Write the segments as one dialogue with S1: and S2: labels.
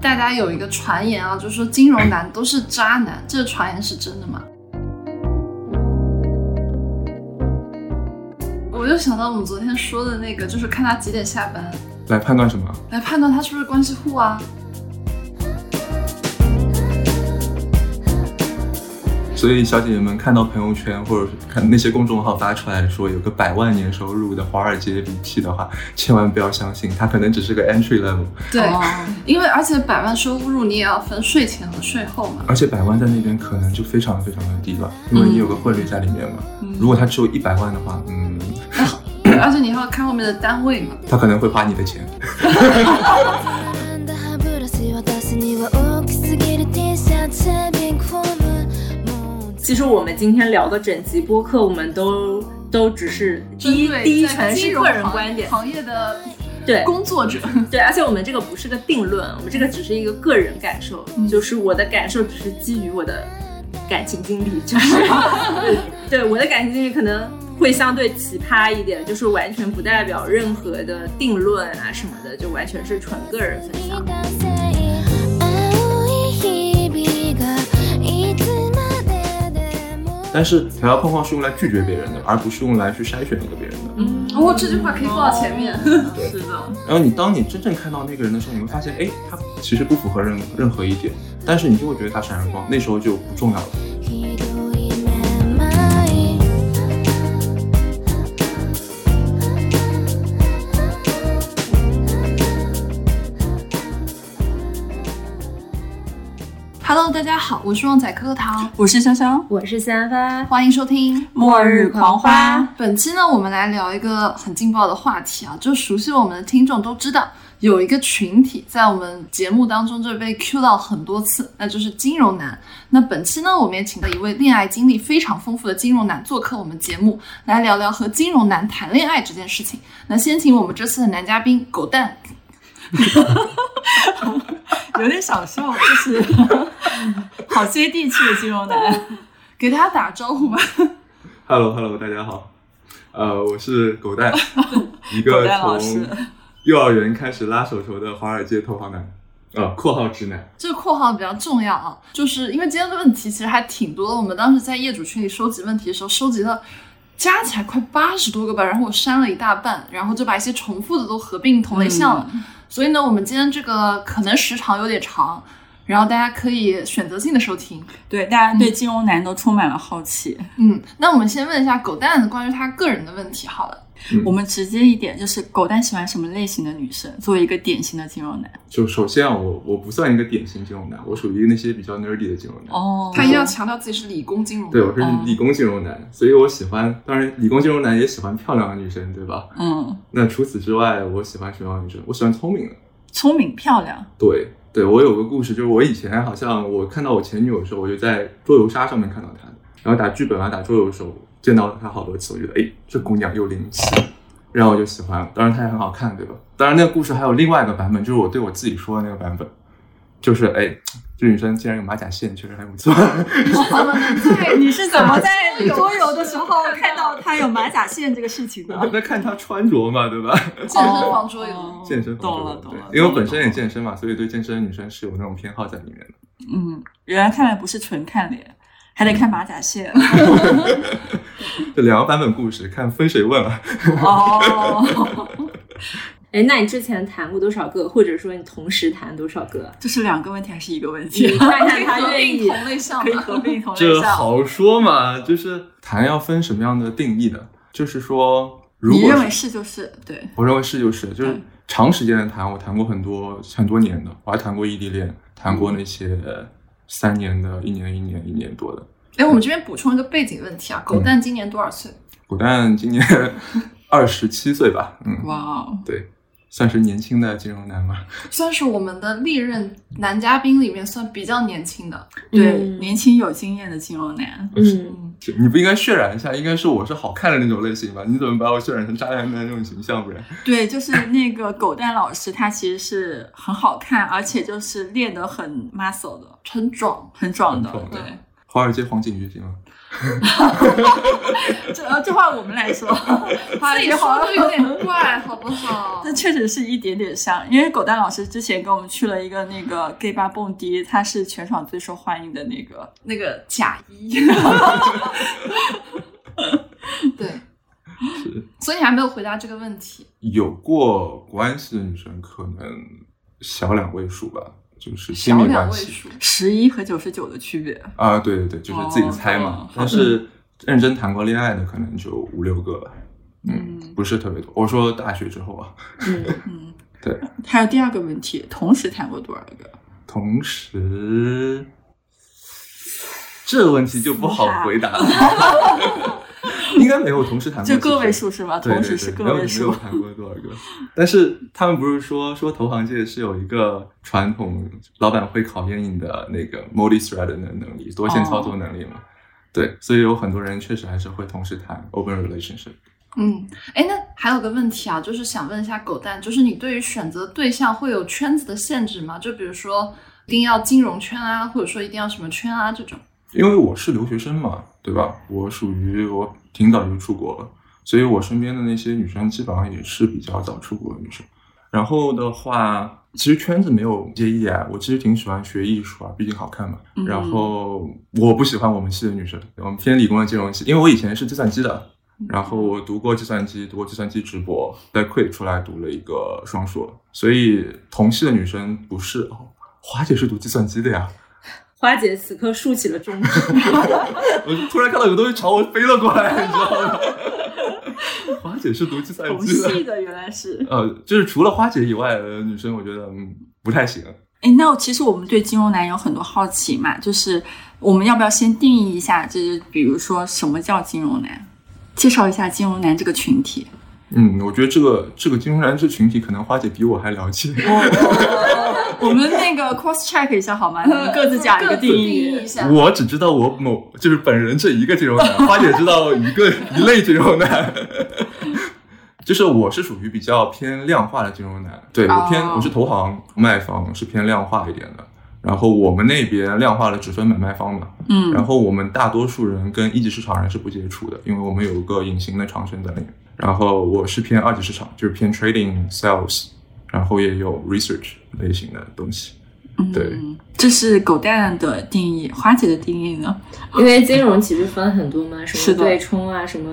S1: 大家有一个传言啊，就是说金融男都是渣男，这个传言是真的吗？我就想到我们昨天说的那个，就是看他几点下班，
S2: 来判断什么？
S1: 来判断他是不是关系户啊。
S2: 所以小姐姐们看到朋友圈或者是看那些公众号发出来说有个百万年收入的华尔街 VP 的话，千万不要相信，他可能只是个 entry level，
S1: 对，
S3: 哦
S1: 因为而且百万收入你也要分税前和税后嘛。
S2: 而且百万在那边可能就非常非常的低了，因为你有个汇率在里面嘛。如果他只有一百万的话，嗯，
S1: 对，而且你还要看后面的单位嘛。
S2: 他可能会花你的钱。
S4: んだ歯ブラシ私には大きすぎる T シャツビンコムもう
S3: 其实我们今天聊的整集播客，我们都都只是第一
S1: 针对
S3: 第一
S1: 在
S3: 层
S1: 金
S3: 是
S1: 融
S3: 个人
S1: 行
S3: 观点，
S1: 行业的
S3: 对
S1: 工作者，
S3: 对，而且我们这个不是个定论，我们这个只是一个个人感受，
S1: 嗯
S3: 就是我的感受只是基于我的感情经历，就是 对我的感情经历可能会相对奇葩一点，就是完全不代表任何的定论啊什么的，就完全是纯个人分享。
S4: ダサい青い日々がいつまででも
S2: 但是条条框框是用来拒绝别人的，而不是用来去筛选一个别人的。
S3: 嗯，
S1: 哦，这句话可以放到前面。
S3: 是的，
S2: 然后你当你真正看到那个人的时候，你会发现，哎，他其实不符合任任何一点，但是你就会觉得他闪闪光，那时候就不重要了。
S4: ひどいめまい
S1: 哈喽，大家好，我是旺仔可可糖，
S5: 我是香香，
S3: 我是三发，
S1: 欢迎收听。
S5: 末日狂花。
S1: 本期呢，我们来聊一个很劲爆的话题啊，就熟悉我们的听众都知道，有一个群体在我们节目当中就被 Q 到很多次，那就是金融男。那本期呢，我们也请到一位恋爱经历非常丰富的金融男做客我们节目，来聊聊和金融男谈恋爱这件事情。那先请我们这次的男嘉宾狗蛋，
S5: 有点想笑，就是 好接地气的金融男。
S1: 给大家打招呼吧。
S2: Hello Hello，大家好，呃，我是狗 蛋，一
S5: 狗
S2: 个
S5: 蛋老
S2: 从
S5: 师
S2: 幼儿园开始拉手球的华尔街投行男，啊、括号直男。
S1: 这个括号比较重要啊，就是因为今天的问题其实还挺多的。我们当时在业主群里收集问题的时候，收集了加起来快八十多个吧，然后我删了一大半，然后就把一些重复的都合并同类项
S5: 嗯
S1: 了。所以呢，我们今天这个可能时长有点长，然后大家可以选择性的收听。
S5: 对，大家对金融男都充满了好奇。
S1: 嗯，那我们先问一下狗蛋关于他个人的问题好了。
S5: 我们直接一点，就是狗蛋喜欢什么类型的女生？作为一个典型的金融男。
S2: 就首先啊，我我不算一个典型金融男，我属于那些比较 nerdy 的金融男。
S5: 哦
S1: 他一定要强调自己是理工金融，
S2: 对，我是
S5: 哦
S2: 理工金融男，所以我喜欢，当然理工金融男也喜欢漂亮的女生，对吧？
S5: 嗯，
S2: 那除此之外，我喜欢什么样的女生？我喜欢聪明的。
S5: 聪明漂亮。
S2: 对，对我有个故事，就是我以前好像我看到我前女友的时候，我就在桌游杀上面看到她的，然后打剧本啊、打桌游的时候见到她好多次，我觉得哎，这姑娘有灵气，然后我就喜欢了。当然她也很好看，对吧？当然那个故事还有另外一个版本，就是我对我自己说的那个版本，就是哎，这女生竟然有马甲线，确实还不错。
S1: 怎么能 在
S5: 你是怎么 在桌游的时候看到他有马甲线这个事情 的？
S2: 那看她穿着嘛，对吧？
S1: 健身房桌游？
S5: 哦
S2: 健身
S5: 懂了
S2: 对
S5: 懂了，
S2: 因为我本身也健身嘛，所以对健身的女生是有那种偏好在里面的。
S5: 嗯，原来看来不是纯看脸，还得看马 甲线。
S2: 这两个版本故事看分谁问啊？
S5: 哦，
S3: 哎，那你之前谈过多少个，或者说你同时谈多少个？
S5: 这是两个问题还是一个问
S3: 你
S5: 题？
S3: 看
S1: 可
S3: 看
S1: 以
S3: 他
S1: 合
S3: 愿
S1: 并
S3: 意。
S1: 同类项
S5: 可以
S1: 吗？
S5: 合并同类
S2: 这
S5: 项。
S2: 好说嘛，就是谈要分什么样的定义的，就是说，如
S5: 你
S2: 果
S5: 认为
S2: 是
S5: 是就是对，
S2: 我认为是就是就是
S5: 嗯
S2: 长时间的谈，我谈过很多很多年的，我还谈过异地恋，谈过那些呃三年的、一年一年一年多的。
S1: 哎，
S2: 嗯
S1: 我们这边补充一个背景问题啊，狗蛋今年多少岁？
S2: 古蛋今年 二十七岁吧，嗯，
S5: 哇哦，
S2: 对，算是年轻的金融男嘛。
S1: 算是我们的历任男嘉宾里面算比较年轻的。
S5: 对，
S3: 嗯
S5: 年轻有经验的金融男，
S3: 嗯，
S2: 你不应该渲染一下，应该是我是好看的那种类型吧？你怎么把我渲染成渣男的那种形象？不然，
S5: 对，就是那个狗蛋老师，他其实是很好看，而且就是练得很 muscle 的，
S1: 很壮，
S5: 很壮的
S2: 很壮，
S5: 对
S1: 嗯。
S2: 华尔街黄景瑜行吗？
S5: 这呃这话我们来说， 华尔
S1: 自己
S5: 街
S1: 说
S5: 黄
S1: 都有点怪，好不好？
S5: 那确实是一点点像，因为狗蛋老师之前跟我们去了一个那个 gay 吧蹦迪，他是全场最受欢迎的那个。
S1: 那个假一， 对，所以你还没有回答这个问题。
S2: 有过国安系的女生可能小两位数吧，就是亲
S1: 小
S2: 密
S1: 两
S2: 关
S1: 位
S2: 系
S1: 数，
S5: 十一和九十九的区别，
S2: 啊，对对对，就是自己猜嘛。
S5: 哦
S2: 但是认真谈过恋爱的可能就五六个吧，嗯，
S5: 嗯
S2: 不是特别多。我说大学之后啊，
S5: 嗯，
S2: 对。
S5: 还有第二个问题，同时谈过多少个？
S2: 同时，这个问题就不好回答了。应该没有同时谈过，
S5: 就个位
S2: 其实
S5: 数是吗？
S2: 对
S5: 同时
S2: 对
S5: 是
S2: 对，
S5: 个
S2: 没有
S5: 位
S2: 没有
S5: 数。
S2: 谈过多少 个？但是他们不是说说投行界是有一个传统，老板会考验你的那个 multi-thread 的能力，多线操作能力
S5: 哦
S2: 嘛？对，所以有很多人确实还是会同时谈 open relationship。
S1: 嗯，哎，那还有个问题啊，就是想问一下狗蛋，就是你对于选择对象会有圈子的限制吗？就比如说一定要金融圈啊，或者说一定要什么圈啊这种？
S2: 因为我是留学生嘛，对吧？我属于我挺早就出国了，所以我身边的那些女生基本上也是比较早出国的女生。然后的话，其实圈子没有介意啊，我其实挺喜欢学艺术啊，毕竟好看嘛。
S5: 嗯
S2: 然后我不喜欢我们系的女生，我们偏理工的金融系，因为我以前是计算机的，
S5: 嗯
S2: 然后我读过计算机，读过计算机直博，在 Quit 出来读了一个双硕，所以同系的女生不是哦，华姐是读计算机的呀。
S3: 花姐此刻竖起了中指，
S2: 我就突然看到有东西朝我飞了过来，你知道吗？ 花姐是读计算
S5: 同
S2: 机
S5: 系
S2: 的，
S5: 的原来是。
S2: 呃，就是除了花姐以外的女生，我觉得嗯不太行。
S5: 哎，那其实我们对金融男有很多好奇嘛，就是我们要不要先定义一下，就是比如说什么叫金融男，介绍一下金融男这个群体。
S2: 嗯，我觉得这个这个金融男这群体，可能花姐比我还了解。
S5: 我们那个 cross check 一下好吗？你们各自讲一个定
S1: 定义一
S5: 义。
S1: 下。
S2: 我只知道我某就是本人这一个金融男，花姐知道一 个一类金融男。就是我是属于比较偏量化的金融男，对我偏、
S5: 哦
S2: 我是投行卖方，是偏量化一点的。然后我们那边量化的只分买卖方嘛，然
S5: 嗯
S2: 后我们大多数人跟一级市场人是不接触的，因为我们有一个隐形的长身在里面。然后我是偏二级市场，就是偏 trading、sales，然后也有 research 类型的东西。
S5: 嗯，
S2: 对，
S5: 这是狗蛋的定义，花姐的定义呢？
S3: 因为金融其实分很多嘛，
S5: 是
S3: 什
S5: 的
S3: 么对冲啊，什么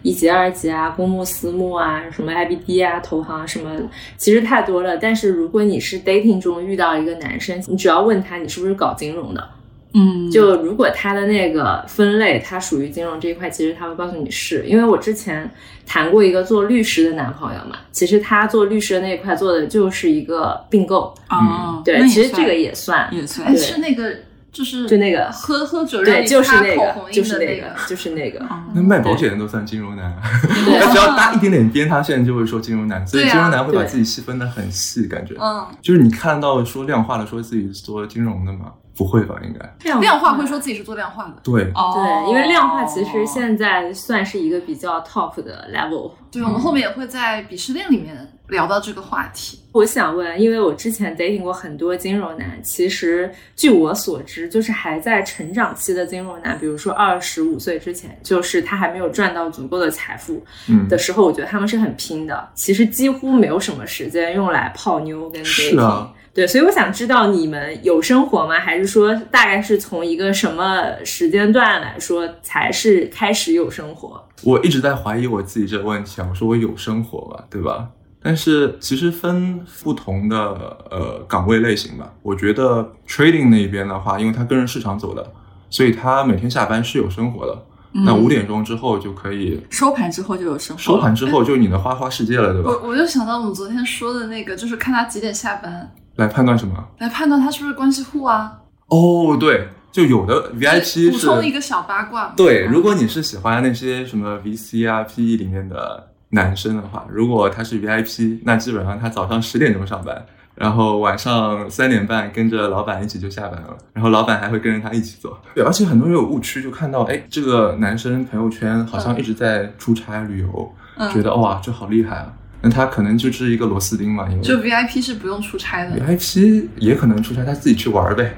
S3: 一级、二级啊，公募、私募啊，什么 IBD 啊，投行啊什么，其实太多了。但是如果你是 dating 中遇到一个男生，你只要问他你是不是搞金融的，
S5: 嗯，
S3: 就如果他的那个分类他属于金融这一块，其实他会告诉你是因为我之前谈过一个做律师的男朋友嘛，其实他做律师的那一块做的就是一个并购，
S5: 哦，那
S3: 嗯对，
S5: 也
S3: 其实这
S5: 算
S3: 个也算，
S5: 也算
S1: 哎，
S3: 对
S1: 是那个，就是
S3: 就那个
S1: 喝喝酒让
S3: 对，
S1: 你
S3: 就是
S1: 擦
S3: 那
S1: 口红
S3: 个，就
S1: 印
S3: 是
S1: 的
S3: 那
S1: 个
S3: 个，，就是那个。
S2: 那卖保险的都算金融男，他 只要搭一点点边，他现在就会说金融男。所以
S1: 对啊
S2: 金融男会把
S3: 对
S2: 自己细分的很细，感觉
S1: 嗯，
S2: 就是你看到说量化的说自己做金融的吗？不会吧，应该
S1: 量化会说哦自己是做量化的，
S2: 对。
S5: 哦，
S3: 对，因为量化其实现在算是一个比较 top 的 level。
S1: 对，我们后面也会在鄙视链里面聊到这个话题。
S3: 我想问，因为我之前 dating 过很多金融男，其实据我所知，就是还在成长期的金融男，比如说二十五岁之前，就是他还没有赚到足够的财富
S2: 嗯
S3: 的时候，我觉得他们是很拼的，其实几乎没有什么时间用来泡妞跟 dating。
S2: 是啊
S3: 对，所以我想知道你们有生活吗？还是说大概是从一个什么时间段来说才是开始有生活？
S2: 我一直在怀疑我自己这个问题啊，我说我有生活吧，对吧？但是其实分不同的呃岗位类型吧。我觉得 trading 那边的话，因为它跟着市场走的，所以他每天下班是有生活的。那
S5: 嗯
S2: 五点钟之后就可以
S5: 收盘之后就有生活
S2: 收盘之后就是你的花花世界了，对吧
S1: 我？我就想到我们昨天说的那个，就是看他几点下班，
S2: 来判断什么？
S1: 来判断他是不是关系户啊。
S2: 哦，对，就有的 VIP
S1: 补
S2: 是
S1: 充一个小八卦嘛。
S2: 对，如果你是喜欢那些什么 VC 啊、PE 里面的男生的话，如果他是 VIP，那基本上他早上十点钟上班，然后晚上三点半跟着老板一起就下班了，然后老板还会跟着他一起走。对，而且很多人有误区，就看到哎，这个男生朋友圈好像一直在出差旅游，
S1: 嗯
S2: 觉得哇，这好厉害啊。那他可能就是一个螺丝钉嘛，因为
S1: 就 VIP 是不用出差的，
S2: VIP 也可能出差，他自己去玩儿呗，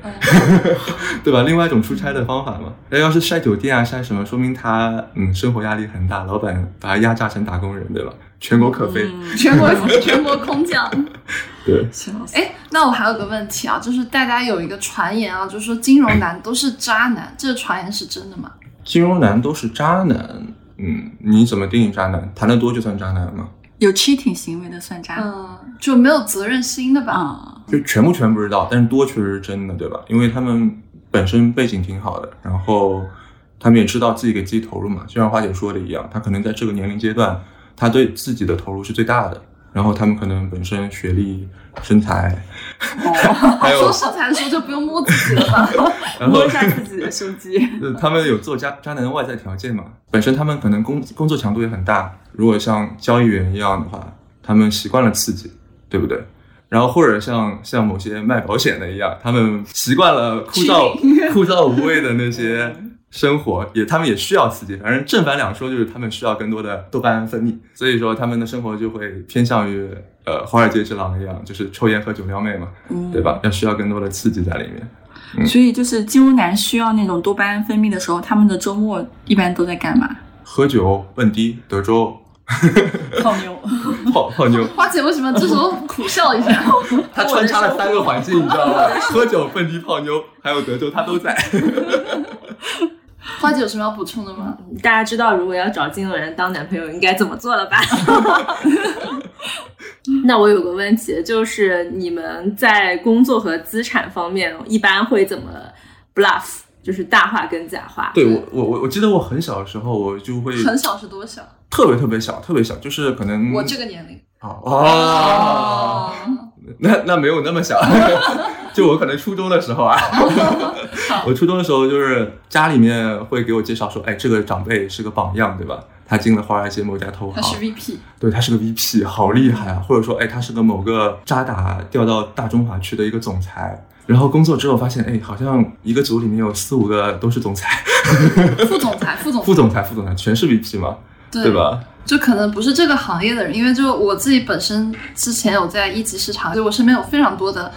S2: 对吧？另外一种出差的方法嘛。那要是晒酒店啊，晒什么，说明他嗯生活压力很大，老板把他压榨成打工人，对吧？全国可飞，
S5: 嗯
S1: 全国全国空降。
S2: 对，
S5: 笑死！
S1: 哎，那我还有个问题啊，就是大家有一个传言啊，就是说金融男都是渣男，这个传言是真的吗？
S2: 金融男都是渣男，嗯，你怎么定义渣男？谈得多就算渣男吗？
S5: 有 cheating 行为的算渣
S1: 嗯，就没有责任心的吧？
S5: 啊？
S2: 就全不全不知道，但是多确实是真的，对吧？因为他们本身背景挺好的，然后他们也知道自己给自己投入嘛，就像花姐说的一样，他可能在这个年龄阶段，他对自己的投入是最大的。然后他们可能本身学历、身材，
S5: 哦
S2: 还有
S1: 说身材的时候就不用摸自己了吧？
S2: 然后
S5: 摸一下自己的胸肌，
S2: 呃，他们有做渣渣男的外在条件嘛？本身他们可能工工作强度也很大，如果像交易员一样的话，他们习惯了刺激，对不对？然后或者像像某些卖保险的一样，他们习惯了枯燥枯燥无味的那些生活，也他们也需要刺激。反正正反两说，就是他们需要更多的多巴胺分泌，所以说他们的生活就会偏向于呃华尔街之狼一样，就是抽烟喝酒撩妹嘛，
S5: 嗯
S2: 对？吧？要需要更多的刺激在里面。
S5: 所以就是金融男需要那种多巴胺分泌的时候，他们的周末一般都在干嘛？
S2: 喝酒、蹦迪、德州、
S5: 泡妞。
S2: 泡泡妞，
S1: 花姐为什么这时候苦笑一下？
S2: 他穿插了三个环境，你知道吗？喝酒、蹦迪、泡妞，还有德州，他都在。
S1: 花姐有什么要补充的吗？
S3: 大家知道如果要找金融人当男朋友应该怎么做了吧？ 那我有个问题，就是你们在工作和资产方面一般会怎么 bluff，就是大话跟假话？
S2: 对我，我我我记得我很小的时候，我就会
S1: 很小是多小？
S2: 特别特别小，特别小，就是可能
S1: 我这个年龄。
S2: 哦哦，那那没有那么小， 就我可能初中的时 候啊，我初中的时候就是家里面会给我介绍说，哎，这个长辈是个榜样，对吧？他进了华尔街某家投
S1: 他
S2: 行，
S1: 是 VP，
S2: 对他是个 VP，好厉害啊！或者说，哎，他是个某个渣打调到大中华区的一个总裁。然后工作之后发现，哎，好像一个组里面有四五个都是总裁、
S1: 副总裁，副总
S2: 副总裁、副总裁，全是 VP 嘛，
S1: 对
S2: 对？吧？
S1: 就可能不是这个行业的人，因为就我自己本身之前有在一级市场，就我身边有非常多的，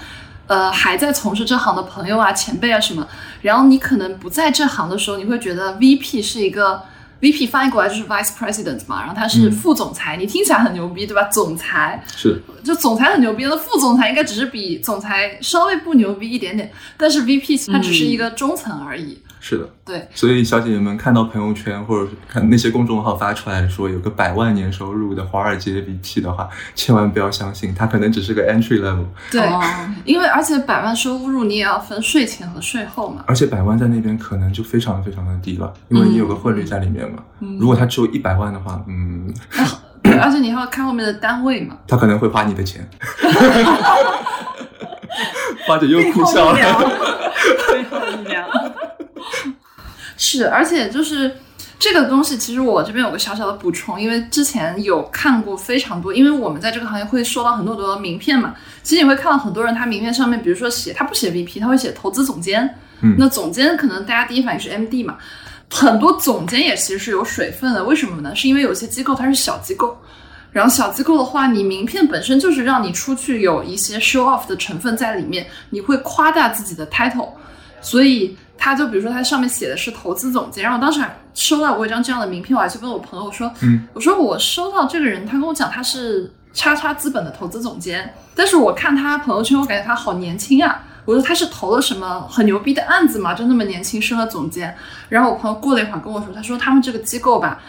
S1: 呃，还在从事这行的朋友啊、前辈啊什么。然后你可能不在这行的时候，你会觉得 VP 是一个 VP 翻译过来就是 Vice President 嘛，然后他是
S2: 嗯
S1: 副总裁，你听起来很牛逼，对吧？总裁，
S2: 是
S1: 就总裁很牛逼，那副总裁应该只是比总裁稍微不牛逼一点点，但是 VP 他只是一个中层而已。
S2: 是的。
S1: 对，
S2: 所以小姐姐们看到朋友圈或者是看那些公众号发出来说有个百万年收入的华尔街 VP 的话，千万不要相信，他可能只是 个 entry level，
S1: 对，
S5: 哦
S1: 因为而且百万收入你也要分税前和税后嘛。
S2: 而且百万在那边可能就非常非常的低了，因为你有个汇率在里面嘛。如果他只有一百万的话，嗯，
S1: 对，而且你还要看后面的单位嘛。
S2: 他可能会花你 的钱。花姐又哭笑
S5: 背后
S2: 了。
S5: 力量，背后力量。
S1: 是，而且就是这个东西，其实我这边有个小小的补充，因为之前有看过非常多，因为我们在这个行业会收到很多很多的名片嘛，其实你会看到很多人他名片上面，比如说写他不写 VP，他会写投资总监，
S2: 嗯
S1: 那总监可能大家第一反应是 MD 嘛。很多总监也其实是有水分的，为什么呢？是因为有些机构它是小机构，然后小机构的话，你名片本身就是让你出去有一些 show off 的成分在里面，你会夸大自己的 title，所以他就比如说他上面写的是投资总监，然后我当时还收到过一张这样的名片，我还去问我朋友说，
S2: 嗯，
S1: 我说我收到这个人，他跟我讲他是叉叉资本的投资总监，但是我看他朋友圈，我感觉他好年轻啊。我说他是投了什么很牛逼的案子嘛，就那么年轻升了总监。然后我朋友过了一会儿跟我说，他说他们这个机构吧，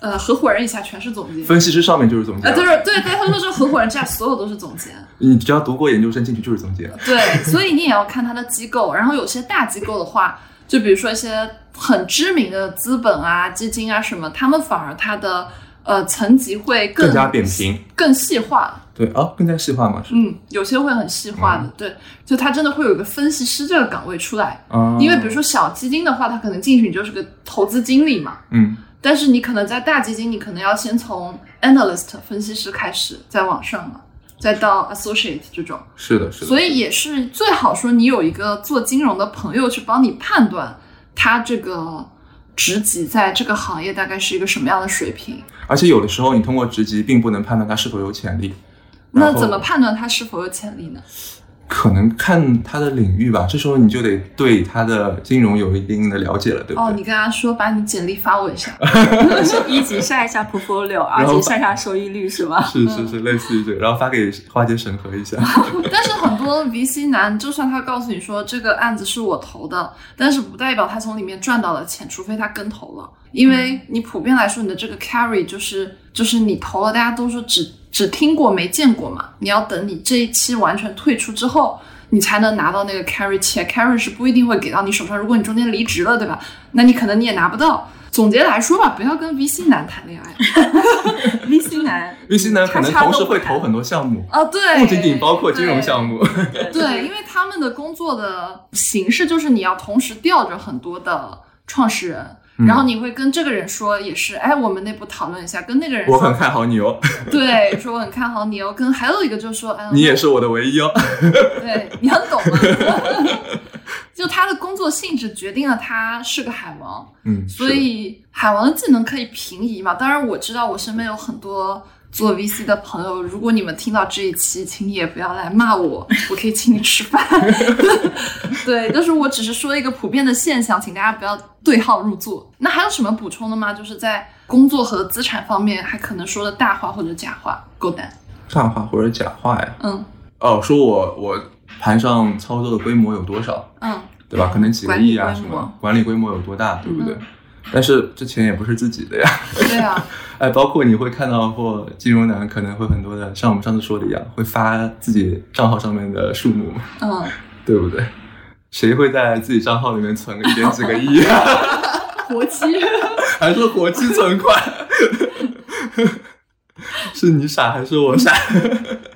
S1: 呃，合伙人以下全是总监。
S2: 分析师上面就是总
S1: 啊，
S2: 监，
S1: 就是对对，他说这合伙人这样所有都是总监，
S2: 你只要读过研究生进去就是总啊监。
S1: 对，所以你也要看他的机构，然后有些大机构的话，就比如说一些很知名的资本啊、基金啊什么，他们反而他的呃层级会更
S2: 更加扁平、
S1: 更细化，
S2: 对啊，更加细化嘛是。
S1: 嗯，有些会很细化
S2: 嗯
S1: 的，对，就他真的会有一个分析师这个岗位出来，
S2: 啊，
S1: 因为比如说小基金的话，他可能进去你就是个投资经理嘛，
S2: 嗯，
S1: 但是你可能在大基金，你可能要先从 analyst 分析师开始，再往上嘛，再到 associate 这种。
S2: 是的，是的。
S1: 所以也是最好说你有一个做金融的朋友去帮你判断他这个职级在这个行业大概是一个什么样的水平？
S2: 而且有的时候你通过职级并不能判断他是否有潜力，
S1: 那
S2: 然后
S1: 怎么判断他是否有潜力呢？
S2: 可能看他的领域吧。这时候你就得对他的金融有一定的了解了，对不
S1: 哦，
S2: 对？
S1: 你跟他说把你简历发我一下，
S5: 一级晒一下 portfolio，二
S2: 然后
S5: 级晒一下收益率是 吗？
S2: 是
S1: 嗯
S2: 是是，类似于这个，然后发给花姐审核一 下。
S1: 但是很多 VC 男，就算他告诉你说这个案子是我投的，但是不代表他从里面赚到了钱，除非他跟投了，因为你普遍来说你的这个 carry 就是就是你投了，大家都说只只听过没见过嘛，你要等你这一期完全退出之后。你才能拿到那个 carry 钱，carry 是不一定会给到你手上。如果你中间离职了，对吧？那你可能你也拿不到。总结来说吧，不要跟 VC 男谈恋爱
S5: ，VC 男
S2: ，VC 男可能同时会
S5: 叉叉
S2: 投很多项目，
S1: 啊！对，
S2: 不仅仅包括金融项目。
S1: 对，因为他们的工作的形式就是你要同时吊着很多的创始人，
S2: 嗯
S1: 然后你会跟这个人说，也是，哎，我们内部讨论一下，跟那个人
S2: 我很
S1: 说，
S2: 看好你哦，
S1: 对，说我很看好你哦，跟还有一个就说，哎，
S2: 你也是我的唯一哦。
S1: 对，你很懂嘛。 就他的工作性质决定了他是个海王，
S2: 嗯，
S1: 所以海王的技能可以平移嘛？当然，我知道我身边有很多做 VC 的朋友，如果你们听到这一期，请你也不要来骂我，我可以请你吃饭。对，但是我只是说一个普遍的现象，请大家不要对号入座。那还有什么补充的吗？就是在工作和资产方面，还可能说的大话或者假话，够胆。
S2: 是的大话或者假话呀？
S1: 嗯
S2: 哦，说我我盘上操作的规模有多少？
S1: 嗯，
S2: 对吧？可能几个
S5: 管理
S2: 亿啊
S5: 规
S2: 什
S5: 模
S2: 么，管理规嗯模有多大，对不对？但是这钱也不是自己的呀，
S1: 对啊，
S2: 哎，包括你会看到或金融男可能会很多的，像我们上次说的一样，会发自己账号上面的数目，
S1: 嗯。
S2: 对不对？谁会在自己账号里面存个一点几个 亿啊？
S1: 活期，
S2: 还说活期存款？ 是你傻还是我傻？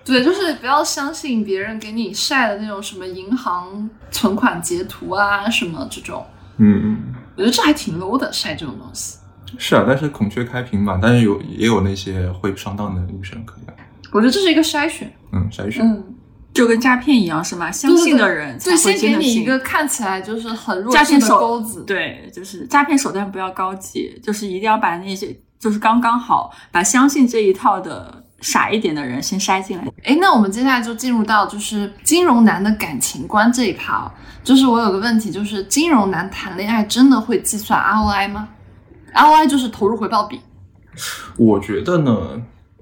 S1: 对，就是不要相信别人给你晒的那种什么银行存款截图啊，什么这种，
S2: 嗯，
S1: 我觉得这还挺 low 的，晒这种东西。
S2: 是啊，但是孔雀开屏嘛，但是有也有那些会上当的女生可以啊，
S1: 我觉得这是一个筛选，
S2: 嗯，筛选。
S1: 嗯，
S5: 就跟诈骗一样是吗？相信的人才
S1: 对，
S5: 会
S1: 先给
S5: 真的
S1: 你一
S5: 信。
S1: 个看起来就是很弱
S5: 诈
S1: 势
S5: 骗
S1: 的
S5: 手
S1: 钩子，
S5: 对，就是诈骗手段不要高级，就是一定要把那些就是刚刚好把相信这一套的傻一点的人先筛进来。
S1: 哎，那我们接下来就进入到就是金融男的感情观这一趴、哦，就是我有个问题，就是金融男谈恋爱真的会计算 ROI 吗？ROI 就是投入回报比，
S2: 我觉得呢，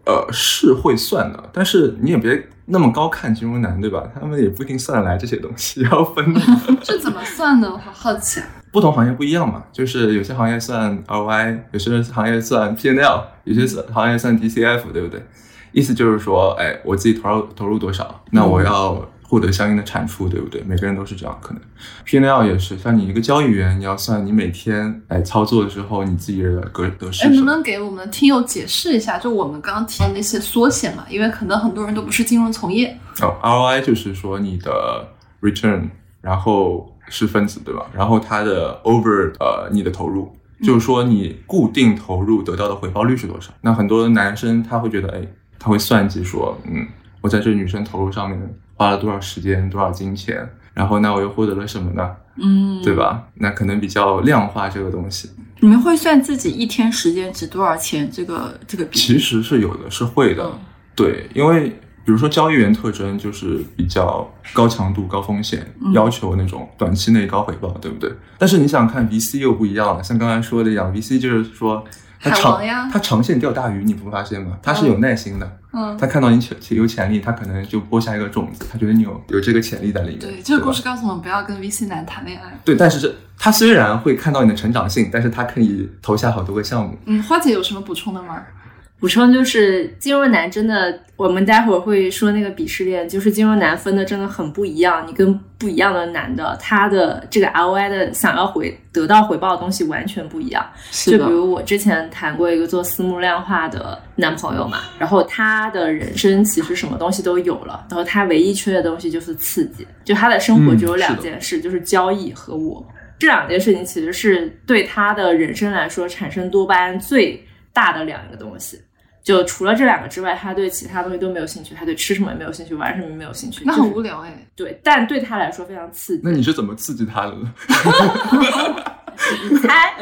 S2: 呃，是会算的，但是你也别那么高看金融男，对吧？他们也不一定算得来这些东西，要分的。
S1: 这怎么算呢？我好好奇啊。
S2: 不同行业不一样嘛，就是有些行业算 ROI，有些行业算 P&L，有些算行业算 DCF，对不对？意思就是说，哎，我自己投入投入多少，那我要获得相应的产出，对不对？每个人都是这样，可能 P&L 也是，像你一个交易员，你要算你每天哎操作的时候你自己的得得失
S1: 哎，
S2: 什
S1: 能
S2: 么
S1: 不能给我们的听友解释一下，就我们刚刚提的那些缩写嘛？因为可能很多人都不是金融从业。
S2: 哦，ROI 就是说你的 return，然后是分子对吧？然后它的 over 呃你的投入，就是说你固定投入得到的回报率是多少？那很多男生他会觉得，哎，他会算计说，嗯，我在这女生投入上面花了多少时间、多少金钱，然后那我又获得了什么呢？
S5: 嗯，
S2: 对？吧？那可能比较量化这个东西，
S5: 你们会算自己一天时间值多少钱这个这个比例？
S2: 其实是有的，是会的。
S5: 嗯
S2: 对，因为比如说交易员特征就是比较高强度、高风险，
S5: 嗯
S2: 要求那种短期内高回报，对不对？但是你想看 VC 又不一样了，像刚才说的一样，VC 就是说它
S1: 海
S2: 长
S1: 王呀
S2: 它长线钓大鱼，你不发现吗？它是有耐心的，
S1: 嗯，
S2: 它看到你潜有潜力，它可能就播下一个种子，它觉得你有有这个潜力在里面。
S1: 对，这个
S2: 吧
S1: 故事告诉我们不要跟 VC 男谈恋爱。
S2: 对，但是这它虽然会看到你的成长性，但是它可以投下好多个项目。
S1: 嗯，花姐有什么补充的吗？
S3: 补充就是金融男真的，我们待会儿会说那个鄙视链，就是金融男分的真的很不一样，你跟不一样的男的，他的这个 ROI 的想要回得到回报的东西完全不一样。
S5: 是
S3: 就
S5: 的
S3: 比，如我之前谈过一个做私募量化的男朋友嘛，然后他的人生其实什么东西都有了，然后他唯一缺的东西就是刺激，就他的生活
S2: 嗯
S3: 只有
S2: 是
S3: 两
S2: 的
S3: 件事，就是交易和我。这两件事情其实是对他的人生来说产生多巴胺最大的两个东西。就除了这两个之外，他对其他东西都没有兴趣，他对吃什么也没有兴趣，玩什么也没有兴趣。
S1: 那
S3: 就
S1: 很
S3: 是
S1: 无聊哎。
S3: 对，但对他来说非常刺激。
S2: 那你是怎么刺激它的呢？
S3: 你猜，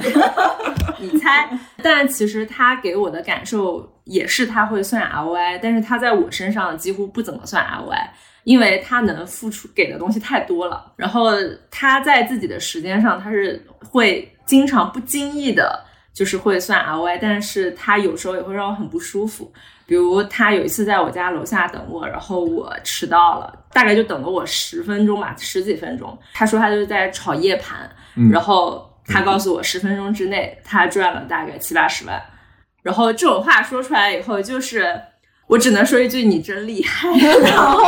S3: 你猜。但其实他给我的感受也是他会算 ROI，但是他在我身上几乎不怎么算 ROI，因为他能付出给的东西太多了。然后他在自己的时间上，他是会经常不经意的，就是会算 ROI，但是他有时候也会让我很不舒服。比如他有一次在我家楼下等我，然后我迟到了，大概就等了我十分钟吧，十几分钟。他说他就是在炒夜盘，
S2: 嗯
S3: 然后他告诉我十分钟之内他赚了大概七八十万。然后这种话说出来以后，就是我只能说一句你真厉害， 然后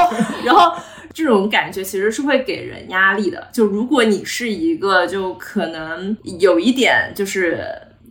S3: 然后这种感觉其实是会给人压力的。就如果你是一个就可能有一点就是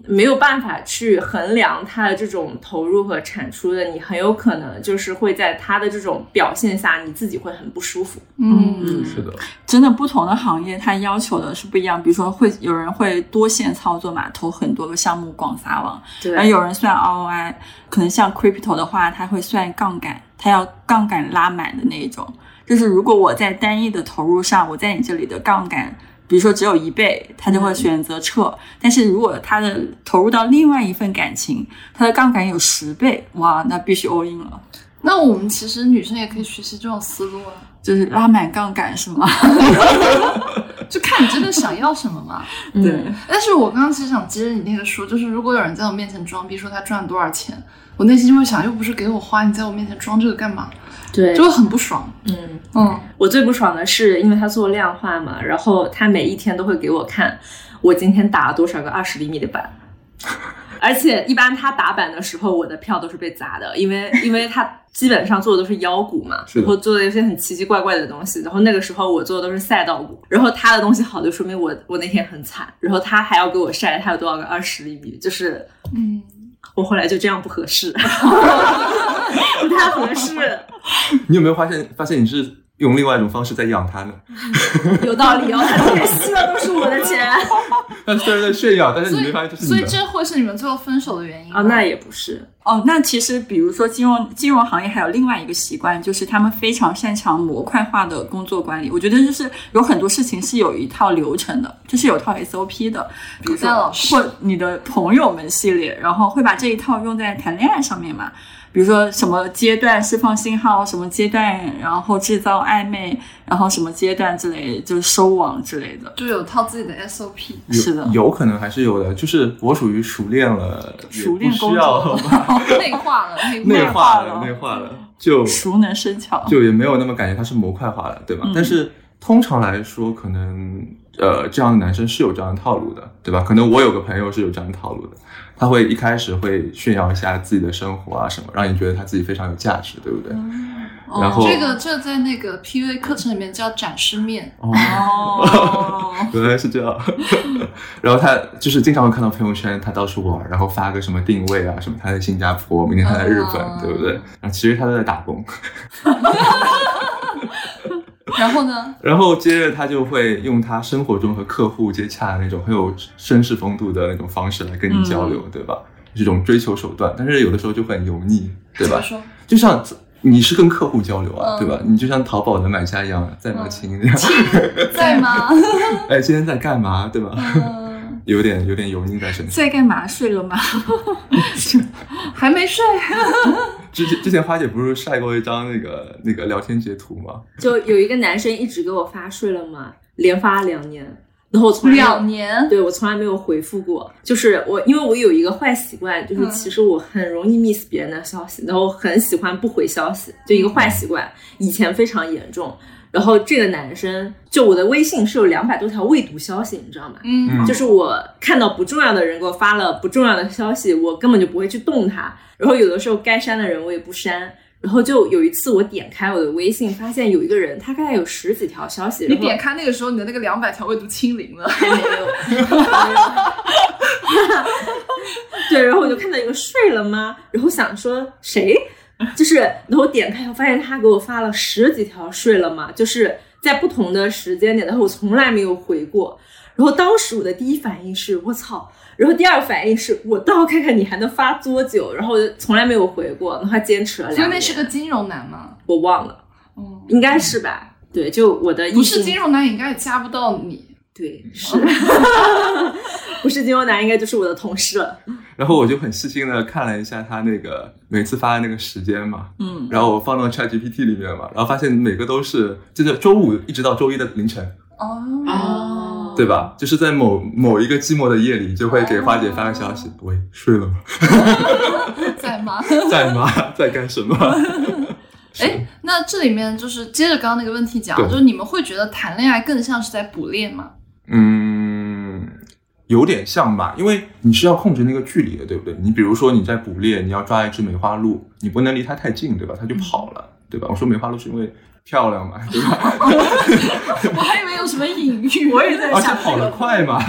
S3: 没有办法去衡量他的这种投入和产出的，你很有可能就是会在他的这种表现下，你自己会很不舒服。
S1: 嗯，
S2: 是的，
S5: 真的不同的行业，它要求的是不一样。比如说会有人会多线操作嘛，投很多个项目广撒网，
S3: 对
S5: 而有人算 ROI，可能像 crypto 的话，它会算杠杆，它要杠杆拉满的那一种。就是如果我在单一的投入上，我在你这里的杠杆，比如说只有一倍，他就会选择撤。但是如果他的投入到另外一份感情，他的杠杆有十倍，哇，那必须 all in 了，
S1: 那我们其实女生也可以学习这种思路啊，
S5: 就是拉满杠杆是吗？
S1: 就看你真的想要什么嘛。
S5: 对。
S3: 嗯
S1: 但是我刚刚其实想接着你那个说，就是如果有人在我面前装逼说他赚了多少钱，我内心就会想，又不是给我花，你在我面前装这个干嘛？
S3: 对
S1: 就会很不爽。
S3: 嗯。
S1: 嗯，
S3: 我最不爽的是，因为他做量化嘛，然后他每一天都会给我看我今天打了多少个二十厘米的板，而且一般他打板的时候，我的票都是被砸的，因为因为他基本上做的都是腰股嘛，
S2: 是的
S3: 然后做的一些很奇奇怪怪的东西，然后那个时候我做的都是赛道股，然后他的东西好就说明我我那天很惨，然后他还要给我晒他有多少个二十厘米，就是
S1: 嗯，
S3: 我后来就这样不合适， 不太合适，
S2: 你有没有发现发现你是用另外一种方式在养它呢？
S3: 有道理哦，他这吸的都是我的钱。
S2: 它虽然在炫耀，但是
S1: 所
S2: 你
S1: 以
S2: 没发现这是
S1: 所
S2: 你
S1: 以
S2: 的。
S1: 这会是你们最后分手的原因
S3: 啊、
S1: 吗
S3: 那也不是，
S5: 哦，那其实比如说金融金融行业还有另外一个习惯，就是他们非常擅长模块化的工作管理。我觉得就是有很多事情是有一套流程的，就是有套 SOP 的，比如
S1: 古代老
S5: 说
S1: 师
S5: 或你的朋友们系列，然后会把这一套用在谈恋爱上面嘛。比如说什么阶段释放信号，什么阶段然后制造暧昧，然后什么阶段之类就是收网之类的。
S1: 就有套自己的 SOP。
S2: 有
S5: 是的
S2: 有可能还是有的，就是我属于熟练了，也
S5: 熟练
S2: 不
S5: 工
S2: 需要
S5: 作
S1: 内化了，内
S2: 内
S1: 化。
S2: 化
S5: 了
S2: 了，内化了，就
S5: 熟能生巧，
S2: 就也没有那么感觉它是模块化的，对吧？
S5: 嗯
S2: 但是通常来说，可能呃这样的男生是有这样的套路的，对吧？可能我有个朋友是有这样的套路的，他会一开始会炫耀一下自己的生活啊什么，让你觉得他自己非常有价值，对不对？然
S1: 嗯
S2: 后
S1: 哦这个这在那个 PUA 课程里面叫展示面，
S2: 哦
S5: 哦。
S2: 原来是这样，然后他就是经常会看到朋友圈，他到处玩，然后发个什么定位啊，什么他在新加坡，明天他在日本，
S1: 啊
S2: 对不对？然后其实他都在打工，
S1: 然后呢，
S2: 然后接着他就会用他生活中和客户接洽的那种很有绅士风度的那种方式来跟你交
S1: 嗯
S2: 流，对吧？这种追求手段，但是有的时候就很油腻，对
S1: 怎么
S2: 吧？
S1: 说？
S2: 就像你是跟客户交流啊，
S1: 嗯
S2: 对吧？你就像淘宝的买家一样，在吗亲这样，
S1: 在吗？
S2: 哎，今天在干嘛，对吧？
S1: 嗯，
S2: 有点有点油腻在身上。
S5: 在干嘛？睡了吗？
S1: 还没睡。
S2: 之前之前花姐不是晒过一张那个那个聊天截图吗？
S3: 就有一个男生一直给我发睡了吗？连发两年，然后我从来没有
S1: 两年，
S3: 对我从来没有回复过。就是我，因为我有一个坏习惯，就是
S1: 嗯
S3: 其实我很容易 miss 别人的消息，然后我很喜欢不回消息，就一个坏习惯，以前非常严重。然后这个男生，就我的微信是有两百多条未读消息，你知道吗？
S1: 嗯，
S3: 就是我看到不重要的人给我发了不重要的消息，我根本就不会去动它。然后有的时候该删的人我也不删。然后就有一次我点开我的微信，发现有一个人他大概有十几条消息，
S1: 你
S3: 然后
S1: 点开那个时候，你的那个两百条未读清零了。
S3: 还没有。对，然后我就看到一个睡了吗？然后想说谁？就是，然后点开以后发现他给我发了十几条睡了吗？就是在不同的时间点，但是我从来没有回过。然后当时我的第一反应是我操，然后第二反应是我倒要看看你还能发多久，然后我就从来没有回过，然后他坚持了
S1: 所以
S3: 两
S1: 那
S3: 年，
S1: 是个金融男吗？
S3: 我忘了，
S1: 嗯，
S3: 应该是吧？对，就我的异
S1: 不是
S3: 性
S1: 金融男，应该也加不到你。
S3: 对，是， 不是金牛男应该就是我的同事了。
S2: 然后我就很细心的看了一下他那个每次发的那个时间嘛，
S5: 嗯，
S2: 然后我放到 ChatGPT 里面嘛，然后发现每个都是就是周五一直到周一的凌晨，
S1: 哦
S3: 哦，
S2: 对吧？就是在某某一个寂寞的夜里，就会给花姐发个消息，喂，睡了吗？
S1: 在吗？
S2: 在吗？ 在干什么？
S1: 哎，那这里面就是接着刚刚那个问题讲，
S2: 对
S1: 就是你们会觉得谈恋爱更像是在捕猎吗？
S2: 嗯，有点像吧，因为你是要控制那个距离的，对不对？你比如说你在捕猎，你要抓一只梅花鹿，你不能离它太近，对吧？它就跑了，对吧？我说梅花鹿是因为漂亮嘛，对吧？
S1: 我还以为有什么隐喻，
S5: 我也在
S2: 而且
S5: 想
S2: 跑得快嘛，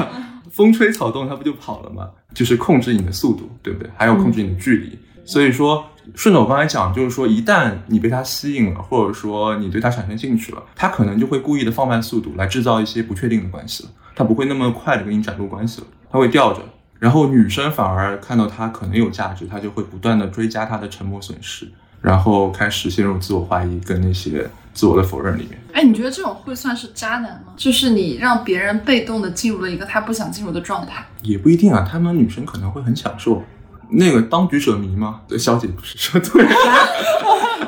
S2: 风吹草动它不就跑了嘛？就是控制你的速度，对不对？还有控制你的距离。所以说，顺着我刚才讲，就是说，一旦你被它吸引了，或者说你对它产生兴趣了，它可能就会故意的放慢速度来制造一些不确定的关系了。它不会那么快的跟你展露关系了，它会吊着。然后女生反而看到它可能有价值，她就会不断的追加它的沉没损失，然后开始陷入自我怀疑跟那些自我的否认里面。
S1: 哎，你觉得这种会算是渣男吗？就是你让别人被动的进入了一个他不想进入的状态。
S2: 也不一定啊，他们女生可能会很享受那个当局者迷嘛。对，小姐不是说对，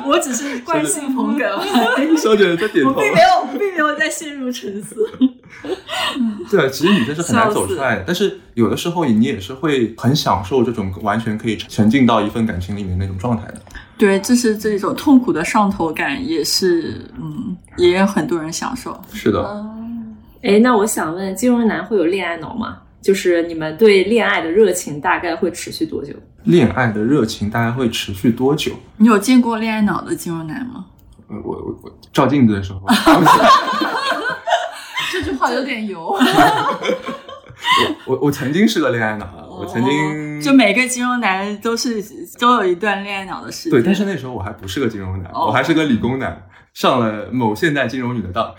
S3: 我只是惯性捧哏，
S2: 小姐在点
S3: 我
S2: 头。啊
S3: 并没有，并没有在陷入沉思。
S2: 对，其实女生是很难走出
S5: 笑
S2: 来的，但是有的时候你也是会很享受这种完全可以沉浸到一份感情里面那种状态的。
S5: 对，就是这种痛苦的上头感，也是嗯，也有很多人享受。
S2: 是的，
S1: 嗯，
S3: 哎，那我想问，金融男会有恋爱脑吗？就是你们对恋爱的热情大概会持续多久？
S2: 恋爱的热情大概会持续多久？
S5: 你有见过恋爱脑的金融男吗？
S2: 呃，我我我照镜子的时候，啊
S1: 这句话有点 油。
S2: 我我曾经是个恋爱脑啊，我曾经
S5: 哦就每个金融男都是都有一段恋爱脑的事情。
S2: 对，但是那时候我还不是个金融男，
S5: 哦
S2: 我还是个理工男，上了某现代金融女的 当，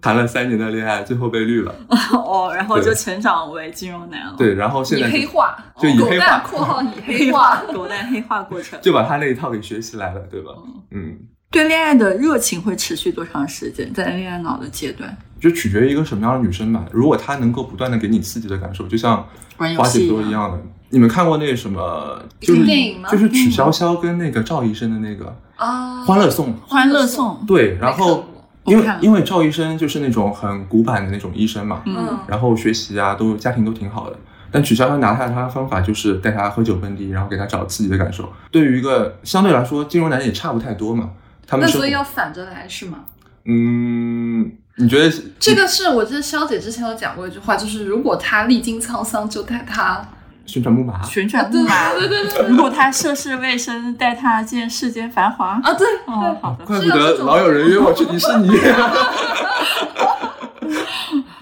S2: 谈了三年的恋爱，最后被绿了。
S5: 哦，然后就
S2: 对
S5: 成长为金融男了。，
S2: 对，然后现
S1: 以
S2: 在
S1: 黑
S2: 就
S1: 化，
S2: 就以
S1: 狗
S2: 黑
S1: 蛋（
S2: 化
S1: 括号以黑
S5: 黑
S1: 化
S5: 化 狗蛋黑化过程。
S2: 就把他那一套给学习来了，对吧？
S5: 哦
S2: 嗯，
S5: 对恋爱的热情会持续多长时间？在恋爱脑的阶段，
S2: 就取决于一个什么样的女生吧。如果她能够不断的给你刺激的感受，就像
S5: 玩游
S2: 花姐
S5: 戏
S2: 说一样的，你们看过那什么？
S1: 一个
S2: 就是
S1: 电影吗
S2: 就是
S5: 嗯
S2: 曲筱绡跟那个赵医生的那个
S5: 哦
S1: 啊
S2: 《欢乐颂》。
S5: 欢乐颂，
S2: 对，然
S1: 没看
S2: 后
S1: 过
S2: 因
S5: 我
S2: 为
S5: 看了
S2: 因为赵医生就是那种很古板的那种医生嘛，
S5: 嗯，
S1: 嗯，
S2: 然后学习啊，都家庭都挺好的。但曲筱绡拿下他的方法就是带他喝酒蹦迪，然后给他找刺激的感受。对于一个相对来说金融男也差不太多嘛，他
S1: 那
S2: 们生
S1: 所以
S2: 活
S1: 要反着来是吗？
S2: 嗯，你觉得是
S1: 这个是我记得肖姐之前有讲过一句话，就是如果他历经沧桑，就带他。
S2: 旋转木马？
S5: 旋转木
S1: 对
S5: 马。
S1: 嗯 对对对
S5: 如果他涉世未深，带他见世间繁华。
S1: 啊，对
S5: 哦，
S1: 对，
S5: 好的。
S2: 怪不
S1: 是有
S2: 得
S1: 这种
S2: 老有人约我去迪士 尼。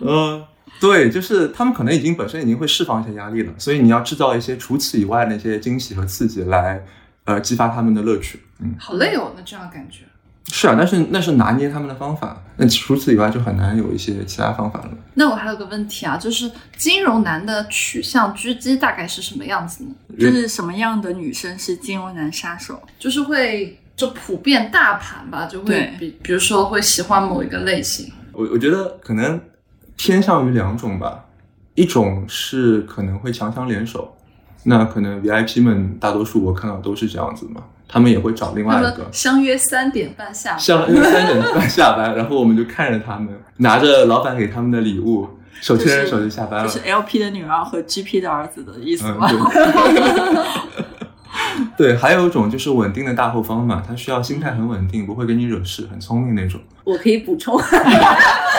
S2: 嗯，对，就是他们可能已经本身已经会释放一些压力了，所以你要制造一些除此以外的一些惊喜和刺激来，呃，激发他们的乐趣。嗯，
S1: 好累哦，那这样感觉。
S2: 是啊，但是那是拿捏他们的方法，那除此以外就很难有一些其他方法了。
S1: 那我还有个问题啊，就是金融男的取向狙击大概是什么样子呢？
S5: 就是什么样的女生是金融男杀手？
S1: 就是会就普遍大盘吧，就会
S5: 对
S1: 比比如说会喜欢某一个类型，
S2: 我我觉得可能偏向于两种吧，一种是可能会强强联手，那可能 VIP 们大多数我看到都是这样子嘛，他们也会找另外
S1: 他
S2: 一
S1: 们
S2: 个。
S1: 相约三点半下班。
S2: 像因为三点半下班，然后我们就看着他们拿着老板给他们的礼物，手牵着手就下班
S5: 就
S2: 了。
S5: 是 LP 的女儿和 GP 的儿子的意思
S2: 嗯，
S5: 吗？
S2: 对。对，还有一种就是稳定的大后方嘛，他需要心态很稳定，不会给你惹事，很聪明那种。
S3: 我可以补充。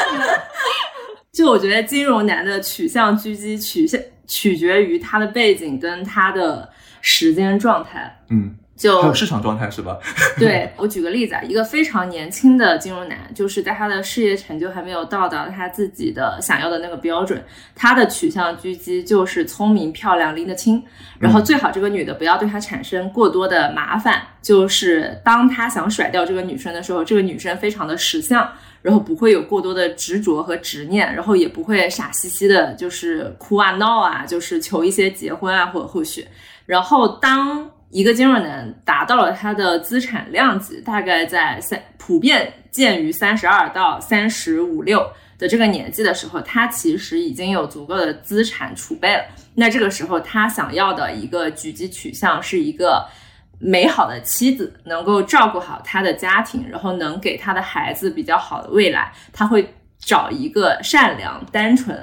S3: 就我觉得金融男的取向狙击取向取决于他的背景跟他的时间状态。
S2: 嗯，
S3: 就
S2: 还有市场状态是吧？
S3: 对我举个例子啊，一个非常年轻的金融男，就是在他的事业成就还没有到达他自己的想要的那个标准，他的取向狙击就是聪明、漂亮、拎得清，然后最好这个女的不要对他产生过多的麻烦。就是当他想甩掉这个女生的时候，这个女生非常的识相，然后不会有过多的执着和执念，然后也不会傻兮兮的，就是哭啊闹啊，就是求一些结婚啊或者后续。然后当一个金融男达到了他的资产量级大概在三普遍见于三十二到三十五六的这个年纪的时候，他其实已经有足够的资产储备了。那这个时候，他想要的一个狙击取向是一个美好的妻子，能够照顾好他的家庭，然后能给他的孩子比较好的未来。他会找一个善良、单纯，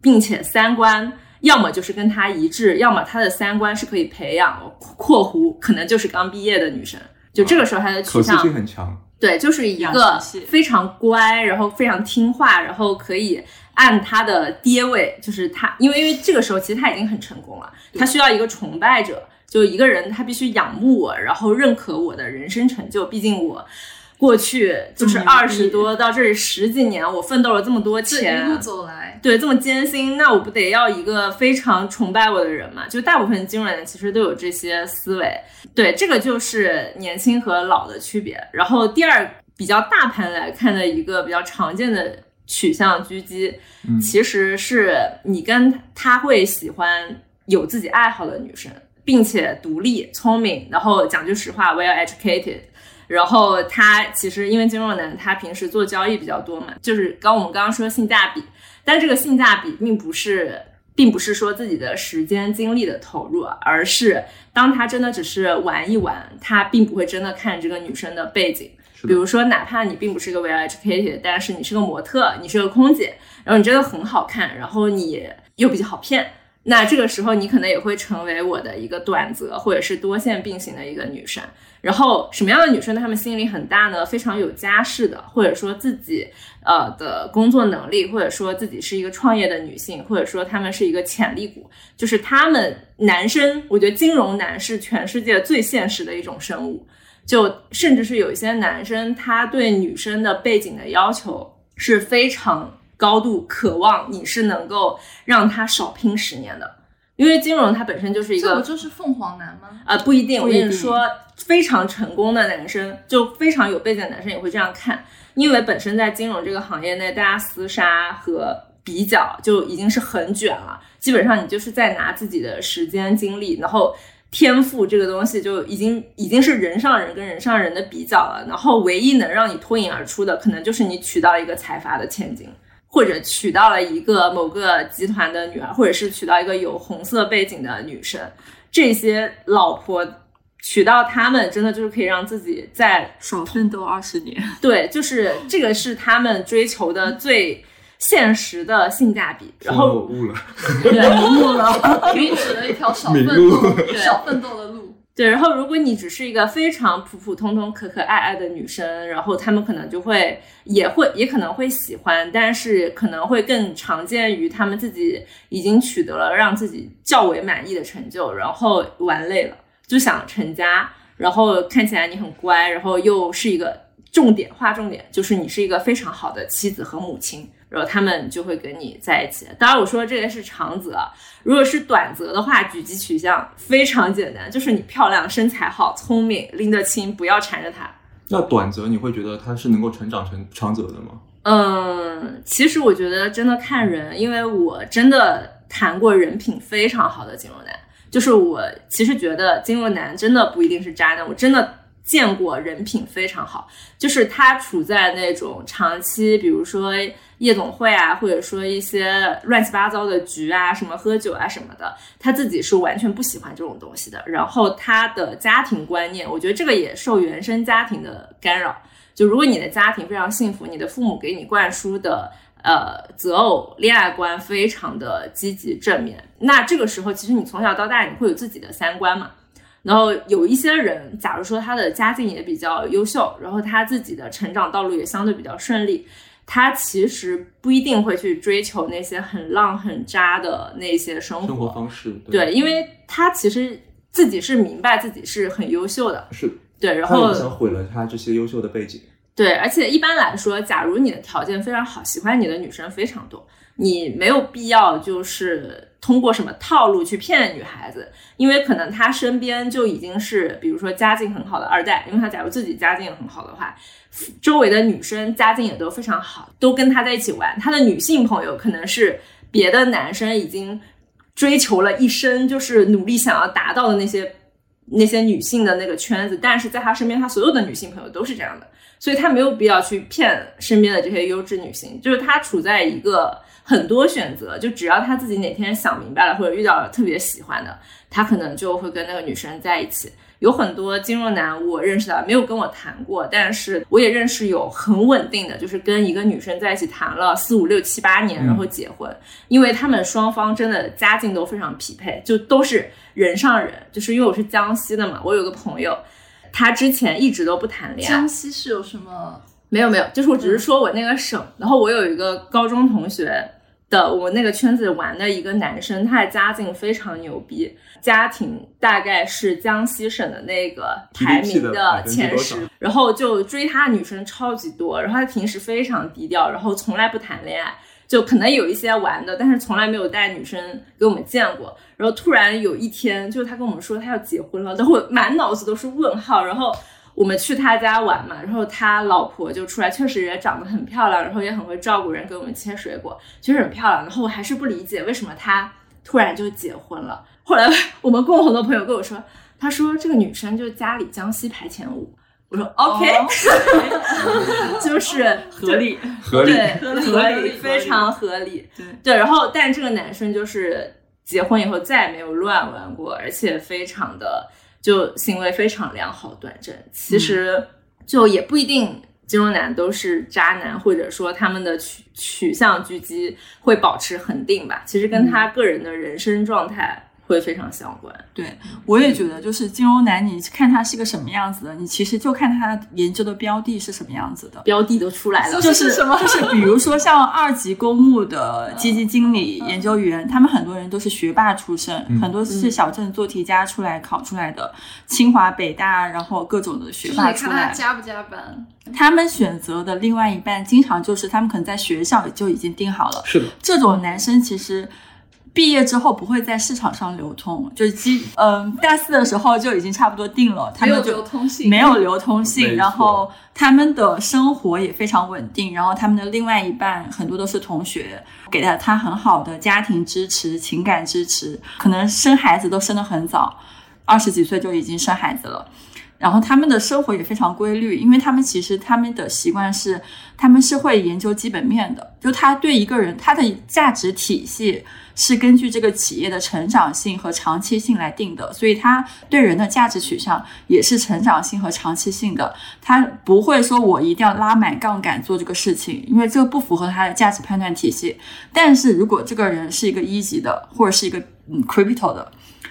S3: 并且三观要么就是跟他一致，要么他的三观是可以培养（括弧可能就是刚毕业的女生）。就这个时候，他的取
S2: 可塑
S3: 向
S2: 性很强，
S3: 对，就是一
S5: 养
S3: 个
S5: 成系
S3: 非常乖，然后非常听话，然后可以按他的爹位，就是他，因为因为这个时候其实他已经很成功了，他需要一个崇拜者，就一个人他必须仰慕我，然后认可我的人生成就，毕竟我。过去就是
S1: 嗯
S5: 这么牛逼
S3: 二十多到这十几年，我奋斗了这么多
S1: 这一
S3: 钱，
S1: 路走来，
S3: 对，这么艰辛，那我不得要一个非常崇拜我的人嘛？就大部分金融人其实都有这些思维。对，这个就是年轻和老的区别。然后第二，比较大盘来看的一个比较常见的取向狙击，
S2: 嗯
S3: 其实是你跟他会喜欢有自己爱好的女生，并且独立、聪明，然后讲句实话，well educated。然后他其实因为金融男，他平时做交易比较多嘛，就是刚我们刚刚说性价比，但这个性价比并不是，并不是说自己的时间精力的投入，而是当他真的只是玩一玩，他并不会真的看这个女生的背景。
S2: 是
S3: 比
S2: 的，
S3: 如说，哪怕你并不是个 well educated，但是你是个模特，你是个空姐，然后你真的很好看，然后你又比较好骗，那这个时候你可能也会成为我的一个短则或者是多线并行的一个女生。然后什么样的女生她们吸引力很大呢？非常有家世的，或者说自己呃的工作能力，或者说自己是一个创业的女性，或者说她们是一个潜力股，就是她们男生，我觉得金融男是全世界最现实的一种生物。就甚至是有一些男生，他对女生的背景的要求是非常高度渴望，你是能够让他少拼十年的，因为金融它本身就是一
S1: 这
S3: 个
S1: 不就是凤凰男 吗？
S3: 啊，不一定。我
S5: 不一
S3: 跟你
S5: 定
S3: 说，非常成功的男生，就非常有背景的男生也会这样看，因为本身在金融这个行业内，大家厮杀和比较就已经是很卷了，基本上你就是在拿自己的时间精力，然后。天赋这个东西就已经已经是人上人跟人上人的比较了，然后唯一能让你脱颖而出的，可能就是你娶到一个财阀的千金，或者娶到了一个某个集团的女儿，或者是娶到一个有红色背景的女生。这些老婆娶到他们，真的就是可以让自己在
S5: 少奋斗二十年，
S3: 对，就是这个是他们追求的最现实的性价比。然
S2: 我
S3: 后
S2: 悟了，
S1: 你指了一条少奋
S2: 迷
S1: 斗
S2: 路
S1: 少奋斗的路。
S3: 对，然后如果你只是一个非常普普通通、可可爱爱的女生，然后他们可能就会也会也可能会喜欢，但是可能会更常见于他们自己已经取得了让自己较为满意的成就，然后玩累了就想成家，然后看起来你很乖，然后又是一个重点划重点，就是你是一个非常好的妻子和母亲。然后他们就会跟你在一起。当然，我说这个是长则，啊如果是短则的话，狙击取向非常简单，就是你漂亮、身材好、聪明、拎得清，不要缠着他。
S2: 那短则你会觉得他是能够成长成长则的吗？
S3: 嗯，其实我觉得真的看人，因为我真的谈过人品非常好的金融男，就是我其实觉得金融男真的不一定是渣男，我真的见过人品非常好，就是他处在那种长期，比如说夜总会啊，或者说一些乱七八糟的局啊，什么喝酒啊什么的，他自己是完全不喜欢这种东西的。然后他的家庭观念，我觉得这个也受原生家庭的干扰。就如果你的家庭非常幸福，你的父母给你灌输的呃择偶恋爱观非常的积极正面，那这个时候其实你从小到大你会有自己的三观嘛。然后有一些人，假如说他的家境也比较优秀，然后他自己的成长道路也相对比较顺利，他其实不一定会去追求那些很浪很渣的那些生活。
S2: 生活方式
S3: 对，因为他其实自己是明白自己是很优秀的，
S2: 是的，
S3: 对，然
S2: 他
S3: 后
S2: 影响毁了他这些优秀的背景。
S3: 对，而且一般来说，假如你的条件非常好，喜欢你的女生非常多，你没有必要就是通过什么套路去骗女孩子，因为可能她身边就已经是，比如说家境很好的二代，因为她假如自己家境很好的话，周围的女生家境也都非常好，都跟她在一起玩，她的女性朋友可能是别的男生已经追求了一生，就是努力想要达到的那些那些女性的那个圈子，但是在他身边，他所有的女性朋友都是这样的，所以他没有必要去骗身边的这些优质女性，就是他处在一个很多选择，就只要他自己哪天想明白了或者遇到了特别喜欢的，他可能就会跟那个女生在一起。有很多金融男我认识的没有跟我谈过，但是我也认识有很稳定的，就是跟一个女生在一起谈了四五六七八年，
S2: 嗯
S3: 然后结婚，因为他们双方真的家境都非常匹配，就都是人上人。就是因为我是江西的嘛，我有个朋友，他之前一直都不谈恋爱，
S1: 江西是有什么？
S3: 没有没有，就是我只是
S2: 嗯
S3: 说我那个省，然后我有一个高中同学的，我那个圈子玩的一个男生，他的家境非常牛逼，家庭大概是江西省的那个排
S2: GDP
S3: 名
S2: 的百分之
S3: 前
S2: 多
S3: 十
S2: 少，
S3: 然后就追他的女生超级多，然后他平时非常低调，然后从来不谈恋爱。就可能有一些玩的，但是从来没有带女生给我们见过。然后突然有一天，就是他跟我们说他要结婚了，然后我满脑子都是问号。然后我们去他家玩嘛，然后他老婆就出来，确实也长得很漂亮，然后也很会照顾人，给我们切水果，确实很漂亮。然后我还是不理解为什么他突然就结婚了。后来 我们共同的朋友跟我说，他说这个女生就家里江西排前五。我说
S5: 哦
S3: OK，、就是
S5: 合理，
S2: 合理。
S3: 对，
S5: 合理
S3: 合
S5: 合理
S3: 非常合理。
S5: 对
S3: 对，然后但这个男生就是结婚以后再也没有乱玩过，而且非常的就行为非常良好端正。其
S2: 嗯
S3: 实就也不一定。金融男都是渣男，或者说他们的取取向狙击会保持恒定吧。其实跟他个人的人生状态会非常相关。
S5: 我也觉得，就是金融男，你看他是个什么样子的，你其实就看他研究的标的是什么样子的。
S3: 标的都出来了，
S5: 就是什么？嗯就是比如说像二级公募的基金经理、研究员，他们很多人都是学霸出身，
S2: 嗯
S5: 很多是小镇做题家出来考出来的，清华、北大，然后各种的
S1: 就
S5: 学
S1: 是
S5: 霸
S1: 你
S5: 出
S1: 看他
S5: 来。
S1: 加不加班？
S5: 他们选择的另外一半，经常就是他们可能在学校就已经定好了，
S2: 是的，
S5: 这种男生其实毕业之后不会在市场上流通，就是基嗯、大四的时候就已经差不多定了，他
S1: 没有
S5: 们
S1: 流
S5: 就。
S1: 通性，
S5: 没有流通
S2: 没
S5: 性，
S2: 错
S5: 然后他们的生活也非常稳定，然后他们的另外一半很多都是同学，给了他很好的家庭支持、情感支持，可能生孩子都生得很早，二十几岁就已经生孩子了。然后他们的生活也非常规律，因为他们其实他们的习惯是，他们是会研究基本面的，就他对一个人他的价值体系是根据这个企业的成长性和长期性来定的，所以他对人的价值取向也是成长性和长期性的，他不会说我一定要拉满杠杆做这个事情，因为这个不符合他的价值判断体系。但是如果这个人是一个一级的或者是一个嗯 crypto 的，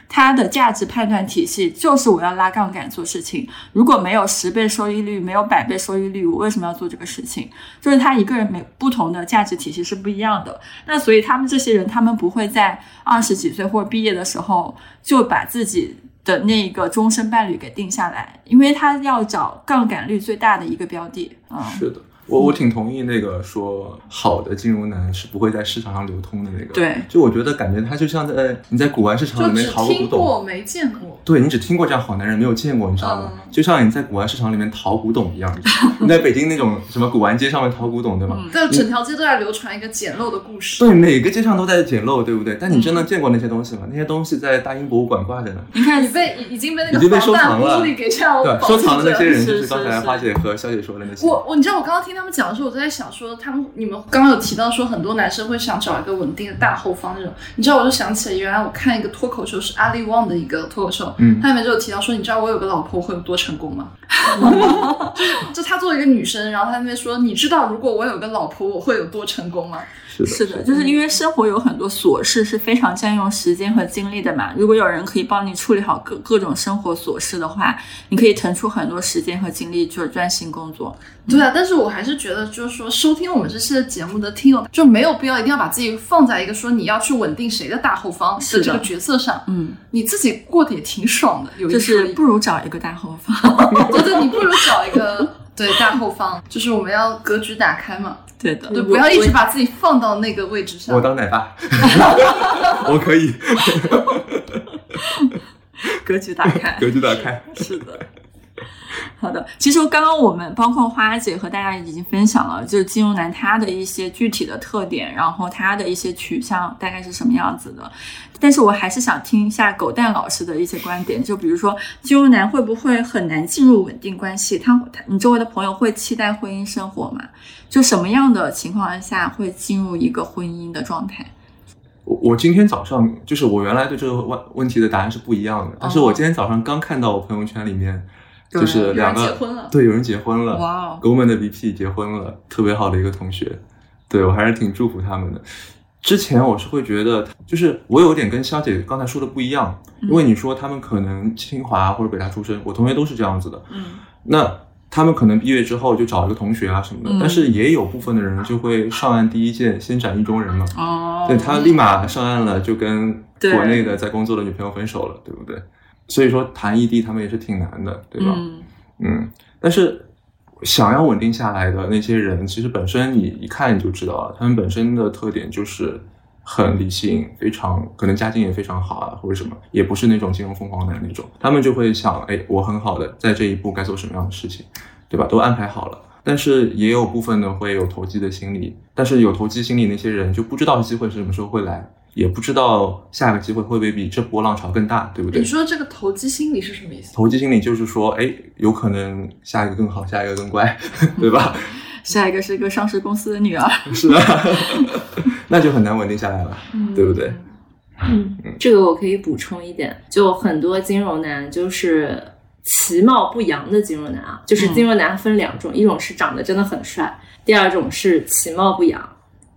S5: 他的价值判断体系就是我要拉杠杆做事情，如果没有十倍收益率，没有百倍收益率，我为什么要做这个事情？就是他一个人每不同的价值体系是不一样的。那所以他们这些人，他们不会在二十几岁或者毕业的时候就把自己的那个终身伴侣给定下来，因为他要找杠杆率最大的一个标的。嗯，
S2: 是的，我我挺同意那个说好的金融男是不会在市场上流通的那个。
S5: 对，
S2: 就我觉得感觉他就像在你在古玩市场
S1: 就
S2: 里面
S1: 只
S2: 淘个古
S1: 听过
S2: 董，
S1: 没见过。
S2: 对你只听过这样好男人，没有见过，你知道吗？
S1: 嗯
S2: 就像你在古玩市场里面淘古董一样，你知道吗你在北京那种什么古玩街上面淘古董，对吗？
S5: 嗯
S1: 但整条街都在流传一个简陋的故事，
S2: 对，每个街上都在捡漏，对不对？但你
S5: 嗯
S2: 真的见过那些东西吗？那些东西在大英博物馆挂着呢。
S5: 你看
S1: 你被已已经被那
S2: 已经
S1: 个
S2: 被
S1: 防
S2: 收
S1: 弹
S2: 藏
S1: 玻
S2: 了
S1: 璃给这样
S2: 对，
S1: 保
S2: 收
S1: 护
S2: 藏的那
S1: 着
S2: 些人
S5: 哦是
S2: 就是刚
S5: 是
S2: 才
S5: 是
S2: 花姐和肖姐说的那些。
S1: 我我你知道我刚刚听他们讲的时候，我就在想说，他们你们刚刚有提到说很多男生会想找一个稳定的大后方那种，你知道我就想起来，原来我看一个脱口秀是阿里旺的一个脱口秀，
S2: 嗯
S1: 它里面就有提到说，你知道我有个老婆会有多成功吗？ 就她作为一个女生，然后她在那边说，你知道如果我有个老婆我会有多成功吗？
S2: 是的，
S5: 是的，就是因为生活有很多琐事是非常占用时间和精力的嘛。如果有人可以帮你处理好各各种生活琐事的话，你可以腾出很多时间和精力，就是专心工作。
S1: 对啊，但是我还是觉得，就是说，收听我们这期的节目的听友，就没有必要一定要把自己放在一个说你要去稳定谁的大后方
S5: 是
S1: 的
S5: 的
S1: 这个角色上，
S5: 嗯，
S1: 你自己过得也挺爽的，有一
S5: 就
S1: 说
S5: 是
S1: 一
S5: 不如找一个大后方。
S1: 对对，你不如找一个对大后方，就是我们要格局打开嘛，
S5: 对的，
S1: 对，不要一直把自己放到那个位置上
S2: 我。当奶爸， 我可以
S5: 格局打开。
S2: 格局打开。
S5: 是的。 好的，其实刚刚我们包括花姐和大家已经分享了，就是金融男他的一些具体的特点，然后他的一些取向大概是什么样子的。但是我还是想听一下狗蛋老师的一些观点，就比如说金融男会不会很难进入稳定关系？他他你周围的朋友会期待婚姻生活吗？就什么样的情况下会进入一个婚姻的状态？
S2: 我我今天早上就是我原来对这个问问题的答案是不一样的，但是我今天早上刚看到我朋友圈里面，就是两
S3: 哦
S2: 个
S3: 有人结婚了
S2: 对有人结婚了，
S5: 哇哦，
S2: 狗们的 BP 结婚了，特别好的一个同学，对我还是挺祝福他们的。之前我是会觉得，就是我有点跟肖姐刚才说的不一样，
S3: 嗯
S2: 因为你说他们可能清华或者北大出身，我同学都是这样子的，
S5: 嗯
S2: 那他们可能毕业之后就找一个同学啊什么的，
S5: 嗯
S2: 但是也有部分的人就会上岸第一箭，先斩意中人嘛。
S5: 哦，
S2: 对他立马上岸了，就跟
S5: 对
S2: 国内的在工作的女朋友分手了，对不对？所以说谈异地他们也是挺难的，对吧？
S5: 嗯
S2: 嗯，但是想要稳定下来的那些人，其实本身你一看你就知道了，他们本身的特点就是很理性，非常可能家境也非常好啊，或者什么，也不是那种金融疯狂的那种，他们就会想，哎，我很好的在这一步该做什么样的事情，对吧？都安排好了。但是也有部分呢会有投机的心理，但是有投机心理那些人就不知道机会是什么时候会来，也不知道下个机会会不会比这波浪潮更大，对不对？
S1: 你说这个投机心理是什么意思？
S2: 投机心理就是说，哎，有可能下一个更好，下一个更乖，对吧？
S5: 下一个是一个上市公司的女儿，
S2: 是的， 那就很难稳定下来了，对不对？
S3: 嗯，这个我可以补充一点，就很多金融男就是其貌不扬的金融男啊，就是金融男分两种，一种是长得真的很帅，第二种是其貌不扬。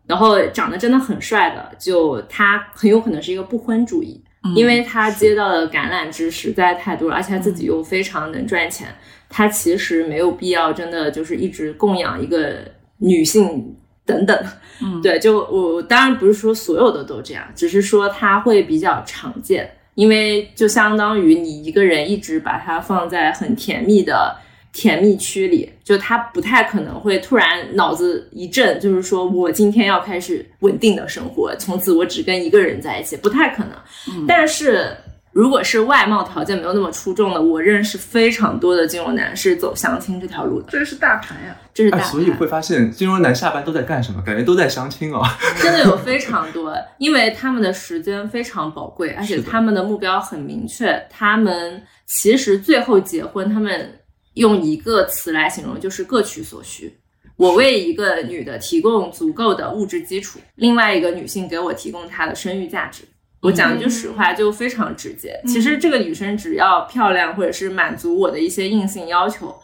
S3: 然后长得真的很帅的，就他很有可能是一个不婚主义，
S5: 嗯
S3: 因为他接到的橄榄枝实在太多了，而且他自己又非常能赚钱，他其实没有必要真的就是一直供养一个女性等等。
S5: 嗯
S3: 对，就我我当然不是说所有的都这样，只是说它会比较常见，因为就相当于你一个人一直把它放在很甜蜜的甜蜜区里，就他不太可能会突然脑子一震，就是说我今天要开始稳定的生活，从此我只跟一个人在一起，不太可能。但是如果是外貌条件没有那么出众的，我认识非常多的金融男是走相亲这条路的，
S1: 这个是大牌呀、
S3: 这是大
S2: 哎，
S3: 牌、
S2: 所以会发现金融男下班都在干什么？感觉都在相亲哦。
S3: 真的有非常多，因为他们的时间非常宝贵，而且
S2: 是的
S3: 他们的目标很明确。他们其实最后结婚，他们用一个词来形容，就是各取所需。我为一个女的提供足够的物质基础，另外一个女性给我提供她的生育价值。我讲一句实话，就非常直接。其实这个女生只要漂亮，或者是满足我的一些硬性要求，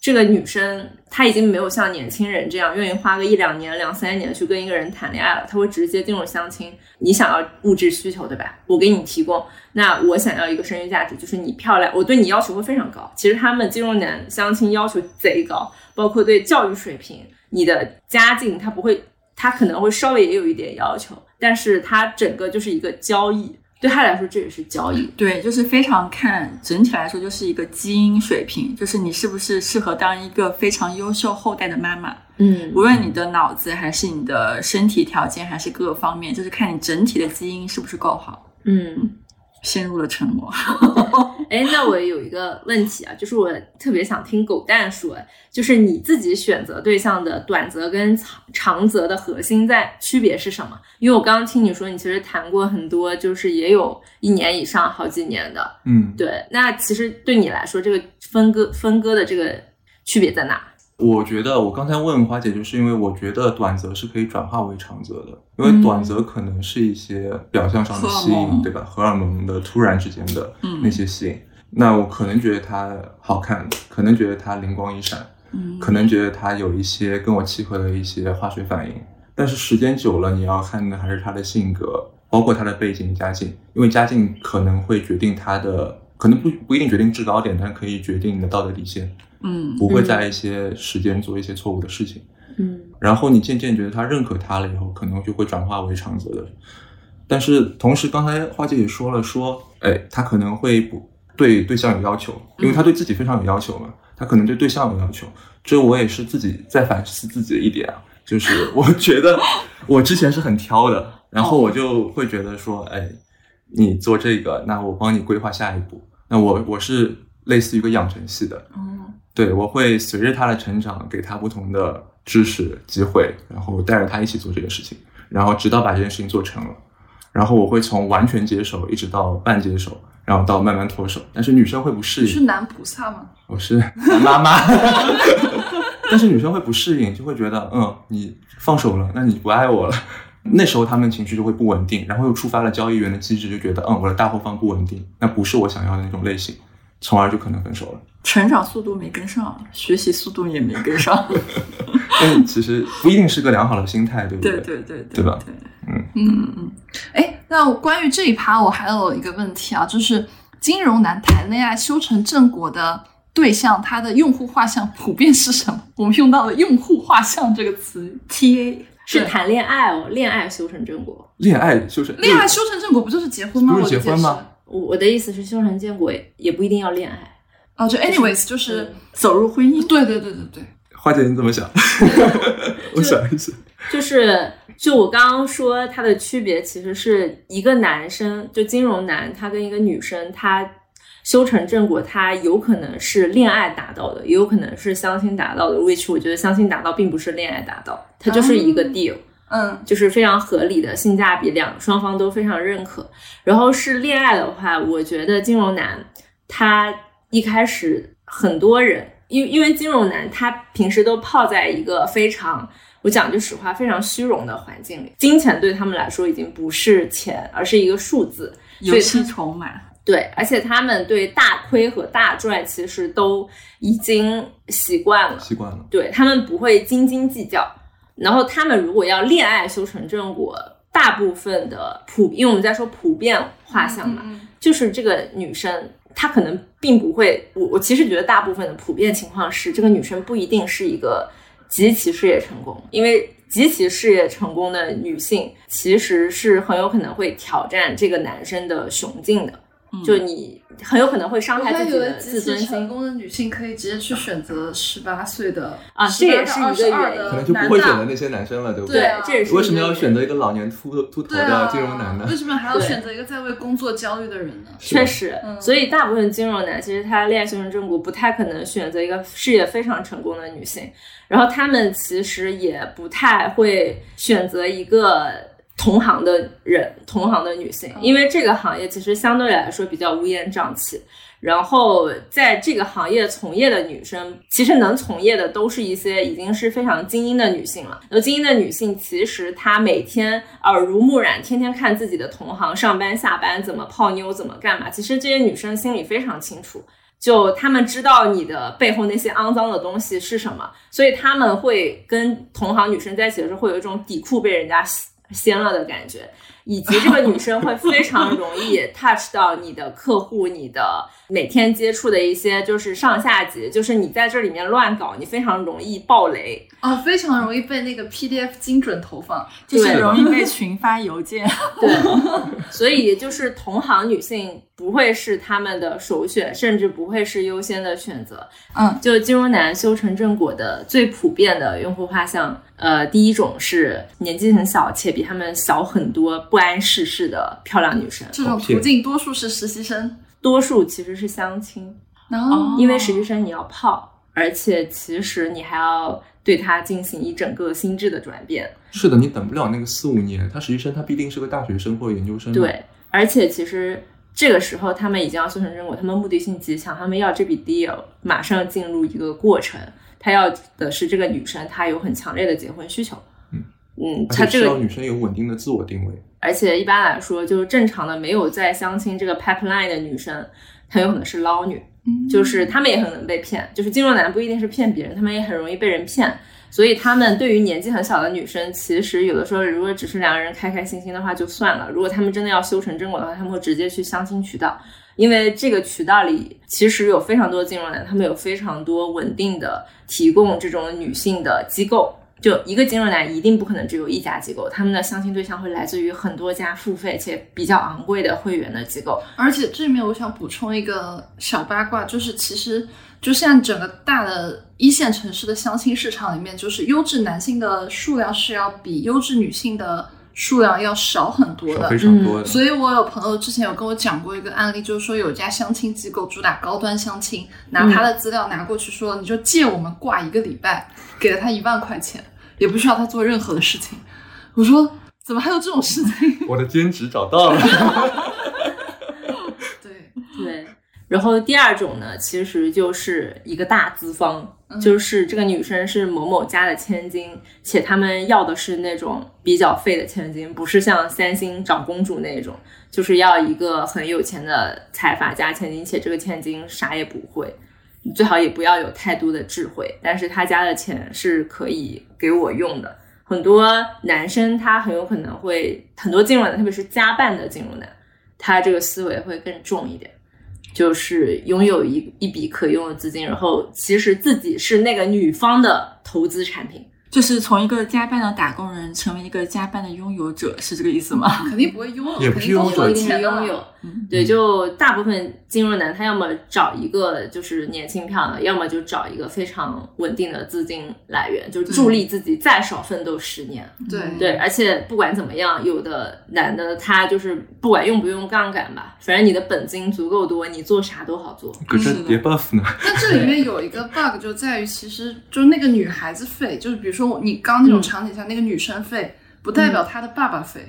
S3: 这个女生她已经没有像年轻人这样愿意花个一两年、两三年去跟一个人谈恋爱了，她会直接进入相亲。你想要物质需求对吧？我给你提供，那我想要一个生育价值，就是你漂亮，我对你要求会非常高。其实他们金融男相亲要求贼高，包括对教育水平、你的家境，他不会，他可能会稍微也有一点要求，但是他整个就是一个交易，对他来说这也是交易。
S5: 对，就是非常看整体来说，就是一个基因水平，就是你是不是适合当一个非常优秀后代的妈妈，
S3: 嗯
S5: 无论你的脑子还是你的身体条件，还是各个方面，就是看你整体的基因是不是够好。
S3: 嗯。
S5: 陷入了沉默。
S3: 哎，那我有一个问题啊，就是我特别想听狗蛋说，就是你自己选择对象的短则跟长长则的核心在区别是什么？因为我刚刚听你说，你其实谈过很多，就是也有一年以上、好几年的。
S2: 嗯，
S3: 对，那其实对你来说，这个分割分割的这个区别在哪？
S2: 我觉得我刚才问花姐，就是因为我觉得短则是可以转化为长则的，因为短则可能是一些表象上的吸
S5: 荷尔
S2: 引，
S5: 蒙
S2: 对吧？荷尔蒙的突然之间的
S5: 嗯
S2: 那些吸引，那我可能觉得她好看，可能觉得她灵光一闪，
S5: 嗯
S2: 可能觉得他有一些跟我契合的一些化学反应，但是时间久了，你要看的还是他的性格，包括他的背景、家境，因为家境可能会决定他的，可能不不一定决定制高点，但可以决定你的道德底线，
S5: 嗯
S2: 不会在一些时间做一些错误的事情。
S3: 嗯
S2: 然后你渐渐觉得他认可他了以后，可能就会转化为长则的。但是同时，刚才花姐也说了说，哎，他可能会不对对象有要求，因为他对自己非常有要求嘛，他可能对对象有要求。这我也是自己在反思自己的一点啊，就是 我觉得我之前是很挑的，然后我就会觉得说，哎，你做这个，那我帮你规划下一步。那我我是类似于一个养成系的，
S5: 哦，
S2: 对我会随着他的成长，给他不同的知识机会，然后带着他一起做这个事情，然后直到把这件事情做成了。然后我会从完全接手一直到半接手，然后到慢慢脱手。但是女生会不适
S1: 你
S2: 应，
S1: 是男菩萨吗？
S2: 我是妈妈， 但是女生会不适应，就会觉得，嗯，你放手了，那你不爱我了。那时候她们情绪就会不稳定，然后又触发了交易员的机制，就觉得，嗯，我的大后方不稳定，那不是我想要的那种类型，从而就可能分手了。
S5: 成长速度没跟上，学习速度也没跟 上。
S2: 但其实不一定是个良好的心态，对不
S5: 对
S2: 对
S5: 对对
S2: 对吧
S5: 对，
S1: 嗯，嗯，哎，那关于这一趴，我还有一个问题啊，就是金融男谈恋爱修成正果的对象，他的用户画像普遍是什么？我们用到了“用户画像”这个词。
S5: T A
S3: 是
S1: 对
S3: 谈恋爱哦，恋爱修成正果。
S2: 恋爱就是
S1: 恋爱修成正果不就是结婚吗？
S2: 不是
S1: 我的
S2: 结婚
S1: 解释
S2: 吗？
S3: 我我的意思是，修成正果也不一定要恋爱，
S1: 哦，就 anyways，就是
S5: 走入婚姻，
S1: 对对对对对，
S2: 哎花姐你怎么想？ 我想一想，
S3: 就是就我刚刚说它的区别，其实是一个男生，就金融男，他跟一个女生，他修成正果，他有可能是恋爱达到的，也有可能是相亲达到的。which 我觉得相亲达到并不是恋爱达到，它就是一个 deal。
S1: 嗯，
S3: 就是非常合理的性价比，两双方都非常认可。然后是恋爱的话，我觉得金融男他一开始很多人，因因为金融男他平时都泡在一个非常。我讲句实话，非常虚荣的环境里，金钱对他们来说已经不是钱，而是一个数字。
S5: 游戏筹码。
S3: 对，而且他们对大亏和大赚其实都已经习惯了。
S2: 习惯了。
S3: 对他们不会斤斤计较。然后他们如果要恋爱修成正果，大部分的普，因为我们在说普遍画像嘛，
S1: 嗯
S3: 就是这个女生她可能并不会，我我其实觉得大部分的普遍情况是，这个女生不一定是一个极其事业成功，因为极其事业成功的女性其实是很有可能会挑战这个男生的雄劲的，
S5: 嗯
S3: 就你很有可能会伤
S1: 我
S3: 害
S1: 还
S3: 自
S1: 以
S3: 己
S1: 为
S3: 的
S1: 极
S3: 自
S1: 其
S3: 尊
S1: 成
S3: 心。
S1: 功的女性可以直接去选择十八岁的
S3: 啊这也是一个原因
S2: 可能就不会选择那些男生了，对不
S1: 呃对
S3: 对
S1: 啊，
S3: 这也是
S2: 为什么要
S3: 一个
S2: 选择一个老年秃秃头
S1: 对啊
S2: 的，金融男呢
S1: 为？什么还要
S3: 对
S1: 选择一个在为工作焦虑的人呢？
S2: 是吧
S3: 确实，
S1: 嗯
S3: 所以大部分金融男其实他恋爱修成正果，不太可能选择一个事业非常成功的女性，然后他们其实也不太会选择一个同行的人、同行的女性，因为这个行业其实相对来说比较乌烟瘴气。然后在这个行业从业的女生，其实能从业的都是一些已经是非常精英的女性了。那精英的女性，其实她每天耳濡目染，天天看自己的同行上班下班怎么泡妞，怎么干嘛。其实这些女生心里非常清楚，就她们知道你的背后那些肮脏的东西是什么，所以她们会跟同行女生在一起的时候，会有一种底裤被人家掀掀了的感觉。以及这个女生会非常容易 touch 到你的客户，你的每天接触的一些就是上下级，就是你在这里面乱搞，你非常容易爆雷。
S1: 哦，非常容易被那个 PDF 精准投放。
S5: 就是
S3: 对
S5: 容易被群发邮件。
S3: 对， 所以就是同行女性不会是他们的首选，甚至不会是优先的选择。
S5: 嗯，
S3: 就金融男修成正果的最普遍的用户画像，呃，第一种是年纪很小且比他们小很多、不谙世事的漂亮女生，
S1: 这种途径多数是实习生，
S3: 多数其实是相亲。
S1: 然后
S5: 哦
S3: 因为实习生你要泡，而且其实你还要对他进行一整个心智的转变，
S2: 是的，你等不了那个四五年，他实习生他必定是个大学生或者研究生。，
S3: 对，而且其实这个时候他们已经要修成正果，他们目的性极强，他们要这笔 deal 马上进入一个过程，他要的是这个女生她有很强烈的结婚需求，
S2: 嗯
S3: 嗯，他
S2: 而且
S3: 这
S2: 需要
S3: 个
S2: 女生有稳定的自我定位。
S3: 而且一般来说就是正常的没有在相亲这个 pipeline 的女生，很有可能是捞女，
S1: 嗯
S3: 就是他们也很能被骗，就是金融男不一定是骗别人，他们也很容易被人骗。所以他们对于年纪很小的女生，其实有的时候如果只是两个人开开心心的话就算了，如果他们真的要修成正果的话，他们会直接去相亲渠道，因为这个渠道里其实有非常多金融男，他们有非常多稳定的提供这种女性的机构。就一个金融男一定不可能只有一家机构，他们的相亲对象会来自于很多家付费且比较昂贵的会员的机构。
S1: 而且这里面我想补充一个小八卦，就是其实就现在整个大的一线城市的相亲市场里面，就是优质男性的数量是要比优质女性的数量要少很多
S2: 少
S1: 的
S3: 嗯
S2: 非。常多的。
S1: 所以我有朋友之前有跟我讲过一个案例，就是说有一家相亲机构主打高端相亲，拿他的资料拿过去说，你就借我们挂一个礼拜，给了他一万块钱，也不需要他做任何的事情。我说怎么还有这种事情？
S2: 我的兼职找到了，
S1: 对，
S3: 对。然后第二种呢，其实就是一个大资方，
S1: 嗯
S3: 就是这个女生是某某家的千金，且他们要的是那种比较废的千金，不是像三星找公主那种，就是要一个很有钱的财阀家千金，且这个千金啥也不会，最好也不要有太多的智慧，但是他家的钱是可以给我用的。很多男生他很有可能会很多金融男，特别是家办的金融男，他这个思维会更重一点，就是拥有一一笔可用的资金，然后其实自己是那个女方的投资产品。
S5: 就是从一个加班的打工人成为一个加班的拥有者，是这个意思吗？
S1: 肯定不会拥有，
S2: 也不
S1: 肯
S2: 是
S1: 定都
S2: 拥有啊
S1: 有
S2: 一
S3: 定
S1: 钱的
S3: 拥
S1: 嘛
S3: 有。
S1: 嗯
S3: 对，就大部分金融男，他要么找一个就是年轻漂亮的，要么就找一个非常稳定的资金来源，就助力自己再少奋斗十年。
S1: 对
S3: 嗯对，而且不管怎么样，有的男的他就是不管用不用杠杆吧，反正你的本金足够多，你做啥都好做。
S2: 可是叠 buff 呢？
S1: 但这里面有一个 bug 就在于，其实就是那个女孩子废，就是比如说我你刚那
S2: 嗯
S1: 种场景下，那个女生废，不代表她的爸爸废，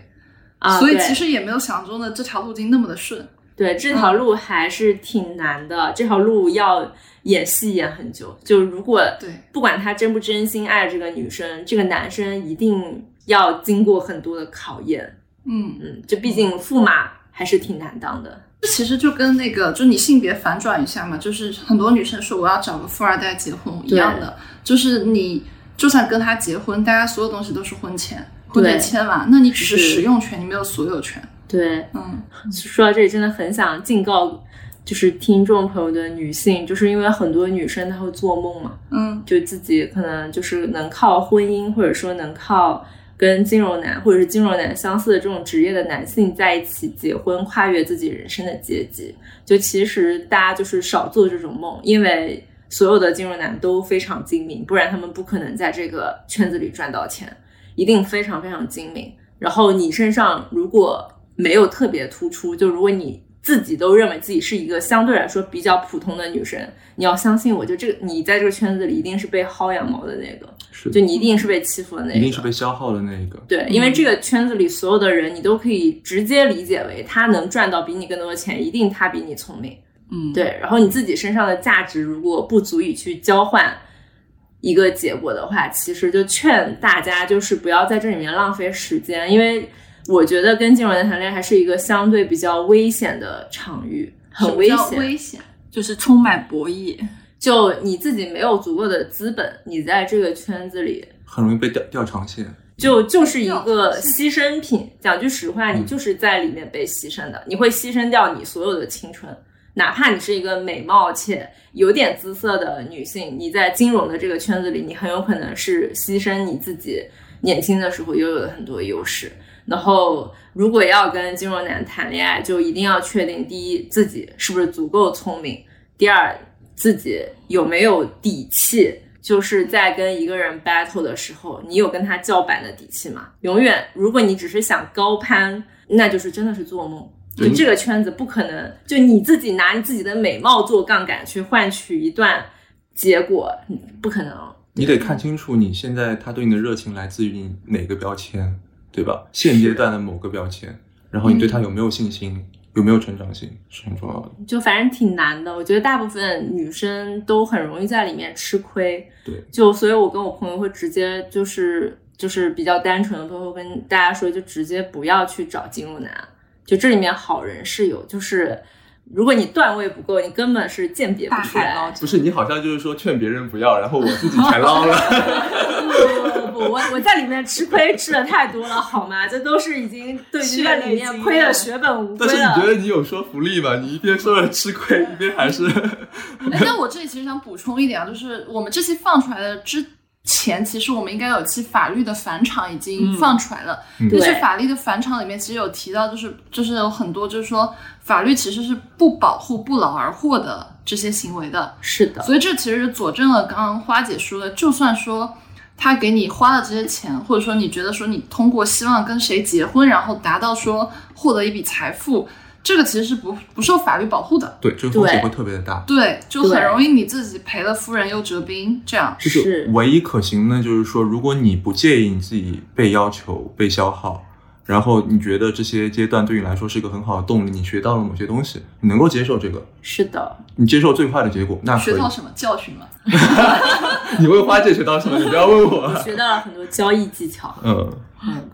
S3: 啊，
S1: 所以
S3: 对
S1: 其实也没有想象中的这条路径那么的顺。
S3: 对这条路还是挺难的，这条路要演戏演很久。就如果
S1: 对
S3: 不管他真不真心爱这个女生，这个男生一定要经过很多的考验。
S1: 嗯，
S3: 嗯，就毕竟驸马还是挺难当的。
S1: 这其实就跟那个，就你性别反转一下嘛，就是很多女生说我要找个富二代结婚一样的，就是你就算跟他结婚，大家所有东西都是婚前婚
S3: 对
S1: 前签嘛，那你只是
S3: 是
S1: 使用权，你没有所有权。
S3: 对，
S1: 嗯，
S3: 说到这里，真的很想警告，就是听众朋友的女性，就是因为很多女生她会做梦嘛，
S1: 嗯，
S3: 就自己可能就是能靠婚姻，或者说能靠跟金融男或者是金融男相似的这种职业的男性在一起结婚，跨越自己人生的阶级。就其实大家就是少做这种梦，因为所有的金融男都非常精明，不然他们不可能在这个圈子里赚到钱，一定非常非常精明。然后你身上如果没有特别突出，就如果你自己都认为自己是一个相对来说比较普通的女生，你要相信我，就这个你在这个圈子里一定是被薅羊毛的那个，
S2: 是
S3: 就你一定是被欺负的那个，
S2: 一定是被嗯消耗的那一个。
S3: 对，因为这个圈子里所有的人，你都可以直接理解为他能赚到比你更多的钱，一定他比你聪明。
S5: 嗯，，
S3: 对，然后你自己身上的价值如果不足以去交换一个结果的话，其实就劝大家就是不要在这里面浪费时间，因为我觉得跟金融人谈恋爱还是一个相对比较危险的场域，很危
S1: 什么叫
S3: 险。
S1: 危险。
S5: 就是充满博弈。
S3: 就你自己没有足够的资本，你在这个圈子里
S2: 很容易被掉掉长线，
S3: 就就是一
S1: 掉
S3: 个牺牲品。讲句实话，你就是在里面被牺牲的，你会牺牲掉你所有的青春。哪怕你是一个美貌且有点姿色的女性，你在金融的这个圈子里，你很有可能是牺牲你自己年轻的时候拥有的很多优势。然后，如果要跟金融男谈恋爱，就一定要确定：第一，自己是不是足够聪明；第二，自己有没有底气，就是在跟一个人 battle 的时候，你有跟他叫板的底气吗？永远，如果你只是想高攀，那就是真的是做梦。
S2: 对
S3: 就这个圈子不可能，就你自己拿你自己的美貌做杠杆去换取一段结果，不可能。
S2: 你得看清楚你现在他对你的热情来自于你哪个标签，对吧？现阶段的某个标签，然后你对他
S3: 嗯
S2: 有没有信心，有没有成长性是很重要的。
S3: 就反正挺难的。我觉得大部分女生都很容易在里面吃亏。
S2: 对
S3: 就所以，我跟我朋友会直接就是就是比较单纯的朋友会跟大家说，就直接不要去找金融男。就这里面好人是有，就是如果你段位不够，你根本是鉴别不
S5: 大
S3: 出
S5: 海
S3: 来
S5: 捞。针，
S2: 不是你好像就是说劝别人不要，然后我自己全捞了。
S3: 不不不，我我在里面吃亏吃的太多了，好吗？这都是已经对已经在里面亏的血本无归
S2: 但是你
S3: 了
S2: 觉。得你有说服力吗？你一边说了吃亏，一边还是
S1: 哎，但我这里其实想补充一点啊，就是我们这期放出来的之前，其实我们应该有一期法律的返场已经
S5: 嗯
S1: 放出来了。
S2: 嗯
S1: 但是
S3: 对
S1: 法律的返场里面其实有提到，就是就是有很多就是说法律其实是不保护不劳而获的这些行为的。
S3: 是的，
S1: 所以这其实佐证了刚刚花姐说的，就算说他给你花了这些钱，或者说你觉得说你通过希望跟谁结婚，然后达到说获得一笔财富，这个其实是不不受法律保护的。
S2: 对，这个风险
S3: 对
S2: 会特别的大。
S1: 对，就
S3: 对
S1: 很容易你自己赔了夫人又折兵，这样
S2: 就是是唯一可行的，就是说，如果你不介意你自己被要求、被消耗，然后你觉得这些阶段对你来说是一个很好的动力，你学到了某些东西，你能够接受这个，
S3: 是的，
S2: 你接受最坏的结果，那可
S1: 学
S2: 以
S1: 到。什么教训嘛？
S2: 你问花姐学到什么？你不要问我。
S3: 学到了很多交易技巧。
S2: 嗯，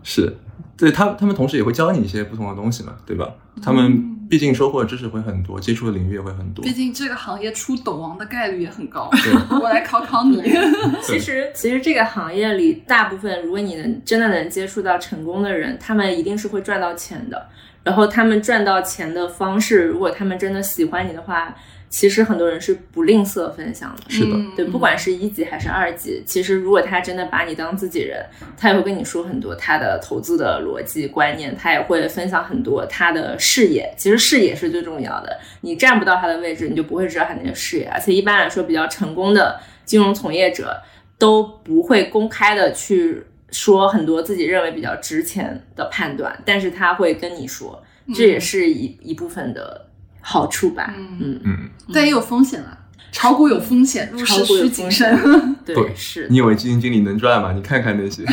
S2: 是，对他他们同时也会教你一些不同的东西嘛，对吧？他们毕竟收获的知识会很多，接触的领域也会很多
S1: 嗯毕。竟这个行业出懂王的概率也很高。
S2: 对，
S1: 我来考考你，
S3: 其实，其实这个行业里，大部分如果你能真的能接触到成功的人，他们一定是会赚到钱的。然后他们赚到钱的方式，如果他们真的喜欢你的话，其实很多人是不吝啬分享的。
S2: 是的
S1: 嗯
S3: 对，不管是一级还是二级，其实如果他真的把你当自己人，他也会跟你说很多他的投资的逻辑观念，他也会分享很多他的视野。其实视野是最重要的，你站不到他的位置，你就不会知道他那个视野。而且一般来说，比较成功的金融从业者都不会公开的去说很多自己认为比较值钱的判断，但是他会跟你说，这也是一、一部分的好处吧。
S1: 嗯
S3: 嗯，
S2: 嗯，
S1: 但也有风险啊。炒股有风险，入市
S3: 炒股有
S1: 需谨慎。
S3: 对，
S2: 对
S3: 是的
S2: 你以为基金经理能赚吗？你看看那些， 你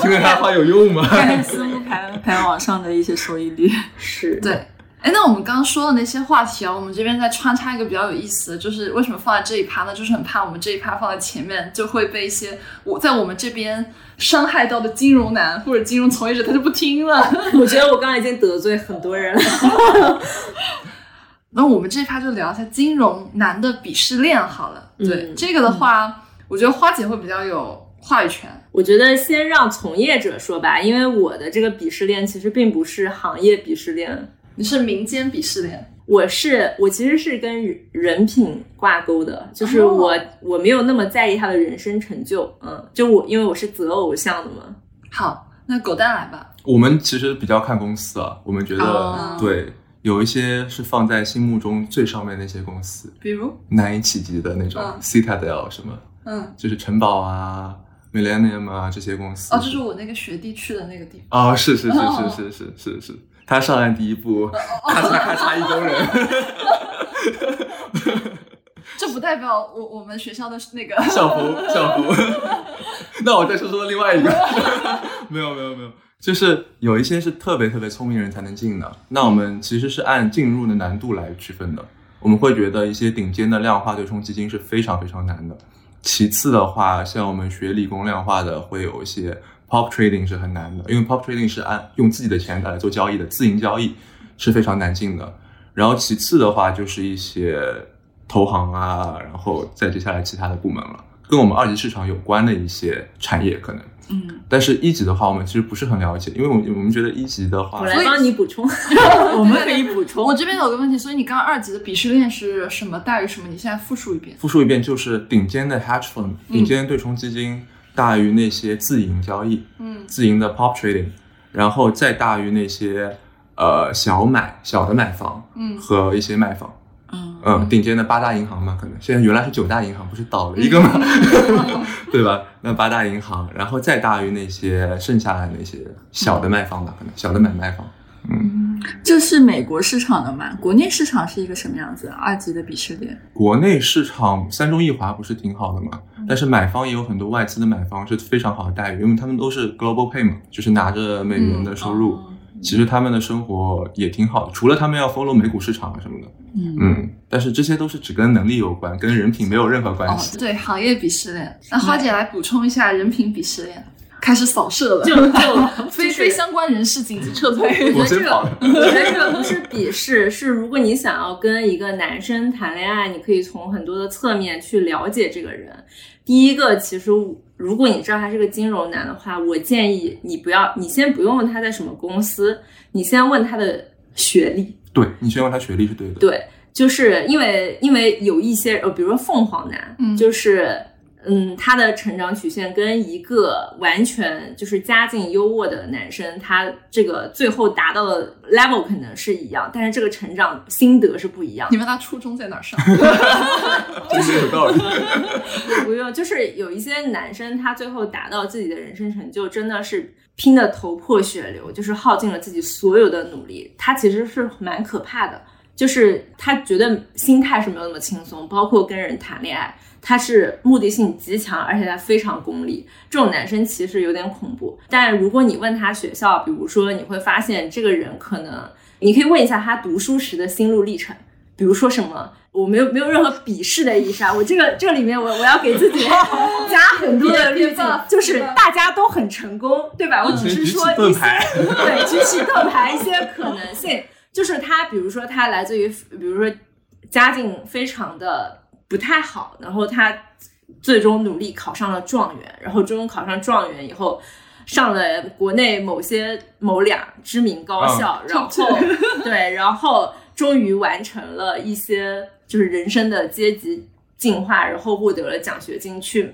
S2: 听了他话有用吗？
S5: 看私募 排排网上的一些收益率，
S3: 是的。
S1: 对，哎，那我们刚刚说的那些话题啊，我们这边再穿插一个比较有意思的，就是为什么放在这一趴呢？就是很怕我们这一趴放在前面，就会被一些我在我们这边伤害到的金融男或者金融从业者，他就不听了。
S3: 我觉得我刚才已经得罪很多人了。
S1: 那我们这一趴就聊一下金融男的鄙视链好了。对、
S3: 嗯
S1: 这个的话，我觉得花姐会比较有话语权。
S3: 我觉得先让从业者说吧，因为我的这个鄙视链其实并不是行业鄙视链，
S1: 你是民间鄙视链，
S3: 我是我其实是跟人人品挂钩的，就是
S1: 哦
S3: 我、我没有那么在意他的人生成就，嗯，就我因为我是择偶项的嘛，
S1: 好，那狗蛋来吧。
S2: 我们其实比较看公司啊，我们觉得、
S1: 哦
S2: 对，有一些是放在心目中最上面的那些公司，
S1: 比如，
S2: 难以企及的那种、
S1: 嗯
S2: Citadel 什么，
S1: 嗯，
S2: 就是城堡啊、Millennium 啊这些公司。
S1: 哦，就是我那个学弟去的那个地方。
S2: 哦，是是是
S1: 哦
S2: 是是是是是，他上岸第一步，咔嚓咔嚓一工人，
S1: 这不代表我我们学校的那个
S2: 校服校服。 那我再说说另外一个， 没有没有没有，就是有一些是特别特别聪明人才能进的，那我们其实是按进入的难度来区分的。我们会觉得一些顶尖的量化对冲基金是非常非常难的。其次的话，像我们学理工量化的，会有一些 pop trading 是很难的，因为 pop trading 是按用自己的钱来做交易的，自营交易是非常难进的。然后其次的话，就是一些投行啊，然后再接下来其他的部门了，跟我们二级市场有关的一些产业可能。
S5: 嗯，
S2: 但是一级的话，我们其实不是很了解，因为我们我们觉得一级的话
S3: 我，来帮你补 充。
S5: 我们可以补充。
S1: 我这边有个问题，所以你刚刚二级的鄙视链是什么大于什么？你现在复述一遍。
S2: 复述一遍就是顶尖的 hedge fund，顶尖对冲基金大于那些自营交易，
S1: 嗯
S2: 自营的 pop trading，然后再大于那些呃小买小的买房
S1: 嗯，
S2: 和一些卖房。
S5: 嗯，
S2: 嗯，顶尖的八大银行嘛，可能现在原来是九大银行，不是倒了一个嘛，对吧？那八大银行，然后再大于那些剩下的那些小的卖方吧，可能小的买卖方。
S5: 这是美国市场的嘛？国内市场是一个什么样子？二级的鄙视链。
S2: 国内市场三中一华不是挺好的嘛，但是买方也有很多外资的买方是非常好的待遇，因为他们都是 global pay 嘛，就是拿着美元的收入，其实他们的生活也挺好的，除了他们要 follow 美股市场啊什么的，
S5: 嗯
S2: 嗯，但是这些都是只跟能力有关，跟人品没有任何关
S1: 哦
S2: 系。，
S1: 对，行业鄙视链。那花姐来补充一下人品鄙视链，开始扫射了，
S3: 就就
S1: 非
S3: 就是
S1: 非相关人士紧急 撤退。
S2: 我真跑了。
S3: 我觉得这个不是鄙视，是如果你想要跟一个男生谈恋爱，你可以从很多的侧面去了解这个人。第一个，其实如果你知道他是个金融男的话，我建议你不要，你先不用问他在什么公司，你先问他的学历。
S2: 对你先问他学历是对的。
S3: 对，就是因为因为有一些呃，比如说凤凰男，
S1: 嗯
S3: 就是嗯，他的成长曲线跟一个完全就是家境优渥的男生，他这个最后达到的 level 可能是一样，但是这个成长心得是不一样的
S1: 你。问他初中在哪 儿上？
S2: 真的有道理。
S3: 不用，就是有一些男生，他最后达到自己的人生成就，真的是拼得头破血流，就是耗尽了自己所有的努力，他其实是蛮可怕的。就是他觉得心态是没有那么轻松，包括跟人谈恋爱，他是目的性极强，而且他非常功利。这种男生其实有点恐怖。但如果你问他学校，比如说，你会发现这个人可能，你可以问一下他读书时的心路历程，比如说什么。我没有没有任何鄙视的意思啊！我这个这个里面我我要给自己加很多的滤镜，就是大家都很成功，对吧？我只是说
S2: 嗯先举起盾牌
S3: 一些 对举起盾牌一些可能性，就是他比如说他来自于比如说家境非常的不太好，然后他最终努力考上了状元，然后最终考上状元以后。上了国内某些某两知名高校，然后对，然后终于完成了一些就是人生的阶级进化，然后获得了奖学金去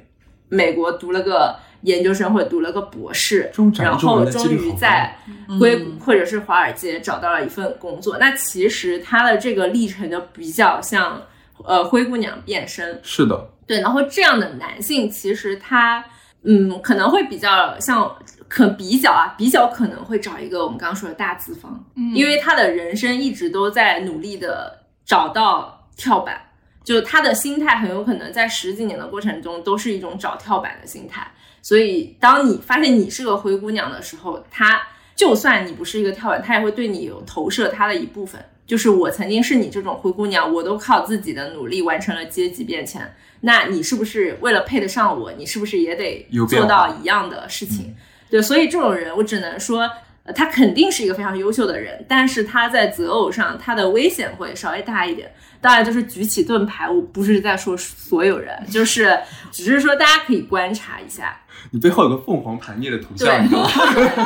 S3: 美国读了个研究生或者读了个博士
S2: 这种，展
S3: 然
S2: 示中
S3: 后
S2: 文的几
S3: 终
S2: 率
S3: 于
S2: 好
S3: 在硅谷或者是华尔街找到了一份工作。那其实他的这个历程就比较像呃灰姑娘变身，
S2: 是的，
S3: 对，然后这样的男性其实他，嗯，可能会比较像可比较啊，比较可能会找一个我们刚刚说的大资方，
S1: 嗯
S3: 因为他的人生一直都在努力的找到跳板，就他的心态很有可能在十几年的过程中都是一种找跳板的心态，所以当你发现你是个灰姑娘的时候，他就算你不是一个跳板，他也会对你有投射他的一部分。就是我曾经是你这种灰姑娘，我都靠自己的努力完成了阶级变迁。那你是不是为了配得上我，你是不是也得
S2: 有变
S3: 做
S2: 化
S3: 到一样的事情？对，所以这种人，我只能说，呃，他肯定是一个非常优秀的人，但是他在择偶上，他的危险会稍微大一点。当然，就是举起盾牌，我不是在说所有人，就是只是说大家可以观察一下。
S2: 你背后有个凤凰盘涅的头
S3: 对
S2: 像，你知道吗？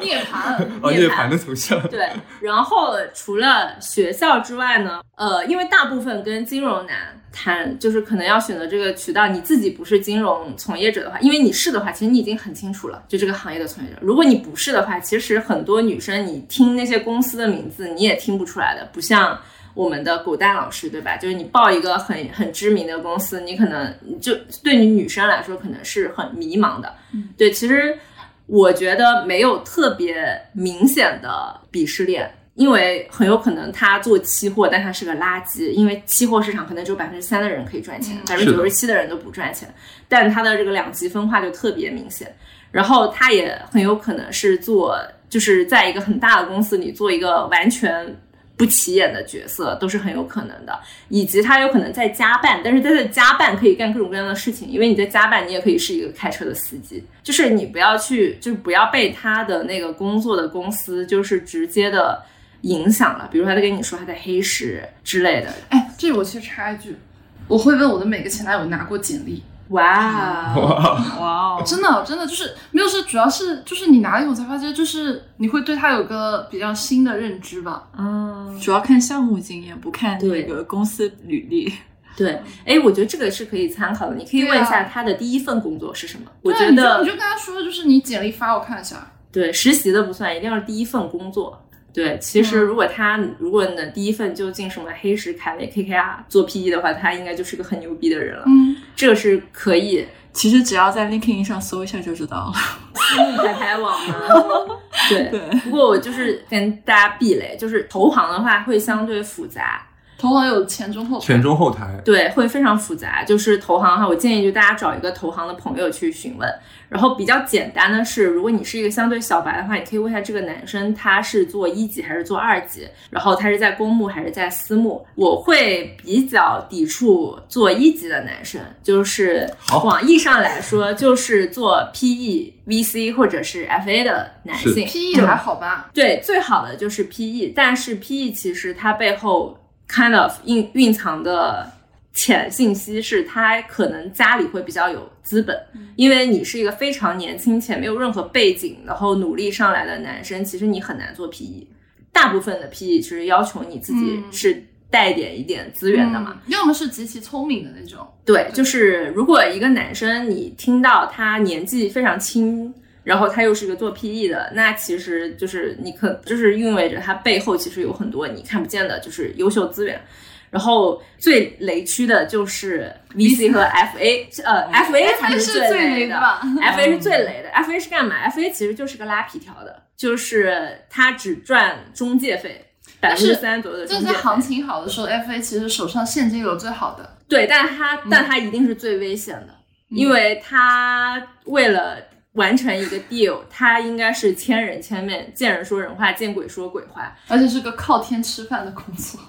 S1: 涅槃，
S2: 哦，涅
S3: 涅
S2: 槃
S3: 槃
S2: 的头像。
S3: 对，然后除了学校之外呢，呃，因为大部分跟金融男谈，就是可能要选择这个渠道，你自己不是金融从业者的话，因为你是的话，其实你已经很清楚了，就这个行业的从业者。如果你不是的话，其实很多女生你听那些公司的名字，你也听不出来的，不像。我们的狗蛋老师，对吧？就是你报一个很很知名的公司，你可能你就对你女生来说可能是很迷茫的。对，其实我觉得没有特别明显的鄙视链，因为很有可能他做期货，但他是个垃圾，因为期货市场可能只有百分之三的人可以赚钱，百分
S2: 是
S3: 之
S2: 的
S3: 九十七的人都不赚钱，但他的这个两极分化就特别明显。然后他也很有可能是做，就是在一个很大的公司里做一个完全不起眼的角色，都是很有可能的。以及他有可能在加班，但是他在加班可以干各种各样的事情，因为你在加班，你也可以是一个开车的司机。就是你不要去，就是不要被他的那个工作的公司就是直接的影响了，比如他在跟你说他在黑市之类的。
S1: 哎，这我去插一句，我会问我的每个前男友拿过简历，嗯
S3: 哇，
S5: 哇哦，
S1: 真的真的就是没有是，主要是就是你拿了以后才发现，就是你会对他有个比较新的认知吧。
S3: 嗯，
S5: 主要看项目经验，不看那
S3: 对
S5: 个公司履历。
S3: 对，哎，我觉得这个是可以参考的，你可以
S1: 对啊
S3: 问一下他的第一份工作是什么。我
S1: 对
S3: 觉
S1: 你就
S3: 得
S1: 你就跟他说，就是你简历发我看一下。
S3: 对，实习的不算，一定要是第一份工作。对，其实如果他、如果呢第一份就进什么黑石、凯美、KKR 做 PE 的话，他应该就是个很牛逼的人了。
S1: 嗯，
S3: 这个是可以
S5: 其实只要在 LinkedIn 上搜一下就知道了。
S3: 排排网吗？对。
S5: 对，
S3: 不过我就是跟大家避雷，就是投行的话会相对复杂，
S1: 投行有前中后，
S2: 全中后台，
S3: 对，会非常复杂。就是投行哈，我建议就大家找一个投行的朋友去询问。然后比较简单的是，如果你是一个相对小白的话，你可以问一下这个男生他是做一级还是做二级，然后他是在公募还是在私募。我会比较抵触做一级的男生，就是
S2: 好
S3: 广义上来说，就是做 PE、VC 或者是 FA 的男
S2: 是
S3: 性。
S1: PE E 还好吧？
S3: 对，最好的就是 PE，但是 PE 其实它背后 kind of 蕴蕴藏的潜信息是，他可能家里会比较有资本，因为你是一个非常年轻且没有任何背景，然后努力上 E 来的男生，其实你很难做 PE。大部分的 PE 其实要求你自己
S1: 嗯
S3: 是带点一点资源的嘛。
S1: 嗯要么是极其聪明的那种，
S3: 对，就是如果一个男生你听到他年纪非常轻，然后他又是一个做 PE 的，那其实就是你可就是意味着他背后其实有很多你看不见的，就是优秀资源。然后最雷区的就是 VC 和 FA，呃，FA 才
S1: 嗯是
S3: 最雷
S1: 雷
S3: 的
S1: 的。吧？
S3: FA 是最雷的，FA 是干嘛？FA 其实就是个拉皮条的，就是他只赚中介费，百
S1: 但
S3: 分
S1: 是
S3: 之三左右的
S1: 就
S3: 中
S1: 是
S3: 介
S1: 在
S3: 费。
S1: 行情好的时候，FA 其实手上现金流最好的，
S3: 对，但他但他一定是最危险的，因为他为了完成一个 deal，他应该是千人千面，见人说人话，见鬼说鬼话。
S1: 而且是个靠天吃饭的工作。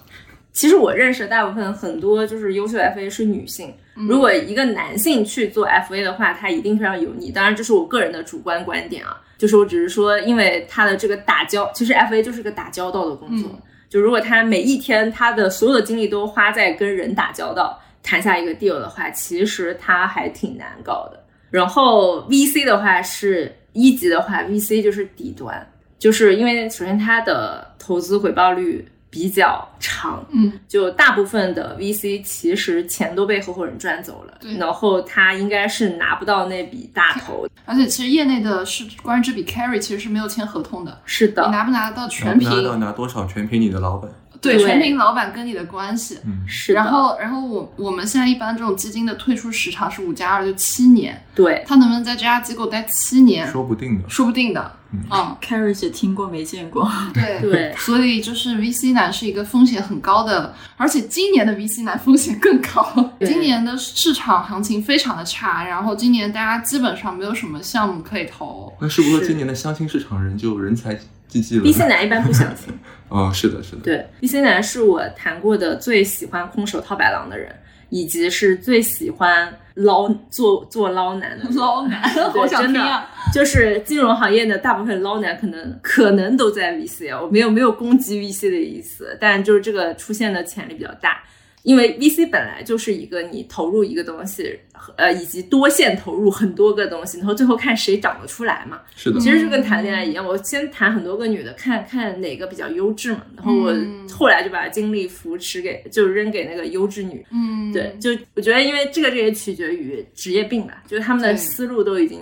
S3: 其实我认识的大部分很多就是优秀 FA 是女性，
S1: 嗯
S3: 如果一个男性去做 FA 的话，他一定非常油腻。当然，这是我个人的主观观点啊，就是我只是说，因为他的这个打交，其实 FA 就是个打交道的工作。
S1: 嗯
S3: 就如果他每一天他的所有的精力都花在跟人打交道，谈下一个 deal 的话，其实他还挺难搞的。然后 VC 的话是一级的话，VC 就是底端，就是因为首先它的投资回报率比较长，
S1: 嗯，
S3: 就大部分的 VC 其实钱都被合伙人赚走了
S1: 对，
S3: 然后他应该是拿不到那笔大头。
S1: 而且其实业内的是关于这笔 carry 其实是没有签合同的，
S3: 是
S1: 你
S3: 的，
S1: 拿不拿得到全
S2: 然后拿到
S1: 凭
S2: 拿多少全凭你的老板。
S1: 对
S3: 对
S1: 全凭老板跟你的关系。
S2: 嗯，
S3: 是的，
S1: 然后，然后我我们现在一般这种基金的退出时长是五加二，就七年。
S3: 对，
S1: 他能不能在这家机构待七年，
S2: 说不定的。
S1: 说不定的。
S2: 嗯
S1: 嗯，
S5: Carrie 姐听过没见过？
S1: 对
S3: 对
S1: 所以就是 VC 男是一个风险很高的，而且今年的 VC 男风险更高。
S3: 对
S1: 今年的市场行情非常的差，然后今年大家基本上没有什么项目可以投。
S2: 那是不是
S3: 是
S2: 今年的相亲市场人就人才济济了呢？
S3: ，VC 男一般不相信。
S2: 哦，是的，是的。
S3: 对，VC 男是我谈过的最喜欢空手套白狼的人，以及是最喜欢捞做做捞男的人。
S1: 捞男
S3: 好想听啊！就是金融行业的大部分捞男，可能可能都在 VC 啊，我没有没有攻击 VC 的意思，但就是这个出现的潜力比较大，因为 VC 本来就是一个你投入一个东西，呃，以及多线投入很多个东西，然后最后看谁长得出来嘛。
S2: 是的，
S3: 其实就跟谈恋爱一样，我先谈很多个女的，看看哪个比较优质嘛，然后我
S1: 嗯
S3: 后来就把精力扶持给，就扔给那个优质女。
S1: 嗯，
S3: 对，就我觉得，因为这个这也取决于职业病吧，就是他们的
S1: 对
S3: 思路都已经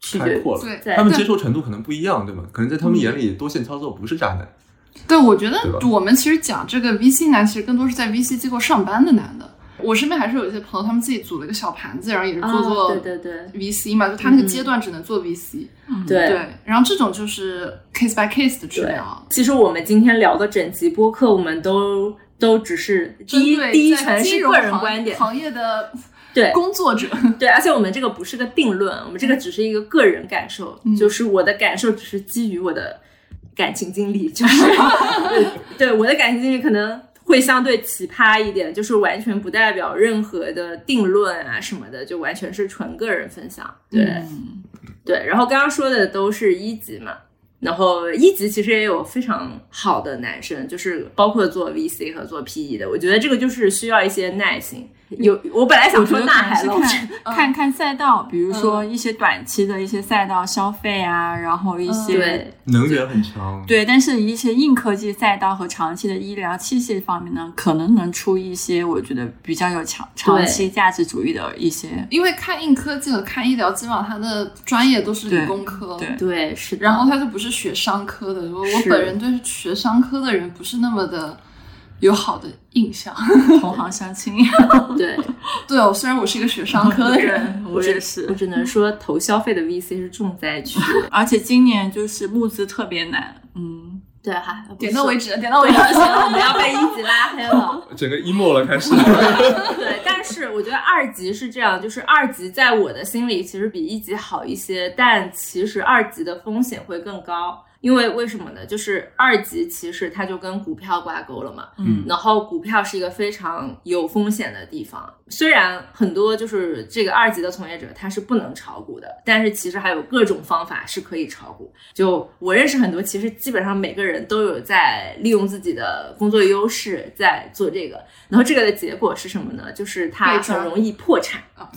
S3: 取决
S2: 开
S3: 于
S2: 阔了。
S1: 对
S3: 在
S2: 他们接受程度可能不一样，对吗？可能在他们眼里，多线操作不是渣男。
S1: 对，我觉
S2: 对吧
S1: 得我们其实讲这个 VC 男，其实更多是在 VC 机构上班的男的。我身边还是有一些朋友，他们自己组了一个小盘子，然后也是做
S3: 哦
S1: 做
S3: 对对对
S1: VC 嘛，就他那个
S3: 嗯
S1: 阶段只能做 VC、
S3: 对。
S1: 对，然后这种就是 case by case 的治
S3: 对
S1: 疗，
S3: 其实我们今天聊的整集播客，我们都都只是第
S1: 针
S3: 一
S1: 对
S3: 第一
S1: 在
S3: 层
S1: 金
S3: 是
S1: 融
S3: 个人
S1: 行
S3: 观点，
S1: 行业的
S3: 对
S1: 工作者，
S3: 对，而且我们这个不是个定论，我们这个只是一个个人感受，
S1: 嗯
S3: 就是我的感受只是基于我的感情经历，就是 对对我的感情经历可能会相对奇葩一点，就是完全不代表任何的定论啊什么的，就完全是纯个人分享。对、
S5: 嗯
S3: 对，然后刚刚说的都是一级嘛。然后一级其实也有非常好的男生，就是包括做 VC 和做 PE 的，我觉得这个就是需要一些耐心。有我本来想
S5: 我觉
S3: 说
S5: 得
S3: 呐
S5: 还
S3: 喊
S5: 是
S3: 了，我觉得
S5: 看看看赛道，比如说
S3: 嗯
S5: 一些短期的一些赛道消费啊，然后一些
S3: 嗯对，
S2: 能源很强，，
S5: 对，但是一些硬科技赛道和长期的医疗器械方面呢，可能能出一些我觉得比较有长长期价值主义的一 些。
S1: 因为看硬科技和看医疗，基本上他的专业都是理工科，
S5: 对对
S3: 对，是的。
S1: 然后他就不是学商科的。我我
S3: 是
S1: 本人对学商科的人不是那么的有好的印象。
S5: 同行相亲，
S3: 对，
S1: 对哦，虽然我是一个学商科的人，
S5: 我也
S3: 我
S5: 是。
S3: 只能说投消费的 VC 是重 灾区。
S5: 而且今年就是募资特别难，嗯，
S3: 对哈，不
S1: 点到
S3: 错
S1: 为。止，点到为止。
S3: 行， 我们要被一级拉黑了。
S2: 整个 emo 了开始。
S3: 对，但是我觉得二级是这样，就是二级在我的心里其实比一级好一些，但其实二级的风险会更高，因为为什么呢？就是二级其实它就跟股票挂钩了嘛，
S5: 嗯
S3: 然后股票是一个非常有风险的地方，虽然很多就是这个二级的从业者他是不能炒股的，但是其实还有各种方法是可以炒股。就我认识很多，其实基本上每个人都有在利用自己的工作优势在做这个，然后这个的结果是什么呢？就是他
S1: 被抓
S3: 很容易破产
S1: 啊，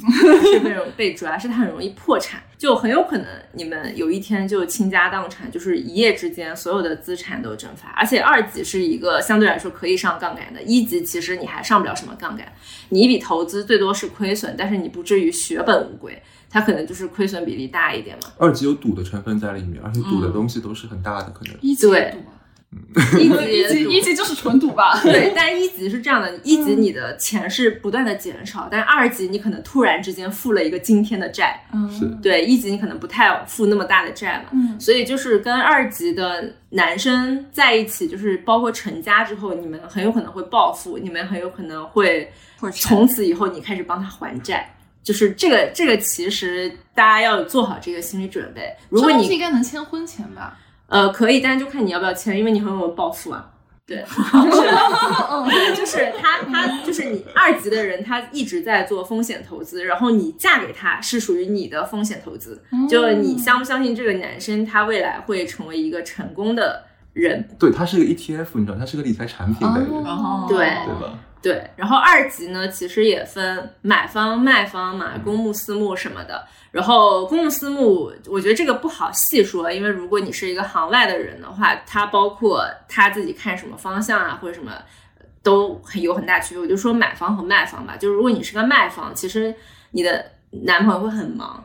S3: 是被容被抓，是他很容易破产。就很有可能你们有一天就倾家荡产，就是一夜之间所有的资产都蒸发。而且二级是一个相对来说可以上杠杆的，一级其实你还上不了什么杠杆，你一笔投资最多是亏损，但是你不至于血本无归，它可能就是亏损比例大一点 嘛。
S2: 二级有赌的成分在里面，而且赌的东西都是很大的，可能
S1: 一级
S3: 对
S1: 赌啊
S3: 一
S1: 一级
S3: 级
S1: 一级就是纯赌 吧？
S3: 对，但一级是这样的，一级你的钱是不断的减少，但二级你可能突然之间付了一个惊天的债，
S1: 嗯
S2: 是
S3: 对，一级你可能不太付那么大的债嘛，
S1: 嗯
S3: 所以就是跟二级的男生在一起，就是包括成家之后，你们很有可能会暴富，你们很有可能会
S5: 破产
S3: 从此以后你开始帮他还债，就是这个这个其实大家要有做好这个心理准备。如果
S1: 这东西
S3: 你
S1: 应该能签婚前吧？
S3: 呃可以，但是就看你要不要签，因为你很有可能暴富啊。对，对， 就是他，他就是你二级的人，他一直在做风险投资，然后你嫁给他是属于你的风险投资，就你相不相信这个男生他未来会成为一个成功的人，
S2: 对，它是一个 ETF，你知道，它是个理财产品的，
S1: 哦嗯
S5: 然后
S3: 对
S2: 对吧？
S3: 对。然后二级呢，其实也分买方、卖方嘛，
S2: 嗯
S3: 公募、私募什么的。然后公募、私募，我觉得这个不好细说，因为如果你是一个行外的人的话，它包括他自己看什么方向啊，或者什么。都很有很大区别。我就说买方和卖方吧，就是如果你是个卖方，其实你的男朋友会很忙，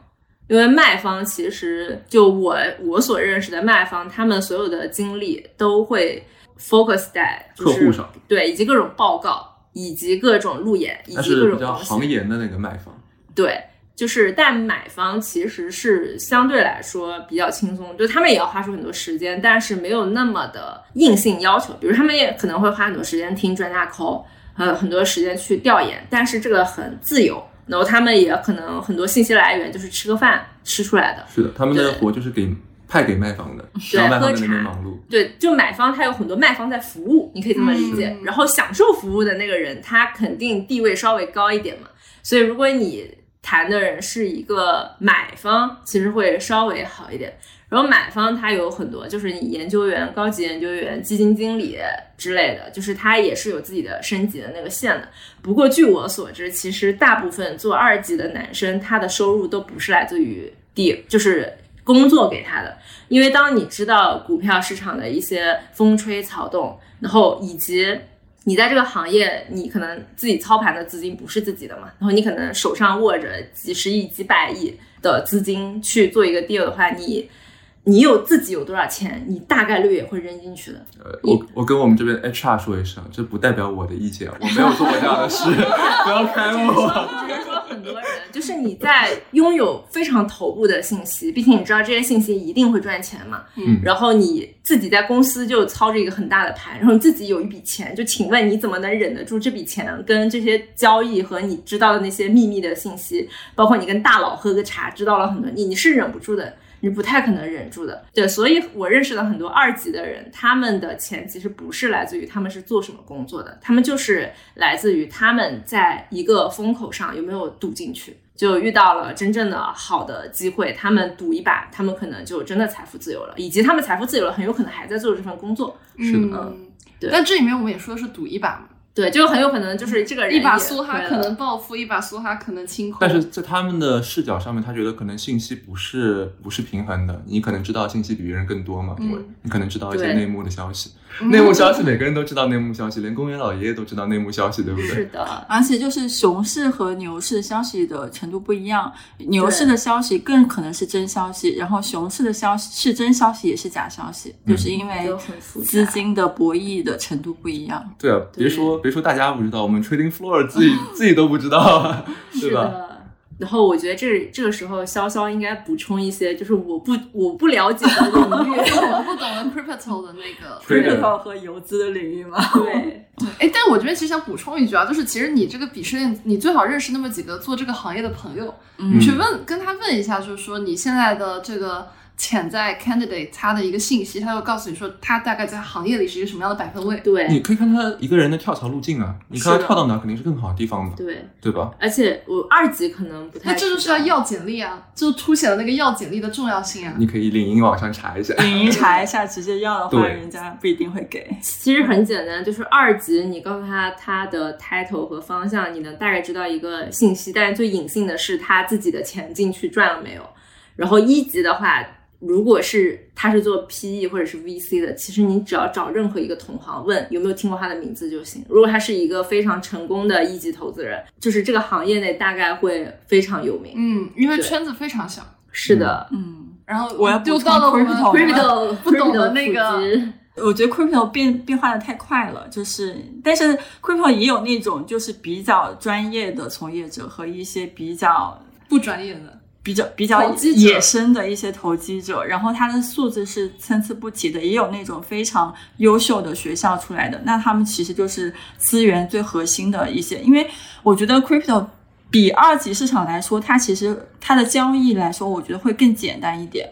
S3: 因为卖方其实就我我所认识的卖方，他们所有的精力都会 focus 在就是
S2: 客户上，
S3: 对，以及各种报告，以及各种路演，以
S2: 它
S3: 及
S2: 是
S3: 各
S2: 比
S3: 种
S2: 较
S3: 东
S2: 行
S3: 西。
S2: 业的那个卖方，
S3: 对，就是但买方其实是相对来说比较轻松，就他们也要花出很多时间，但是没有那么的硬性要求。比如他们也可能会花很多时间听专家 call，呃，很多时间去调研，但是这个很自由。然后他们也可能很多信息来源就是吃个饭吃出来的，
S2: 是的，他们的
S3: 对
S2: 活就是给派给卖方的，然后卖方在那边
S3: 喝茶
S2: 忙碌。
S3: 对，就买方他有很多卖方在服务，你可以这么理解。
S1: 嗯
S3: 然后享受服务的那个人，他肯定地位稍微高一点嘛。所以如果你谈的人是一个买方，其实会稍微好一点。然后买方他有很多，就是你研究员、高级研究员、基金经理之类的，就是他也是有自己的升级的那个线的。不过据我所知，其实大部分做二级的男生，他的收入都不是来自于地，就是工作给他的，因为当你知道股票市场的一些风吹草动，然后以及你在这个行业，你可能自己操盘的资金不是自己的嘛，然后你可能手上握着几十亿、几百亿的资金去做一个 deal 的话，你你有自己有多少钱，你大概率也会扔进去的。
S2: 呃，我我跟我们这边 HR 说一声，这不代表我的意见，我没有做过这样的事， 不要开我。
S3: 只是说很多人，就是你在拥有非常头部的信息，并且你知道这些信息一定会赚钱嘛，
S2: 嗯
S3: 然后你自己在公司就操着一个很大的盘，然后你自己有一笔钱，就请问你怎么能忍得住这笔钱跟这些交易和你知道的那些秘密的信息，包括你跟大佬喝个茶知道了很多，你你是忍不住的。你不太可能忍住的，对，所以我认识了很多二级的人，他们的钱其实不是来自于他们是做什么工作的，他们就是来自于他们在一个风口上有没有赌进去，就遇到了真正的好的机会，他们赌一把，他们可能就真的财富自由了，以及他们财富自由了，很有可能还在做这份工作，
S1: 嗯
S2: 是
S3: 嗯对
S1: 但这里面我们也说的是赌一把嘛，
S3: 对，就很有可能就是这个人
S1: 一把
S3: 也
S1: 梭哈
S3: 会
S1: 可能暴富，一把梭哈可能清空。
S2: 但是在他们的视角上面，他觉得可能信息不是不是平衡的，你可能知道信息比别人更多嘛，
S1: 嗯
S2: 因为你可能知道一些
S3: 对
S2: 内幕的消息，
S1: 嗯
S2: 内幕消息每个人都知道内幕消息，连公园老爷爷都知道内幕消息，对不
S3: 是
S2: 对？
S3: 的，
S5: 而且就是熊市和牛市消息的程度不一样，牛市的消息更可能是真消息，然后熊市的消息是真消息也是假消息，
S2: 嗯
S5: 就是因为
S3: 就很复杂
S5: 资金的博弈的程度不一样。
S2: 对啊，别
S3: 对
S2: 说别说大家不知道，我们 trading floor 自己自己都不知道，啊对
S3: 是
S2: 吧？
S3: 的。然后我觉得这这个时候，潇潇应该补充一些，就是我不我不了解的领域。
S1: 我不懂得 crypto 的那个。
S2: 对的
S5: 和游资的领域嘛，
S3: 对，
S1: 哎，但我这边其实想补充一句啊，就是其实你这个鄙视链，你最好认识那么几个做这个行业的朋友，
S5: 嗯
S1: 去问跟他问一下，就是说你现在的这个潜在 candidate 他的一个信息，他就告诉你说他大概在行业里是一个什么样的百分位。
S2: 你
S3: 对，
S2: 可以看他一个人的跳槽路径啊，你看
S1: 是
S2: 他
S1: 的
S2: 跳到哪肯定是更好的地方嘛，
S3: 对，
S2: 对吧？
S3: 而且我二级可能不太知道，
S1: 那这就是要要简历啊，就凸显了那个要简历的重要性啊。
S2: 你可以领英网上查一下，
S5: 领英查一下，直接要的话，
S2: 对
S5: 人家不一定会给。
S3: 其实很简单，就是二级，你告诉他他的 title 和方向，你能大概知道一个信息，但是最隐性的是他自己的钱进去赚了没有。然后一级的话，如果是他是做 PE 或者是 VC 的，其实你只要找任何一个同行问有没有听过他的名字就行。如果他是一个非常成功的一级投资人，就是这个行业内大概会非常有名。
S1: 嗯，因为
S3: 对
S1: 圈子非常小，
S3: 是的
S5: 嗯。
S1: 然后
S5: 我要补
S1: 丢
S5: 充
S1: 到了我们
S5: crypto
S1: 我们
S3: ，crypto
S1: 不懂的那
S3: crypto
S1: 个
S3: 普及
S5: 我觉得 crypto 变变化的太快了，就是，但是 crypto 也有那种就是比较专业的从业者和一些比较
S1: 不专业的。
S5: 比较比较
S3: 投机者
S5: 野生的一些投机者，然后他的素质是参差不齐的，也有那种非常优秀的学校出来的，那他们其实就是资源最核心的一些，因为我觉得 crypto 比二级市场来说，它其实它的交易来说，我觉得会更简单一点，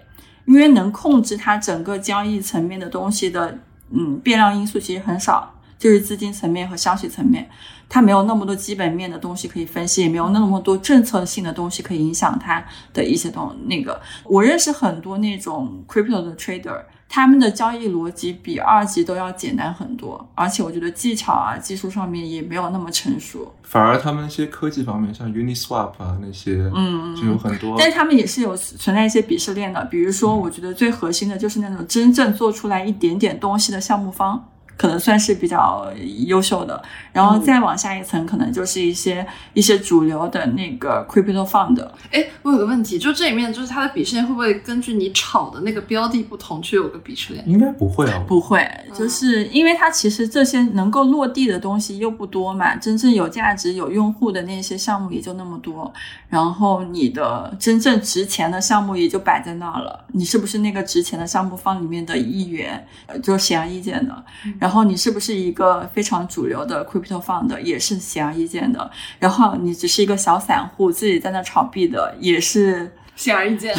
S5: 因为能控制它整个交易层面的东西的，嗯，变量因素其实很少，就是资金层面和消息层面。它没有那么多基本面的东西可以分析，也没有那么多政策性的东西可以影响它的一些东那个。我认识很多那种 crypto 的 trader，他们的交易逻辑比二级都要简单很多，而且我觉得技巧啊、技术上面也没有那么成熟。
S2: 反而他们一些科技方面，像 Uniswap 啊那些，
S5: 嗯嗯
S2: 就有很多。
S5: 但是他们也是有存在一些鄙视链的，比如说，我觉得最核心的就是那种真正做出来一点点东西的项目方，可能算是比较优秀的。然后再往下一层，可能就是一些一些主流的那个 crypto fund。
S1: 哎，我有个问题，就这里面就是它的鄙视链会不会根据你炒的那个标的不同去有个鄙视链？
S2: 应该不会啊，
S5: 不会，就是因为它其实这些能够落地的东西又不多嘛，真正有价值、有用户的那些项目也就那么多，然后你的真正值钱的项目也就摆在那儿了。你是不是那个值钱的项目方里面的一员，呃就显而易见的。然后你是不是一个非常主流的 crypto fund，也是显而易见的。然后你只是一个小散户，自己在那炒币的，也是
S1: 显而易见。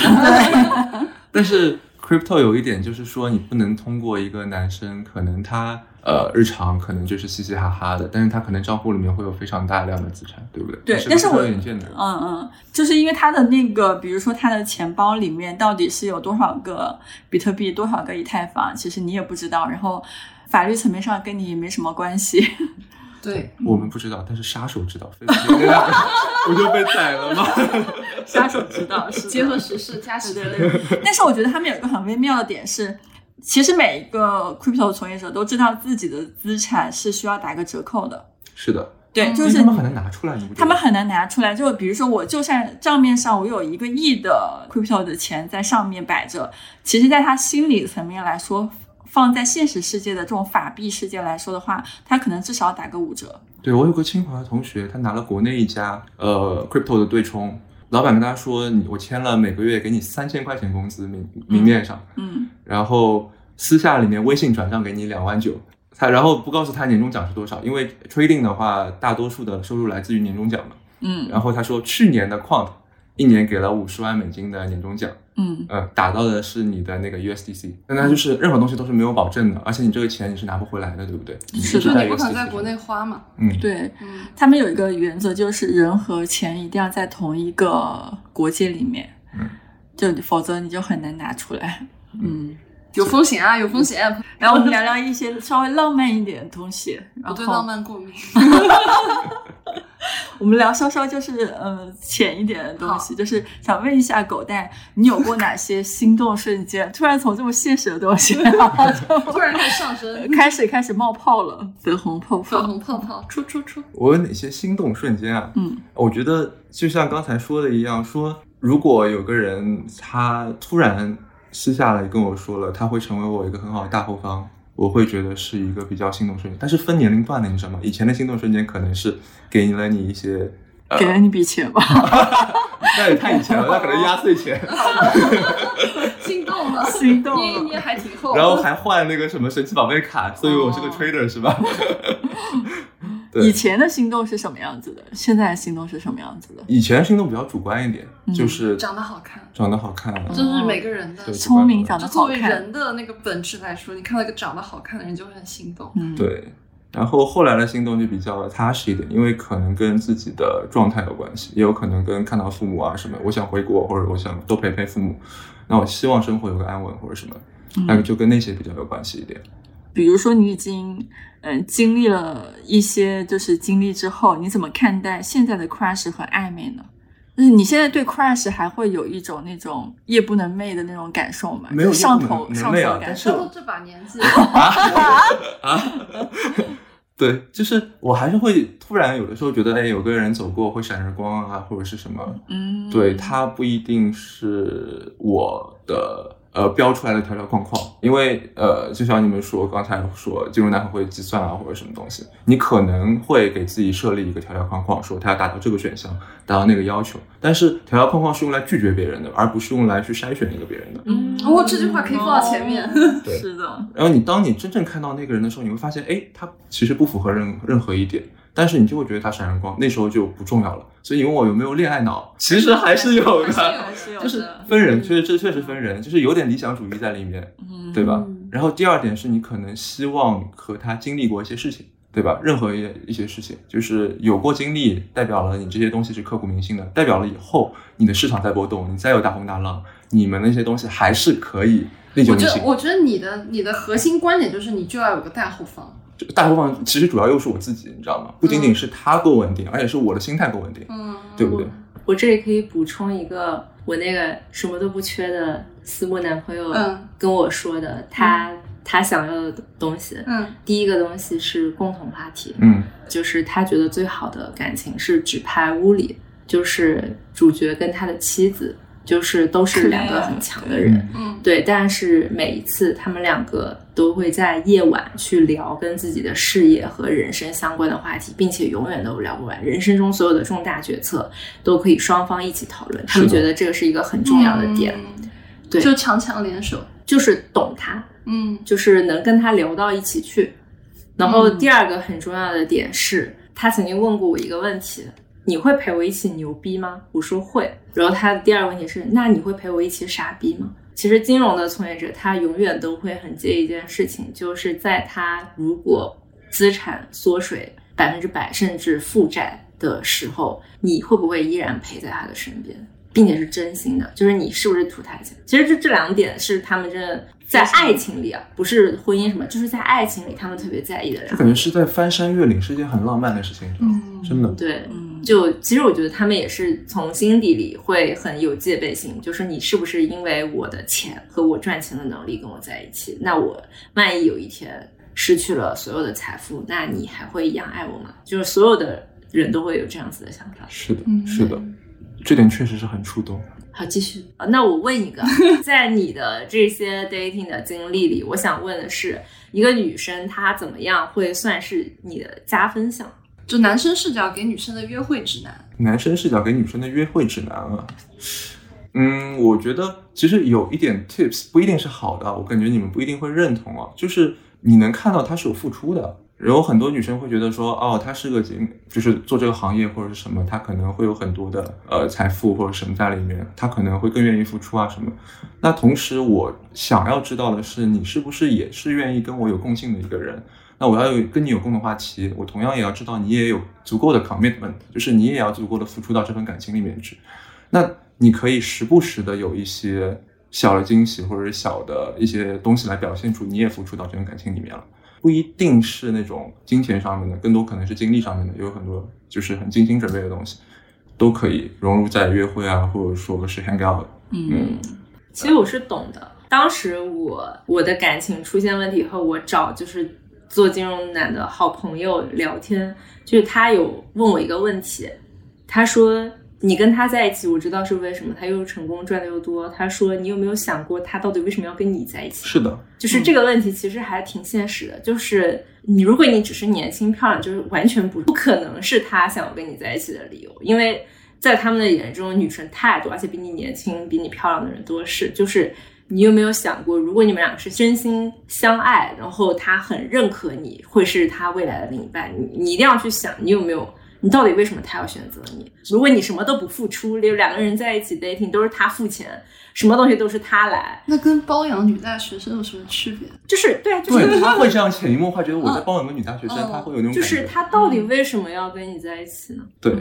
S2: 但是 crypto 有一点就是说，你不能通过一个男生，可能他呃日常可能就是嘻嘻哈哈的，但是他可能账户里面会有非常大量的资产，对不对？
S5: 对
S2: 这
S5: 但是
S2: 是
S5: 我
S2: 有眼见的人。
S5: 嗯嗯，就是因为他的那个，比如说他的钱包里面到底是有多少个比特币、多少个以太坊，其实你也不知道。然后法律层面上跟你也没什么关系。
S1: 对，
S5: 嗯
S2: 我们不知道，但是杀手知道，所以我就 我就被宰了吗？
S5: 杀手知道是的
S1: 结合时事加时
S5: 对对对。但是我觉得他们有一个很微妙的点是，其实每一个 crypto 从业者都知道自己的资产是需要打个折扣的。
S2: 是的，
S5: 对，
S1: 嗯
S5: 就
S2: 因为
S5: 是
S2: 他们很难拿出来，你不觉得
S5: 他们很难拿出来。就比如说，我就算账面上我有一个亿的 crypto 的钱在上面摆着，其实在他心理层面来说，放在现实世界的这种法币世界来说的话，他可能至少打个五折。
S2: 对我有个清华的同学，他拿了国内一家呃 crypto 的对冲，老板跟他说，你我签了每个月给你三千块钱工资明明面上，
S5: 嗯，
S2: 然后私下里面微信转账给你两万九，他然后不告诉他年终奖是多少，因为 trading 的话，大多数的收入来自于年终奖嘛。
S5: 嗯
S2: 然后他说去年的 quant 一年给了五十万美金的年终奖，
S5: 嗯
S2: 呃，打到的是你的那个 USDC，但它就是任何东西都是没有保证的，而且你这个钱你是拿不回来的，对不对？
S5: 是
S1: 就
S2: 就
S5: 的
S2: 是在
S1: 你不可能在
S2: USDC
S1: 国内花嘛。
S2: 嗯，
S5: 对
S1: 嗯，
S5: 他们有一个原则，就是人和钱一定要在同一个国界里面，
S2: 嗯，
S5: 就否则你就很难拿出来。嗯，
S1: 有风险啊，有风险。
S5: 然后我们聊聊一些稍微浪漫一点的东西。然
S1: 我
S5: 后
S1: 对浪漫过 敏。
S5: 我们聊稍稍就是呃浅一点的东西，就是想问一下狗蛋，你有过哪些心动瞬间？突然从这么现实的东西， 然后
S1: 突然开始上升
S5: 就，开始开始冒泡了，粉红泡
S1: 粉
S5: 泡。
S1: 红泡泡出出出。
S2: 我有哪些心动瞬间啊？
S5: 嗯，
S2: 我觉得就像刚才说的一样，说如果有个人他突然私下来跟我说了，他会成为我一个很好的大后方，我会觉得是一个比较心动瞬间。但是分年龄段的，你知道吗？以前的心动瞬间可能是给了你一 些，呃
S5: 给了你笔钱吧，
S2: 那也太以前了，那可能压岁 钱，
S1: 心动了，
S5: 心动了
S1: 捏一捏还挺厚。
S2: 然后还换那个什么神奇宝贝卡，所以我是个
S5: 哦
S2: trader 是 吧？呃对
S5: 以前的心动是什么样子的？现在的心动是什么样子的？
S2: 以前心动比较主观一点，
S5: 嗯
S2: 就是
S1: 长得好看，
S2: 长得好看，啊
S1: 这哦是每个人的
S2: 对。
S5: 聪明长得
S1: 就
S5: 好
S1: 作为
S5: 看，
S1: 人的那个本质来说，你看到一个长得好看的人就会很心动。
S5: 嗯，，
S2: 对，然后后来的心动就比较踏实一点，因为可能跟自己的状态有关系，也有可能跟看到父母啊什么，我想回国或者我想多陪陪父母，那我希望生活有个安稳或者什么，
S5: 嗯
S2: 那个就跟那些比较有关系一点。
S5: 比如说你已经嗯经历了一些就是经历之后，你怎么看待现在的 crush 和暧昧呢？就是你现在对 crush 还会有一种那种夜不能寐的那种感受吗？
S2: 没有
S5: 上
S2: 夜不
S5: 头
S2: 能
S5: 上头
S2: 能寐啊
S5: 的感
S2: 但是
S5: 受。
S1: 到了这把年纪，
S2: 啊，对，就是我还是会突然有的时候觉得，哎，有个人走过会闪着光啊，或者是什么，
S5: 嗯，
S2: 对，它不一定是我的呃标出来的条条框框，因为呃，就像你们说刚才说进入男会计算啊或者什么东西，你可能会给自己设立一个条条框框，说他要达到这个选项，达到那个要求，但是条条框框是用来拒绝别人的，而不是用来去筛选一个别人的。
S5: 嗯，
S1: 哦这句话可以放到前面
S5: 哦
S2: 对
S5: 是的，
S2: 然后你当你真正看到那个人的时候，你会发现，哎，他其实不符合任任何一点，但是你就会觉得他闪闪光，那时候就不重要了。所以你问我有没有恋爱脑，其实还是有的，
S5: 还是有
S2: 就是
S5: 的，
S2: 分人，确实这确实分人，就是有点理想主义在里面，
S5: 嗯
S2: 对吧？然后第二点是你可能希望和他经历过一些事情。对吧？任何一一些事情，就是有过经历，代表了你这些东西是刻骨铭心的，代表了以后你的市场在波动，你再有大风大浪，你们那些东西还是可以历久
S1: 我
S2: 弥
S1: 觉
S2: 新
S1: 得。我觉得你的你的核心观点就是你就要有个大后方，
S2: 就大后方其实主要又是我自己，你知道吗？不仅仅是他够稳定，而且是我的心态够稳定，
S1: 嗯，
S2: 对不对？
S3: 我这里可以补充一个，我那个什么都不缺的私募男朋友
S1: 嗯
S3: 跟我说的，他他想要的东西，
S1: 嗯
S3: 第一个东西是共同话题，
S2: 嗯
S3: 就是他觉得最好的感情是只拍屋里，就是主角跟他的妻子，就是都是两个很强的人。
S1: 嗯
S3: 对，但是每一次他们两个都会在夜晚去聊跟自己的事业和人生相关的话题，并且永远都聊不完。人生中所有的重大决策都可以双方一起讨论，他们
S2: 是的
S3: 觉得这个是一个很重要的点，
S1: 嗯
S3: 对
S1: 就强强联手，
S3: 就是懂他，
S1: 嗯
S3: 就是能跟他聊到一起去。然后第二个很重要的点是，他曾经问过我一个问题：你会陪我一起牛逼吗？我说会。然后他的第二个问题是：那你会陪我一起傻逼吗？其实金融的从业者他永远都会很介意一件事情，就是在他如果资产缩水百分之百甚至负债的时候，你会不会依然陪在他的身边？并且是真心的，就是你是不是图他钱？其实这这两点是他们这在爱情里啊，不是婚姻什么，就是在爱情里他们特别在意的
S2: 就
S3: 两
S2: 感
S3: 点。
S2: 觉是在翻山越岭，是一件很浪漫的事情，
S1: 嗯
S2: 真的。
S3: 对，
S5: 嗯，
S3: 就其实我觉得他们也是从心底里会很有戒备心，就是你是不是因为我的钱和我赚钱的能力跟我在一起？那我万一有一天失去了所有的财富，那你还会一样爱我吗？就是所有的人都会有这样子的想法。
S2: 是的，
S1: 嗯
S2: 是的，这点确实是很触动。
S3: 好，继续。呃那我问一个，在你的这些 dating 的经历里，我想问的是，一个女生她怎么样会算是你的加分项？
S1: 就男生视角给女生的约会指南，
S2: 男生视角给女生的约会指南啊，嗯，我觉得其实有一点 tips 不一定是好的啊，我感觉你们不一定会认同啊，就是你能看到他是有付出的。然后很多女生会觉得说，哦，他是个经，就是做这个行业或者是什么，他可能会有很多的呃财富或者什么在里面，他可能会更愿意付出啊什么。那同时，我想要知道的是，你是不是也是愿意跟我有共性的一个人？那我要有跟你有共同话题，我同样也要知道你也有足够的 commitment，就是你也要足够的付出到这份感情里面去。那你可以时不时的有一些小的惊喜或者是小的一些东西来表现出你也付出到这份感情里面了，不一定是那种金钱上面的，更多可能是精力上面的，有很多就是很精心准备的东西，都可以融入在约会啊，或者说是 hang out，
S5: 嗯，
S3: 其实我是懂的。当时我我的感情出现问题以后，我找就是做金融男的好朋友聊天，就是他有问我一个问题，他说你跟他在一起，我知道是为什么，他又成功赚的又多。他说你有没有想过他到底为什么要跟你在一起？
S2: 是的，
S3: 就是这个问题其实还挺现实的，就是你如果你只是年轻漂亮，就是完全不不可能是他想要跟你在一起的理由，因为在他们的眼中，女生太多，而且比你年轻、比你漂亮的人多是。就是你有没有想过，如果你们两个是真心相爱，然后他很认可你，会是他未来的另一半，你你一定要去想，你有没有。你到底为什么他要选择你？如果你什么都不付出，就两个人在一起 dating 都是他付钱，什么东西都是他来，
S1: 那跟包养女大学生有什么区别？
S3: 就是对啊，就是
S2: 对，他会这样潜移默化觉得我在帮一个女大学生，
S1: 嗯
S2: 他会有那种
S3: 就
S2: 感觉
S3: 是他到底为什么要跟你在一起呢？
S2: 对，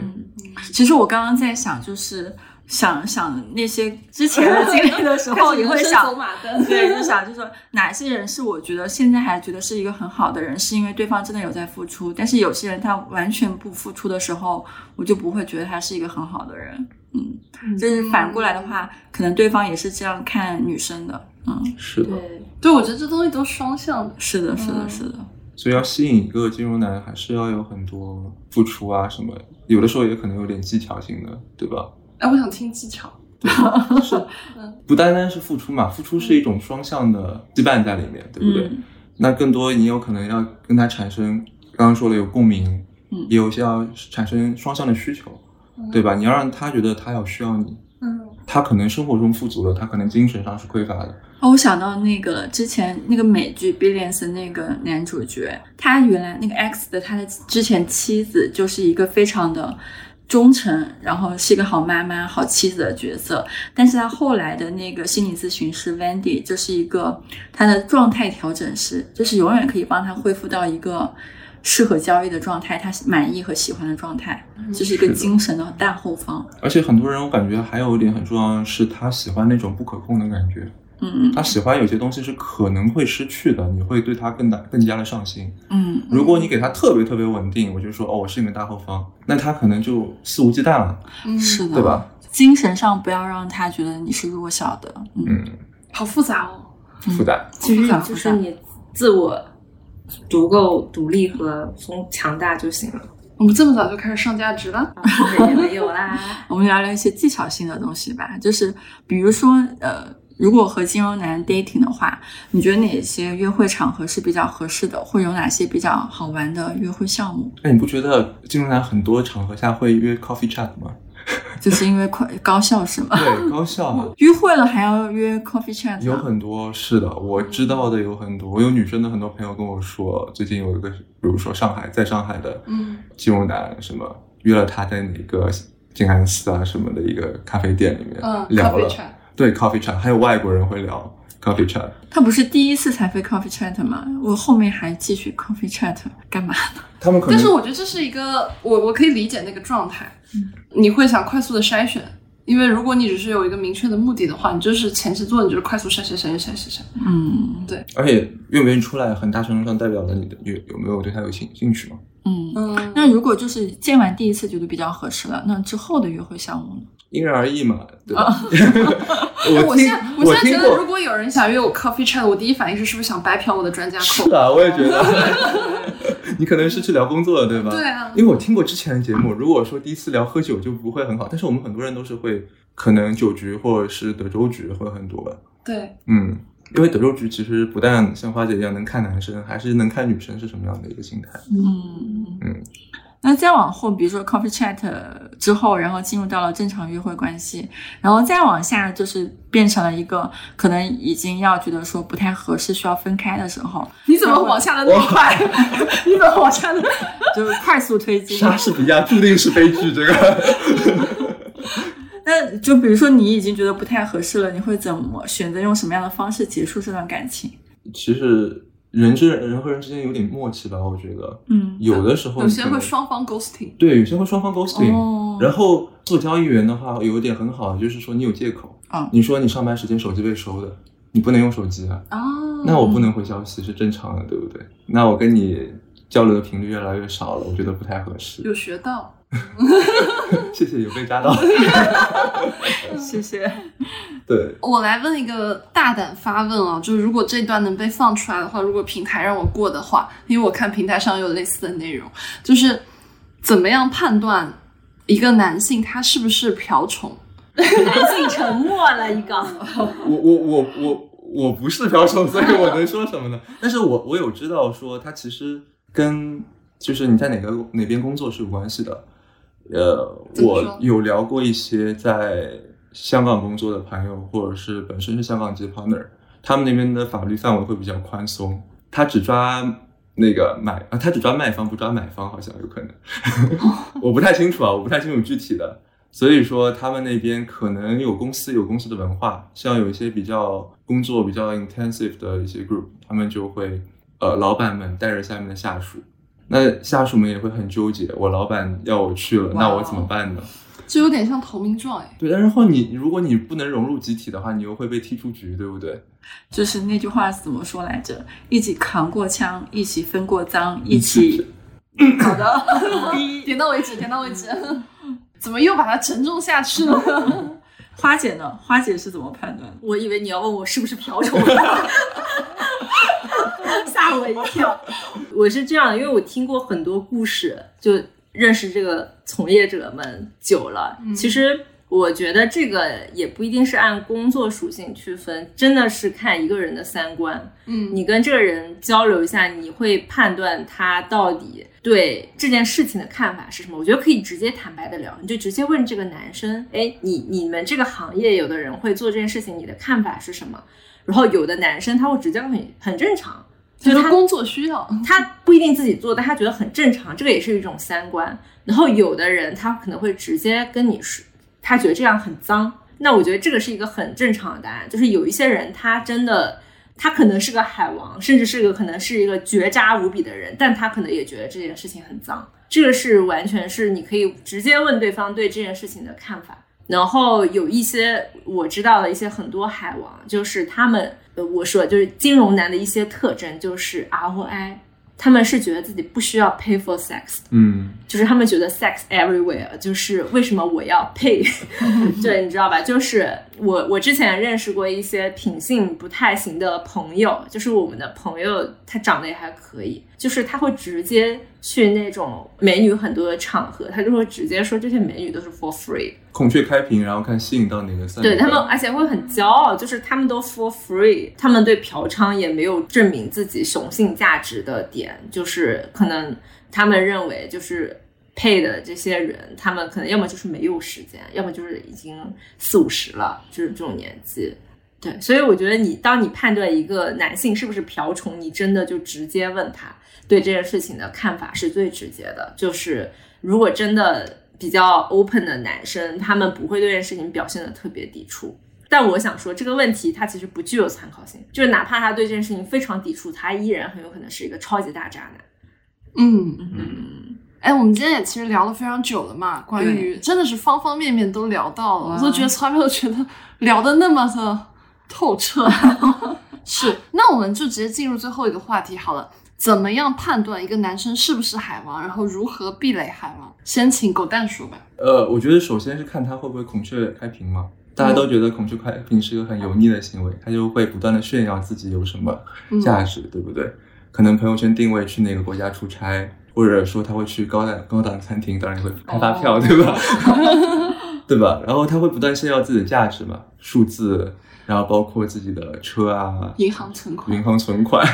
S5: 其实我刚刚在想，就是想想那些之前的经历的时
S1: 哦
S5: 候，你会想
S3: 走马灯，
S5: 对，就想就说哪些人是我觉得现在还觉得是一个很好的人，是因为对方真的有在付出，但是有些人他完全不付出的时候，我就不会觉得他是一个很好的人。嗯，就是反过来的话，可能对方也是这样看女生的。嗯，
S2: 是的，
S3: 对，
S1: 对，我觉得这东西都双向的。
S5: 是的，是的，是的，
S2: 所以要吸引一个金融男，还是要有很多付出啊什么，有的时候也可能有点技巧性的，对吧？
S1: 哎，我想听技巧。
S5: 嗯
S2: 不单单是付出嘛，付出是一种双向的羁绊在里面，对不对？
S5: 嗯
S2: 那更多你有可能要跟他产生，刚刚说了有共鸣，
S5: 嗯
S2: 也有些要产生双向的需求，对吧？你要让他觉得他有需要你，
S1: 嗯，
S2: 他可能生活中富足了，他可能精神上是匮乏的，
S5: 哦，我想到那个了，之前那个美剧《Billions》的那个男主角，他原来那个 X 的他的之前妻子就是一个非常的忠诚，然后是一个好妈妈、好妻子的角色。但是他后来的那个心理咨询师 Wendy 就是一个他的状态调整师，就是永远可以帮他恢复到一个适合交易的状态，他满意和喜欢的状态，
S1: 嗯
S5: 这是一
S2: 嗯是
S5: 个
S2: 的
S5: 精神的大后方。
S2: 而且很多人我感觉还有一点很重要的是，他喜欢那种不可控的感觉，
S5: 嗯
S2: 他喜欢有些东西是可能会失去的，你会对他更大更加的上心。
S5: 嗯，
S2: 如果你给他特别特别稳定，我就说哦，我是你的大后方，那他可能就肆无忌惮了，
S1: 嗯
S5: 是的，
S2: 对吧？
S5: 精神上不要让他觉得你是弱小的，嗯，
S2: 嗯，
S1: 好复杂哦。
S2: 负担。
S3: 其实
S5: 复杂复
S3: 就
S5: 杂
S3: 是你自我足够独立和从强大就行 了，
S1: 我们这么早就开始上价值了？
S3: 啊也没有啦。
S5: 我们聊聊一些技巧性的东西吧，就是比如说，呃，如果和金融男 dating 的话，你觉得哪些约会场合是比较合适的，或者有哪些比较好玩的约会项目？
S2: 那你不觉得金融男很多场合下会约 coffee chat 吗？
S5: 就是因为快高效是吗？
S2: 对，高效啊，
S5: 约会了还要约 coffee chat？
S2: 有
S5: 啊
S2: 很多是的，我知道的有很多，我有女生的很多朋友跟我说，最近有一个，比如说上海，在上海的
S1: 嗯
S2: 金融男什么约了他在哪个静安寺啊什么的一个咖啡店里面
S1: 嗯，
S2: 聊
S1: 咖啡
S2: 了，
S1: 圈。
S2: 对 coffee chat，还有外国人会聊 coffee chat，
S5: 他不是第一次才飞 coffee chat 吗？我后面还继续 coffee chat 干嘛？
S2: 他们可能
S1: 但是我觉得这是一个，我我可以理解那个状态，你会想快速的筛选，因为如果你只是有一个明确的目的的话，你就是前期做的，你就是快速筛筛筛筛筛筛。
S5: 嗯
S2: 而且愿不愿意出来，很大程度上代表了你的有有没有对他有兴兴趣嘛。
S5: 嗯。
S1: 嗯
S5: 那如果就是见完第一次觉得比较合适了，那之后的约会项目呢？
S2: 因人而异嘛，对吧？
S1: 啊哎
S2: 我
S1: 我
S2: 听
S1: 现在我现在
S2: 听
S1: 觉得，
S2: 过
S1: 如，果有人想约我 coffee chat，我第一反应是是不是想白嫖我的专家
S2: 是
S1: 课？
S2: 啊，我也觉得， 你可能是去聊工作的，对吧？
S1: 对啊
S2: 因为我听过之前的节目，如果说第一次聊喝酒就不会很好，但是我们很多人都是会，可能酒局或者是德州局会很多吧。
S1: 对，
S2: 嗯，因为德州局其实不但像花姐一样能看男生，还是能看女生是什么样的一个心态。
S5: 嗯
S2: 嗯，
S5: 那再往后，比如说 coffee chat 之后，然后进入到了正常约会关系，然后再往下就是变成了一个可能已经要觉得说不太合适，需要分开的时 候，
S1: 你怎么往下的那么快？ 你怎么往下的？
S5: 就快速推进。
S2: 莎士比亚注定是悲剧，这个
S5: 那就比如说你已经觉得不太合适了，你会怎么选择用什么样的方式结束这段感情？
S2: 其实人之人和人之间有点默契吧，我觉得。
S5: 嗯
S2: 有的时候
S1: 有些
S2: 你可
S1: 会
S2: 能
S1: 双方 ghosting，
S2: 对，有些会双方 ghosting，、
S5: 哦
S2: 然后做交易员的话，有一点很好，就是说你有借口，
S1: 嗯
S5: 啊
S2: 你说你上班时间手机被收的，你不能用手机啊，
S1: 哦
S2: 那我不能回消息是正常的，对不对？那我跟你交流的频率越来越少了，我觉得不太合适。
S1: 有学到，
S2: 谢谢有被 扎到，
S5: 谢谢。
S2: 对，
S1: 我来问一个大胆发问啊，就是如果这段能被放出来的话，如果平台让我过的话，因为我看平台上有类似的内容，就是怎么样判断一个男性他是不是瓢虫？
S3: 男性沉默了一个，
S2: 我我我我我不是瓢虫，所以我能说什么呢？ 但是我我有知道说他其实跟就是你在哪个哪边工作是有关系的。呃，
S1: 怎么
S2: 我
S1: 说
S2: 有聊过一些在香港工作的朋友，或者是本身是香港籍 partner，他们那边的法律范围会比较宽松，他只抓那个买啊，他只抓卖方不抓买方，好像有可能， 我不太清楚啊，我不太清楚具体的。所以说，他们那边可能有公司有公司的文化，像有一些比较工作比较 intensive 的一些 group，他们就会呃，老板们带着下面的下属，那下属们也会很纠结，我老板要我去了，那我怎么办呢？
S1: 就有点像投名状哎。
S2: 对，然后你如果你不能融入集体的话，你又会被踢出局，对不对？
S5: 就是那句话怎么说来着？一起扛过枪，一起分过赃，一
S3: 嗯
S2: 一
S5: 起
S2: 起
S5: 好的，
S1: 点到为止，点到为止。 怎么又把它沉重下去 了？
S5: 花姐呢？花姐是怎么判断的？
S3: 我以为你要问我是不是瓢虫，吓我一跳。我是这样的，因为我听过很多故事，就认识这个从业者们久了。其实我觉得这个也不一定是按工作属性区分，真的是看一个人的三观。
S1: 嗯，
S3: 你跟这个人交流一下，你会判断他到底对这件事情的看法是什么。我觉得可以直接坦白的聊，你就直接问这个男生，哎，你你们这个行业有的人会做这件事情，你的看法是什么？然后有的男生他会直接很很正常，
S1: 就
S3: 就是
S1: 是
S3: 他
S1: 工作需要。
S3: 他不一定自己做，但他觉得很正常，这个也是一种三观。然后有的人他可能会直接跟你说，他觉得这样很脏。那我觉得这个是一个很正常的答案，就是有一些人他真的，他可能是个海王，甚至是个可能是一个绝渣无比的人，但他可能也觉得这件事情很脏。这个是完全是你可以直接问对方对这件事情的看法。然后有一些我知道的一些很多海王，就是他们，呃，我说就是金融男的一些特征就是 ROI，他们是觉得自己不需要 pay for sex，
S2: 嗯，
S3: 就是他们觉得 sex everywhere，就是为什么我要配？对，你知道吧？就是我我之前认识过一些品性不太行的朋友，就是我们的朋友，他长得也还可以，就是他会直接去那种美女很多的场合，他就会直接说这些美女都是 for free，
S2: 孔雀开屏，然后看吸引到哪个三个。
S3: 对他们，而且会很骄傲，就是他们都 for free，他们对嫖娼也没有证明自己雄性价值的点，就是可能他们认为就是配的这些人，他们可能要么就是没有时间，要么就是已经四五十了，就是这种年纪。对，所以我觉得你当你判断一个男性是不是瓢虫，你真的就直接问他，对这件事情的看法是最直接的。就是如果真的比较 open 的男生，他们不会对这件事情表现的特别抵触。但我想说，这个问题它其实不具有参考性，就是哪怕他对这件事情非常抵触，他依然很有可能是一个超级大渣男。
S1: 嗯，
S2: 嗯，
S1: 哎，我们今天也其实聊了非常久了嘛，关于真的是方方面面都聊到了，
S5: 哇
S1: 我都觉得从来没有觉得聊的那么的透 彻。是，那我们就直接进入最后一个话题好了。怎么样判断一个男生是不是海王，然后如何避雷海王？先请狗蛋说吧。
S2: 呃，我觉得首先是看他会不会孔雀开屏嘛。
S1: 嗯
S2: 大家都觉得孔雀开屏是一个很油腻的行为，他就会不断的炫耀自己有什么
S1: 嗯
S2: 价值，对不对？可能朋友圈定位去哪个国家出差，或者说他会去高档高档餐厅，当然会开发
S1: 哦
S2: 票，对吧？ 对吧？然后他会不断炫耀自己的价值嘛，数字，然后包括自己的车啊、
S1: 银行存款
S2: 银行存款。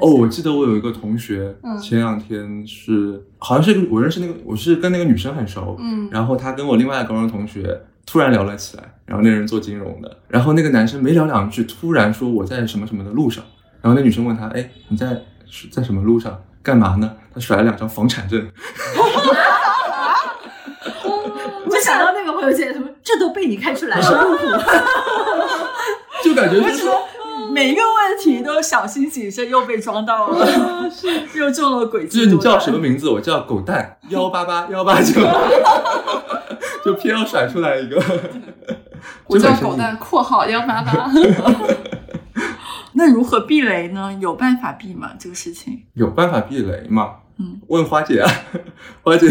S2: 哦，我记得我有一个同学
S1: 嗯，
S2: 前两天是好像是我认识那个，我是跟那个女生很熟，
S1: 嗯
S2: 然后他跟我另外的高中同学突然聊了起来，然后那人做金融的，然后那个男生没聊两句，突然说我在什么什么的路上，然后那女生问他，哎，你在是在什么路上干嘛呢？他甩了两张房产证，
S3: 我就想到那个朋友圈，什么这都被你看出来了，
S2: 就感觉
S5: 我
S2: 就是
S5: 觉得每一个问题都小心谨慎，又被装 到了，又中了诡计。
S2: 就是你叫什么？名字？我叫狗蛋幺八八幺八九， 就偏要甩出来一个，
S1: 我
S2: 就
S1: 叫
S2: 很生
S1: 狗
S2: 硬
S1: 蛋（括号幺八 八。
S5: 那如何避雷呢？有办法避吗？这个事情
S2: 有办法避雷吗？
S5: 嗯，
S2: 问花姐啊， 花姐，）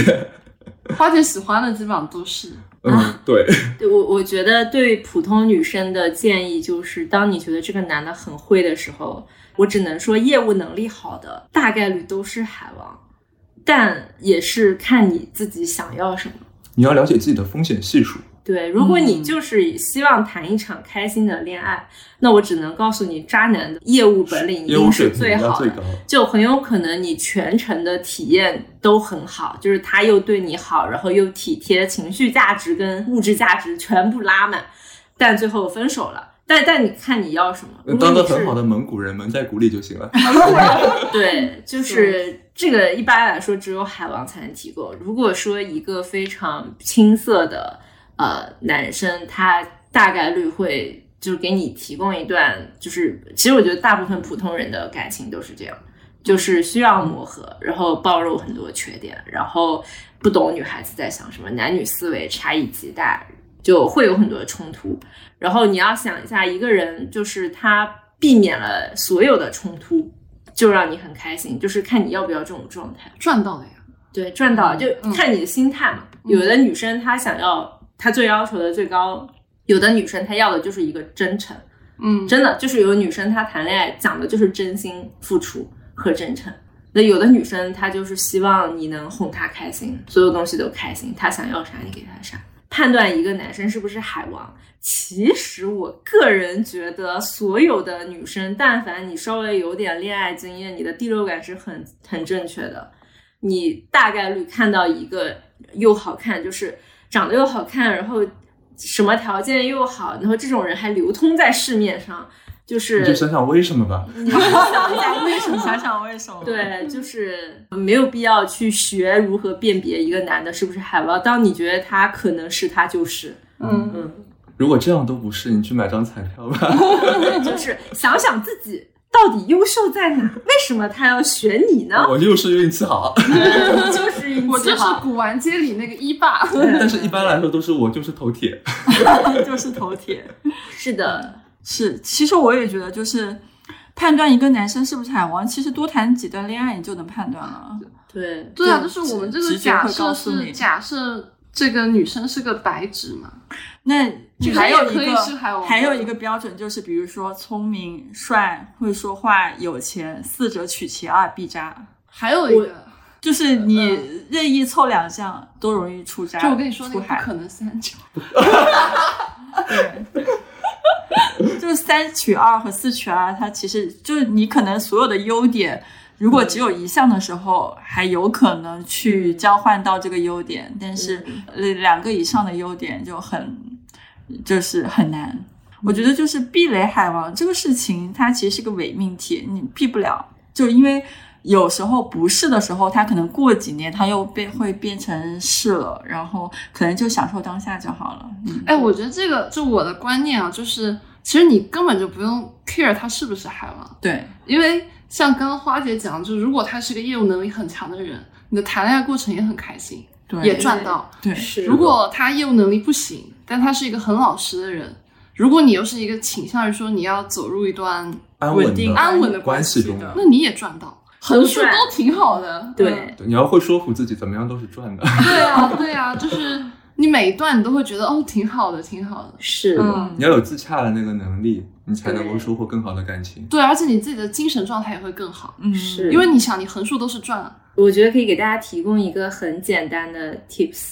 S1: 花姐喜欢的基本上都是，
S2: 嗯，对，
S3: 对我，我觉得对普通女生的建议就是，当你觉得这个男的很会的时候，我只能说业务能力好的大概率都是海王，但也是看你自己想要什么。
S2: 你要了解自己的风险系数。
S3: 对，如果你
S5: 嗯
S3: 就是希望谈一场开心的恋爱，那我只能告诉你，渣男的业务本领一
S2: 业务
S3: 定
S2: 水
S3: 是
S2: 平要
S3: 好
S2: 最
S3: 的，
S2: 高。
S3: 就很有可能你全程的体验都很好，就是他又对你好，然后又体贴，情绪价值跟物质价值全部拉满，但最后分手了。但但你看你要什么？如果
S2: 当
S3: 你
S2: 个
S3: 是
S2: 很好的蒙古人，蒙在鼓里就行了。
S3: 对，就是这个一般来说只有海王才能提供。如果说一个非常青涩的呃男生，他大概率会就是给你提供一段，就是其实我觉得大部分普通人的感情都是这样。就是需要磨合，然后暴露很多缺点，然后不懂女孩子在想什么，男女思维差异极大，就会有很多冲突。然后你要想一下，一个人就是他避免了所有的冲突，就让你很开心，就是看你要不要这种状态。
S1: 赚到了呀。
S3: 对，赚到就
S1: 嗯
S3: 看你的心态嘛。
S1: 嗯
S3: 有的女生她想要，她最要求的最高；有的女生她要的就是一个真诚。
S1: 嗯，
S3: 真的就是有的女生她谈恋爱讲的就是真心付出和真诚，那有的女生她就是希望你能哄她开心，所有东西都开心，她想要啥你给她啥。判断一个男生是不是海王，其实我个人觉得，所有的女生，但凡你稍微有点恋爱经验，你的第六感是很很正确的。你大概率看到一个又好看，就是长得又好看，然后什么条件又好，然后这种人还流通在市面上，就是
S2: 你就想想为什么吧。
S3: 你想一下为什么
S5: 想想为什么？，
S3: 对，就是没有必要去学如何辨别一个男的是不是海王。当你觉得他可能是，他就是，
S1: 嗯
S3: 嗯，
S2: 如果这样都不是，你去买张彩票吧。
S3: 就是想想自己到底优秀在哪，为什么他要选你呢？
S2: 我就是运气好，
S3: 就是运
S1: 我
S3: 气
S1: 就是
S3: 好，
S1: 古玩街里那个一 霸。
S2: 但是一般来说都是我就是头铁。
S5: 就是头铁。
S3: 是的，
S5: 是，其实我也觉得，就是判断一个男生是不是海王，其实多谈几段恋爱你就能判断了。
S3: 对，
S1: 对啊，
S5: 对
S1: 就是我们这个
S5: 直觉
S1: 假
S5: 会
S1: 设
S5: 告诉
S1: 是
S5: 你
S1: 假设这个女生是个白纸嘛，
S5: 那
S1: 这个
S5: 还有
S1: 也
S5: 一
S1: 可以
S5: 个
S1: 是海王
S5: 还有
S1: 吗
S5: 一个标准就是，比如说聪明、帅、会说话、有钱，四者取其二必渣。
S1: 还有一个，
S5: 就是你任意凑两项都容易出渣，
S1: 嗯就我跟你说那个
S5: 出
S1: 不
S5: 海
S1: 可能三角，
S5: 就是三取二和四取二，它其实就是你可能所有的优点，如果只有一项的时候，还有可能去交换到这个优点，但是
S3: 嗯
S5: 呃两个以上的优点就很就是很难。我觉得就是避雷海王这个事情，它其实是个伪命题，你避不了，就因为。有时候不是的时候，他可能过几年他又变会变成是了，然后可能就享受当下就好了。嗯，
S1: 哎，我觉得这个就我的观念啊，就是其实你根本就不用 care 他是不是海王，
S5: 对，
S1: 因为像刚刚花姐讲，就如果他是个业务能力很强的人，你的谈恋爱过程也很开心，
S5: 对，
S1: 也赚到。
S5: 对，
S3: 是
S1: 如果他业务能力不行，但他是一个很老实的人，如果你又是一个倾向于说你要走入一段
S2: 安稳
S5: 稳定
S2: 的
S1: 安稳的
S2: 关系中
S5: 的
S2: 的，
S1: 那你也赚到，横竖
S3: 赚
S1: 都挺好的。嗯
S3: 对，
S2: 对你要会说服自己，怎么样都是赚的。
S1: 对啊，对啊，就是你每一段你都会觉得哦，挺好的，挺好的。
S3: 是的，
S5: 嗯
S2: 你要有自洽的那个能力，你才能够
S3: 对
S2: 收获更好的感情。
S1: 对，而且你自己的精神状态也会更好，
S5: 嗯，
S3: 是
S1: 因为你想，你横竖都是赚啊。
S3: 我觉得可以给大家提供一个很简单的 tips，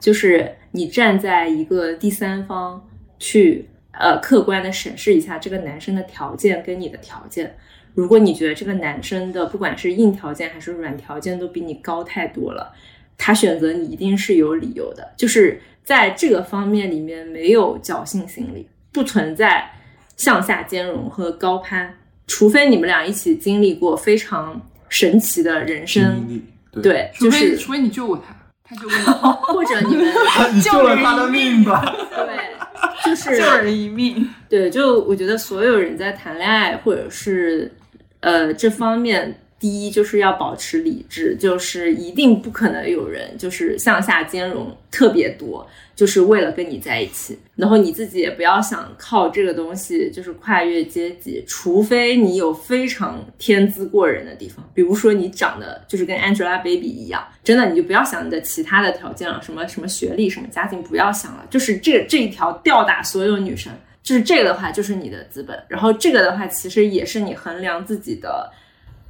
S3: 就是你站在一个第三方去呃客观的审视一下这个男生的条件跟你的条件。如果你觉得这个男生的不管是硬条件还是软条件都比你高太多了，他选择你一定是有理由的，就是在这个方面里面没有侥幸心理，不存在向下兼容和高攀，除非你们俩一起经历过非常神奇的人
S2: 经
S3: 生，
S2: 历，对，
S3: 对，
S1: 除
S3: 就
S1: 非、
S3: 是
S1: 除非你救过他，他救过你。
S3: 或者你们
S2: 你救了他的命吧。
S3: 对，就是
S5: 救人一命。
S3: 对，就我觉得所有人在谈恋爱或者是呃这方面，第一就是要保持理智，就是一定不可能有人就是向下兼容特别多，就是为了跟你在一起。然后你自己也不要想靠这个东西就是跨越阶级，除非你有非常天资过人的地方，比如说你长得就是跟 Angelababy 一样，真的你就不要想你的其他的条件了，什么什么学历、什么家境，不要想了，就是这这一条吊打所有女生。就是这个的话，就是你的资本。然后这个的话，其实也是你衡量自己的，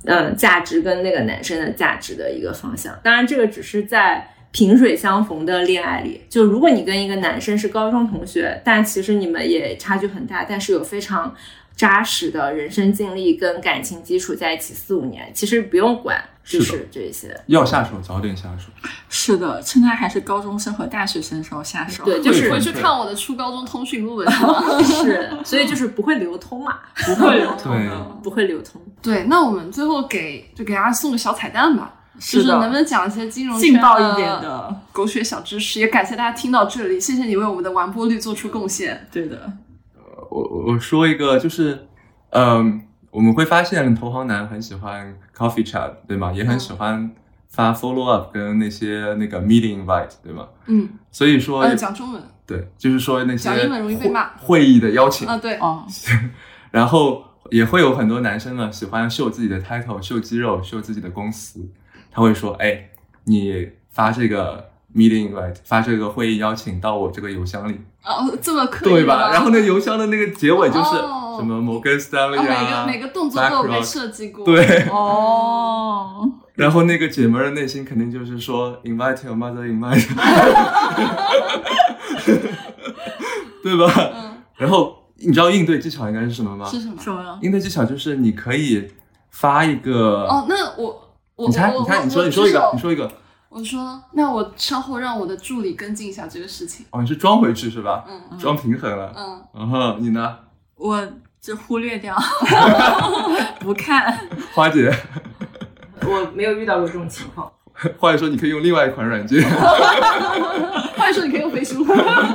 S3: 嗯，价值跟那个男生的价值的一个方向。当然，这个只是在萍水相逢的恋爱里。就如果你跟一个男生是高中同学，但其实你们也差距很大，但是有非常扎实的人生经历跟感情基础，在一起四五年，其实不用管，就是是这些。
S2: 要下手早点下手，
S5: 是的，趁他还是高中生和大学生时候下手。
S3: 对，就是
S1: 回去看我的初高中通讯录的时候。
S3: 是，所以就是不会流通嘛，不会流
S2: 通的
S3: 不会流通。
S1: 对，那我们最后给就给大家送个小彩蛋吧。就是
S5: 的
S1: 能不能讲一些金融
S5: 劲
S1: 圈
S5: 爆
S1: 啊
S5: 一点的，
S1: 狗血小知识？也感谢大家听到这里，谢谢你为我们的完播率做出贡献。
S5: 对的，
S2: 我我我说一个，就是，嗯，我们会发现投行男很喜欢 coffee chat，对吗？也很喜欢发 follow up 跟那些那个 meeting invite，对吧？
S1: 嗯，
S2: 所以说
S1: 呃，讲中文
S2: 对，就是说那些
S1: 讲英文容易被骂
S2: 会会议的邀请，
S1: 啊，对，
S5: 哦，
S2: 然后也会有很多男生呢喜欢秀自己的 title、秀肌肉、秀自己的公司。他会说：“哎，你发这个 meeting invite，发这个会议邀请到我这个邮箱里，
S1: 哦，这么刻意
S2: 对吧？”
S1: 吧？
S2: 然后那邮箱的那个结尾就是
S1: 哦
S2: 什么摩根斯丹利
S1: 啊，每
S2: 啊，
S1: 个每个动作都有被
S2: BlackRock
S1: 设计过，
S2: 对，
S5: 哦，
S2: 然后那个姐们儿的内心肯定就是说 invite your mother invite，对吧？
S1: 嗯，
S2: 然后你知道应对技巧应该是什么吗？
S1: 是什么？
S5: 什么呀？
S2: 应对技巧就是你可以发一个，
S1: 哦，那我我
S2: 你猜，
S1: 我
S2: 你猜，
S1: 我
S2: 你说，
S1: 我
S2: 你说一
S1: 就是
S2: 个，你说一个，
S1: 我说，那我稍后让我的助理跟进一下这个事情。
S2: 哦，你是装回去是吧？
S1: 嗯
S2: 装平衡了。
S1: 嗯，
S2: 然后你呢，
S5: 我就忽略 掉，不看。
S2: 花姐？
S3: 我没有遇到过这种情况。
S2: 或者说你可以用另外一款软件，
S1: 或者说你可以用 Facebook。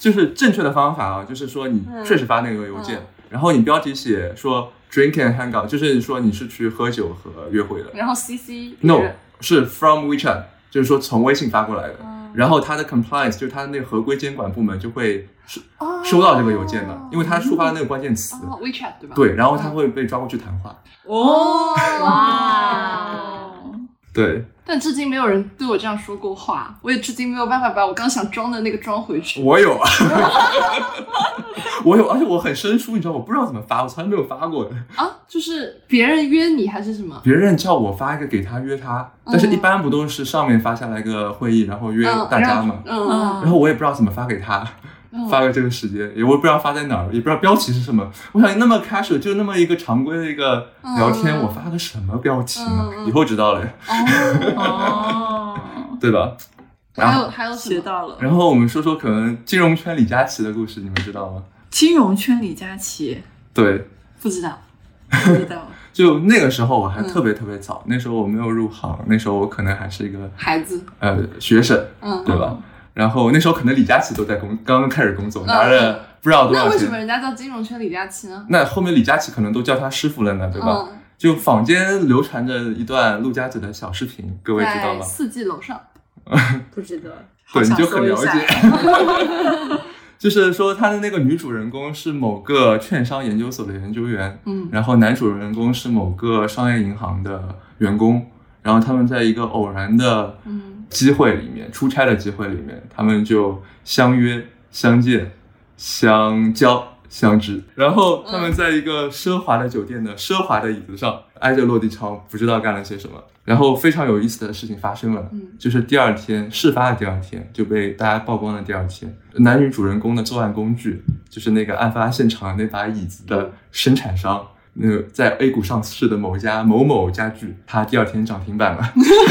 S2: 就是正确的方法啊，就是说你
S1: 嗯
S2: 确实发那个邮件，然后你标题写说 drink and hang out，就是说你是去喝酒和约会的
S1: 然后 CC 别
S2: ，no
S1: 人
S2: 是 from WeChat，就是说从微信发过来的，
S1: 嗯
S2: 然后它的 compliance 就是它那个合规监管部门就会收
S1: 哦
S2: 收到这个邮件的，因为它触发了那个关键词，
S1: 哦嗯 WeChat 对吧？
S2: 对，然后他会被抓过去谈话，
S1: 哦
S3: 哇
S2: 对
S1: 但至今没有人对我这样说过话，我也至今没有办法把我刚想装的那个装回去。
S2: 我有 啊。我有，而且我很生疏，你知道，我不知道怎么发，我从来没有发过。
S1: 啊，就是别人约你还是什么？
S2: 别人叫我发一个给他约他，但是一般不都是上面发下来一个会议，然后约
S1: 嗯，
S2: 大家
S1: 然后
S2: 嘛？
S1: 嗯，
S2: 然后我也不知道怎么发给他，
S1: 嗯
S2: 发个这个时间，也我也不知道发在哪儿，也不知道标题是什么。我想那么 casual 就那么一个常规的一个聊天，
S1: 嗯
S2: 我发个什么标题呢？
S1: 嗯嗯
S2: 以后知道了，
S1: 哦，
S5: 哦，
S2: 对吧？然
S1: 还有
S2: 后，
S1: 还有什
S5: 学
S1: 么？
S5: 到了。
S2: 然后我们说说可能金融圈李佳琦的故事，你们知道吗？
S5: 金融圈李佳琦，
S2: 对，
S1: 不知道。
S5: 不知道。
S2: 就那个时候我还
S1: 嗯
S2: 特别特别早，那时候我没有入行，那时候我可能还是一个
S1: 孩子，
S2: 呃学生，
S1: 嗯，
S2: 对吧？然后那时候可能李佳琦都在工，刚刚开始工作，
S1: 嗯
S2: 拿着不知道 多
S1: 那
S2: 少
S1: 为什 么
S2: 钱。
S1: 人家叫金融圈李佳琦呢？
S2: 那后面李佳琦可能都叫他师傅了呢，对吧？
S1: 嗯，
S2: 就坊间流传着一段陆家嘴的小视频，各位知道
S1: 在
S2: 吗？
S1: 四季楼上。
S3: 不知道，
S2: 对，你
S5: 想
S2: 就很
S5: 搜一
S2: 了
S5: 下
S2: 解。 就是说，他的那个女主人公是某个券商研究所的研究员，
S1: 嗯
S2: 然后男主人公是某个商业银行的员工，然后他们在一个偶然的
S1: 嗯
S2: 机会里面，出差的机会里面，他们就相约、相见、相交、相知。然后他们在一个奢华的酒店的奢华的椅子上，挨着落地窗，不知道干了些什么。然后非常有意思的事情发生了，
S1: 嗯
S2: 就是第二天事发的第二天就被大家曝光的第二天，男女主人公的作案工具就是那个案发现场那把椅子的生产商。那个在 A 股上市的某家某某家具，它第二天涨停板了。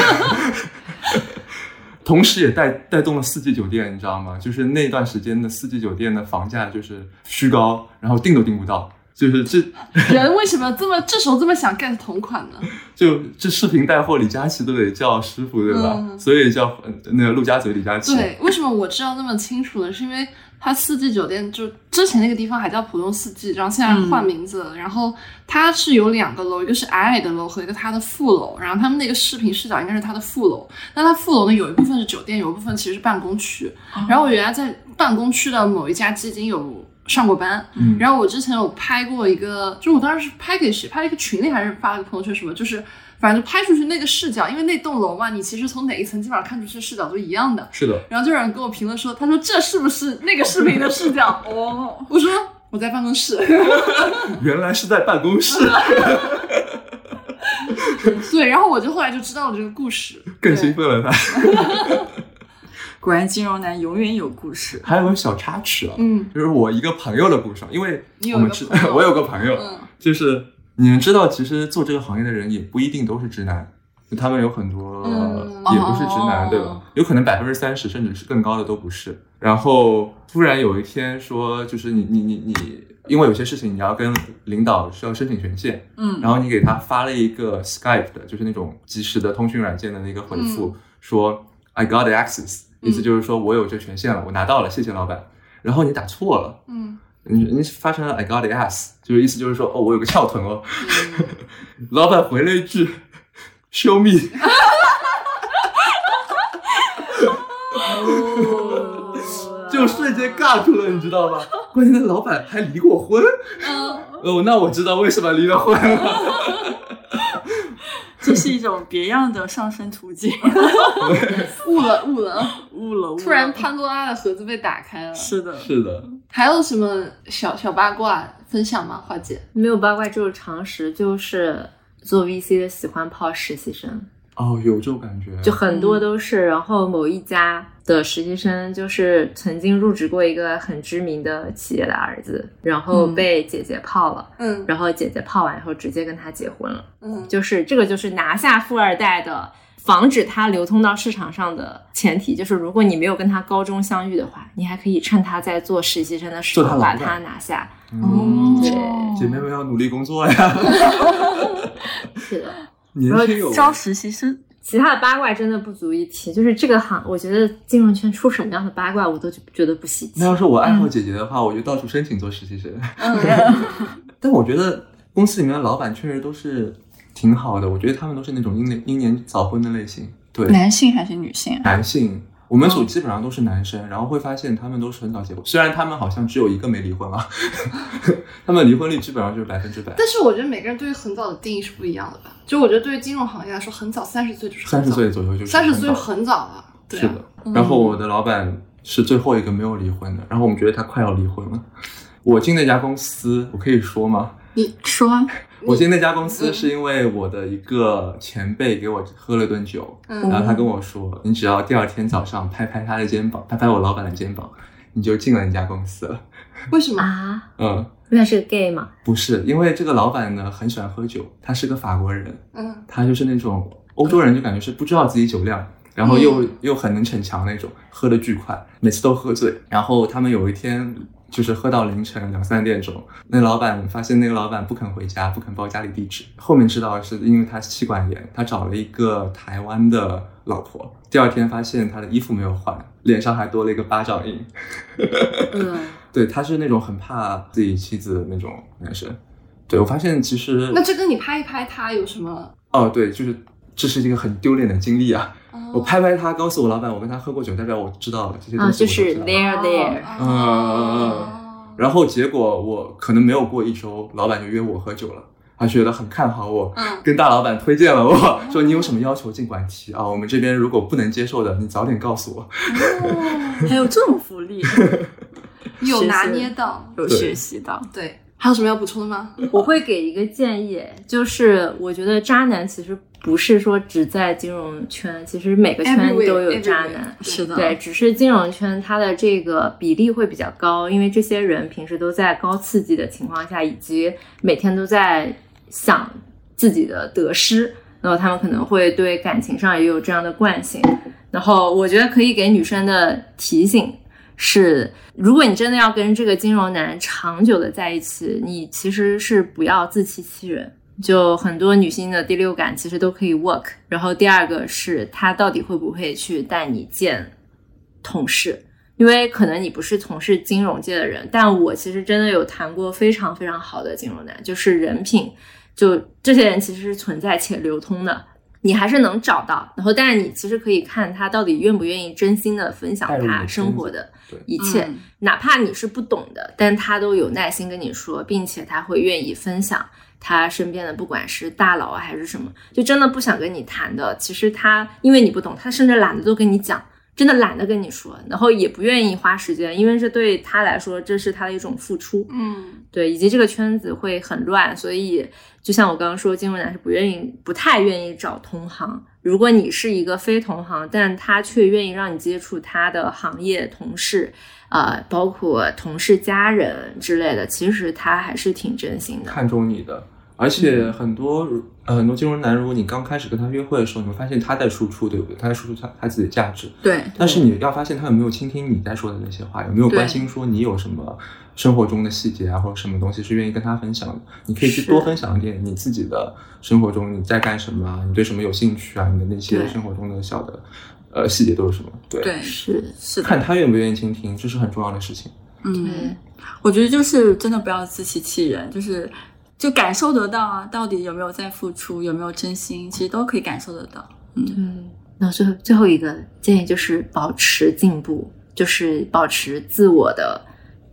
S2: 同时也带带动了四季酒店，你知道吗？就是那段时间的四季酒店的房价就是虚高，然后订都订不到。就是这
S1: 嗯 人为什么这么这时候这么想 get 同款呢？
S2: 就这视频带货，李佳琦都得叫师傅，对吧？
S1: 嗯
S2: 所以叫呃那个陆家嘴李佳琦。
S1: 对，为什么我知道那么清楚呢？是因为它四季酒店就之前那个地方还叫浦东四季，然后现在换名字了。然后它是有两个楼，一个是矮矮的楼和一个它的副楼。然后他们那个视频视角应该是它的副楼。那它副楼呢，有一部分是酒店，有一部分其实是办公区。然后我原来在办公区的某一家基金有上过班，
S2: 嗯
S1: 然后我之前有拍过一个，就我当时是拍给谁，拍了一个群里还是发了个朋友圈什么，就是反正就拍出去那个视角，因为那栋楼嘛，你其实从哪一层基本上看出去视角都一样的。
S2: 是的，
S1: 然后就有人跟我评论说，他说这是不是那个视频的视角？
S5: 哦，
S1: 我说我在办公室，
S2: 原来是在办公室，
S1: 对，然后我就后来就知道了这个故事，
S2: 更兴奋了他。
S5: 果然金融男永远有故事。
S2: 还有个小插曲啊，
S1: 嗯
S2: 就是我一个朋友的故事，因为
S1: 你有
S2: 我
S1: 一个
S2: 们知
S1: 朋友
S2: 我有个朋友，
S1: 嗯
S2: 就是你们知道，其实做这个行业的人也不一定都是直男，就他们有很多、呃
S1: 嗯
S2: 也不是直男，
S5: 哦
S2: 对吧？有可能百分之三十甚至是更高的都不是。然后突然有一天说，就是你你你你，因为有些事情你要跟领导是要申请权限，
S5: 嗯
S2: 然后你给他发了一个 Skype 的，就是那种即时的通讯软件的那个回复，说 I got access，意思就是说我有这权限了，我拿到了，谢谢老板。然后你打错了。
S1: 嗯
S2: 你你发成了 I got the ass，就是意思就是说哦，我有个翘臀哦。老板回了一句， show me，就瞬间尬住了，你知道吧？关键那老板还离过婚，哦，那我知道为什么离了婚了。
S5: 这是一种别样的上升途 径。
S1: 悟了悟了，
S5: 悟了，悟了
S1: 突然潘多拉的盒子被打开了。
S5: 是的，
S2: 是的，
S1: 还有什么小小八卦分享吗？花姐，
S3: 没有八卦这种常识，就是做 VC 的喜欢泡实习生，
S2: 哦，有这种感觉，
S3: 就很多都是。然后某一家的实习生就是曾经入职过一个很知名的企业的儿子，然后被姐姐泡了，
S1: 嗯
S3: 然后姐姐泡完以后直接跟他结婚了。
S1: 嗯，
S3: 就是这个就是拿下富二代的，防止他流通到市场上的前提，就是如果你没有跟他高中相遇的话，你还可以趁他在做实习生的时
S2: 做他
S3: 候
S2: 老
S3: 把
S2: 板
S3: 他拿下。
S2: 嗯，
S3: 对
S2: 姐妹们要努力工作呀，
S3: 是的，
S2: 年
S1: 呃
S2: 轻有为，
S5: 招实习生，
S3: 其他的八卦真的不足一提，就是这个行，我觉得金融圈出什么样的八卦我都觉得不稀奇
S2: 那。要是我
S1: 嗯
S2: 爱好姐姐的话，我就到处申请做实习生。 但我觉得公司里面的老板确实都是挺好的，我觉得他们都是那种英年英年早婚的类型。对，
S5: 男性还是女性啊？
S2: 男性，我
S1: 哦
S2: 们组基本上都是男生，然后会发现他们都是很早结婚，虽然他们好像只有一个没离婚啊， 他们离婚率基本上就是百分之百。
S1: 但是我觉得每个人对于很早的定义是不一样的吧。就我觉得对于金融行业来说，很早三十岁就是
S2: 三
S1: 很
S2: 十
S1: 早
S2: 岁，左右就是
S1: 三十岁
S2: 很早
S1: 很早了。对
S2: 是
S1: 啊，
S2: 的。然后我的老板是最后一个没有离婚的，然后我们觉得他快要离婚了。我进那家公司，我可以说吗？
S5: 说啊，
S2: 我进那家公司是因为我的一个前辈给我喝了顿酒，
S1: 嗯
S2: 然后他跟我说，你只要第二天早上拍拍他的肩膀，拍拍我老板的肩膀，你就进了那家公司了。
S1: 为什么？
S3: 啊，
S2: 嗯，
S3: 那是个 gay 嘛？
S2: 不是，因为这个老板呢很喜欢喝酒，他是个法国人，
S1: 嗯
S2: 他就是那种欧洲人，就感觉是不知道自己酒量，然后又、
S1: 嗯
S2: 又很能逞强那种，喝的巨快，每次都喝醉。然后他们有一天就是喝到凌晨两三点钟，那老板发现那个老板不肯回家，不肯报家里地址。后面知道是因为他妻管严，他找了一个台湾的老婆。第二天发现他的衣服没有换，脸上还多了一个巴掌印。
S3: 嗯，
S2: 对，他是那种很怕自己妻子的那种男生。对我发现其实
S1: 那这跟你拍一拍他有什么？
S2: 哦，对，就是这是一个很丢脸的经历啊！
S1: 啊
S2: 我拍拍他，告诉我老板我跟他喝过酒，代表我知道了这些东
S3: 啊，
S2: 西
S3: 就
S2: 我都知道
S3: 是
S2: 了。
S3: there there，
S1: 啊
S2: 嗯
S1: 哦
S2: 嗯 然后结果我可能没有过一周，老板就约我喝酒了，他觉得很看好我，
S1: 嗯
S2: 跟大老板推荐了我，说你有什么要求尽管提啊，我们这边如果不能接受的，你早点告诉我。
S5: 还有这种福利，
S1: 有拿捏到，
S5: 有
S2: 对
S5: 学习到。
S1: 对。还有什么要补充的吗？
S3: 我会给一个建议，就是我觉得渣男其实不是说只在金融圈，其实每个圈
S1: Everywhere，
S3: 都有渣
S1: everywhere
S3: 男。
S5: 是的，
S3: 对，只是金融圈它的这个比例会比较高，因为这些人平时都在高刺激的情况下，以及每天都在想自己的得失，然后他们可能会对感情上也有这样的惯性。然后我觉得可以给女生的提醒是，如果你真的要跟这个金融男长久的在一起，你其实是不要自欺欺人。就很多女性的第六感其实都可以 work。然后第二个是他到底会不会去带你见同事，因为可能你不是从事金融界的人，但我其实真的有谈过非常非常好的金融男，就是人品，就这些人其实是存在且流通的。你还是能找到，然后但是你其实可以看他到底愿不愿意真心的分享
S2: 带入你的
S3: 他
S2: 圈
S3: 生活
S2: 子
S3: 的
S2: 对
S3: 一切，
S5: 嗯
S3: 哪怕你是不懂的，但他都有耐心跟你说，并且他会愿意分享他身边的，不管是大佬啊还是什么，就真的不想跟你谈的，其实他因为你不懂，他甚至懒得都跟你讲，真的懒得跟你说，然后也不愿意花时间，因为这对他来说这是他的一种付出，
S1: 嗯，
S3: 对，以及这个圈子会很乱，所以就像我刚刚说，金融男是不愿意、不太愿意找同行。如果你是一个非同行，但他却愿意让你接触他的行业同事，呃，包括同事、家人之类的，其实他还是挺真心的。
S2: 看中你的，而且
S3: 嗯
S2: 很多、呃很多金融男，如果你刚开始跟他约会的时候，你会发现他在输出，对不对？他在输出他他自己的价值，
S5: 对，
S2: 但是你要发现他有没有倾听你在说的那些话，有没有
S5: 对
S2: 关心说你有什么生活中的细节啊，或者什么东西是愿意跟他分享的？你可以去
S3: 是
S2: 多分享一点你自己的生活中你在干什么啊，你对什么有兴趣啊，你的那些
S5: 对
S2: 生活中的小的呃细节都是什么？对，
S5: 对，
S3: 是，
S5: 是的，
S2: 看他愿不愿意倾听，
S5: 嗯
S2: 这是很重要的事情。
S3: 嗯
S5: 嗯，我觉得就是真的不要自欺欺人，就是。就感受得到啊，到底有没有在付出，有没有真心，其实都可以感受得到。
S3: 嗯，然后最后最后一个建议就是保持进步，就是保持自我的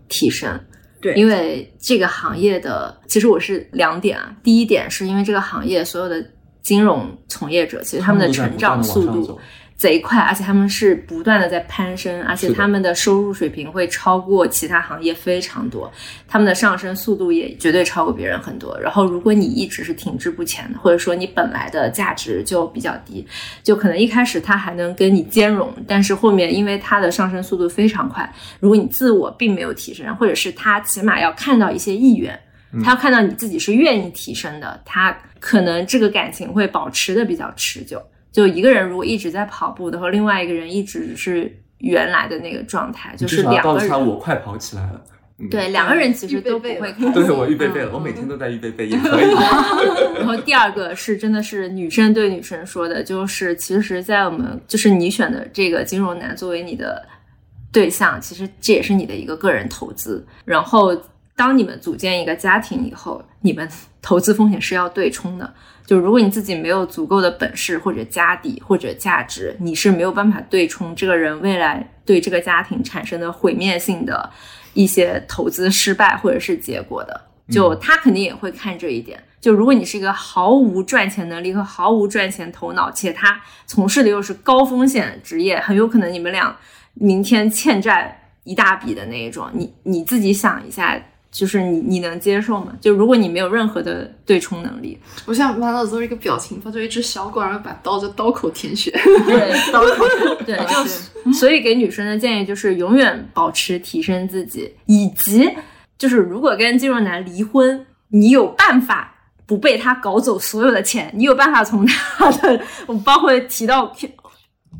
S3: 提升。
S5: 对
S3: 因为这个行业的，其实我是两点啊。第一点是因为这个行业所有的金融从业者，其实他们的成长速
S2: 嗯他们都在不断地往上
S3: 度
S2: 走
S3: 贼快，而且他们是不断的在攀升，而且
S2: 是的
S3: 他们的收入水平会超过其他行业非常多，他们的上升速度也绝对超过别人很多。然后，如果你一直是停滞不前的，或者说你本来的价值就比较低，就可能一开始它还能跟你兼容，但是后面因为它的上升速度非常快，如果你自我并没有提升，或者是他起码要看到一些意愿
S2: 嗯，
S3: 他要看到你自己是愿意提升的，他可能这个感情会保持的比较持久。就一个人如果一直在跑步的话，另外一个人一直是原来的那个状态，就
S2: 你
S3: 是
S2: 至少要
S3: 两
S2: 告
S3: 个
S2: 诉他
S3: 人。
S2: 我快跑起来了。嗯，
S3: 对，两个人其实都不
S1: 预备
S3: 会
S1: 备
S3: 开心。
S2: 对我预备备了，
S3: 嗯
S2: 我每
S3: 嗯
S2: 天都在预备备，也可 以。
S3: 然后第二个是真的是女生对女生说的，就是其实，在我们就是你选的这个金融男作为你的对象，其实这也是你的一个个人投资。然后当你们组建一个家庭以后，你们投资风险是要对冲的。就如果你自己没有足够的本事或者家底或者价值，你是没有办法对冲这个人未来对这个家庭产生的毁灭性的一些投资失败或者是结果的。就他肯定也会看这一点。就如果你是一个毫无赚钱能力和毫无赚钱头脑，且他从事的又是高风险职业，很有可能你们俩明天欠债一大笔的那一种。你你自己想一下，就是你你能接受吗？就如果你没有任何的对冲能力，
S1: 我想满脑子都是一个表情包，就一只小狗，然后把刀就刀口舔血。
S3: 对，刀口，对，就是，所以给女生的建议就是永远保持提升自己，以及就是如果跟金融男离婚，你有办法。不被他搞走所有的钱，你有办法从他的，我们包括提到 Q，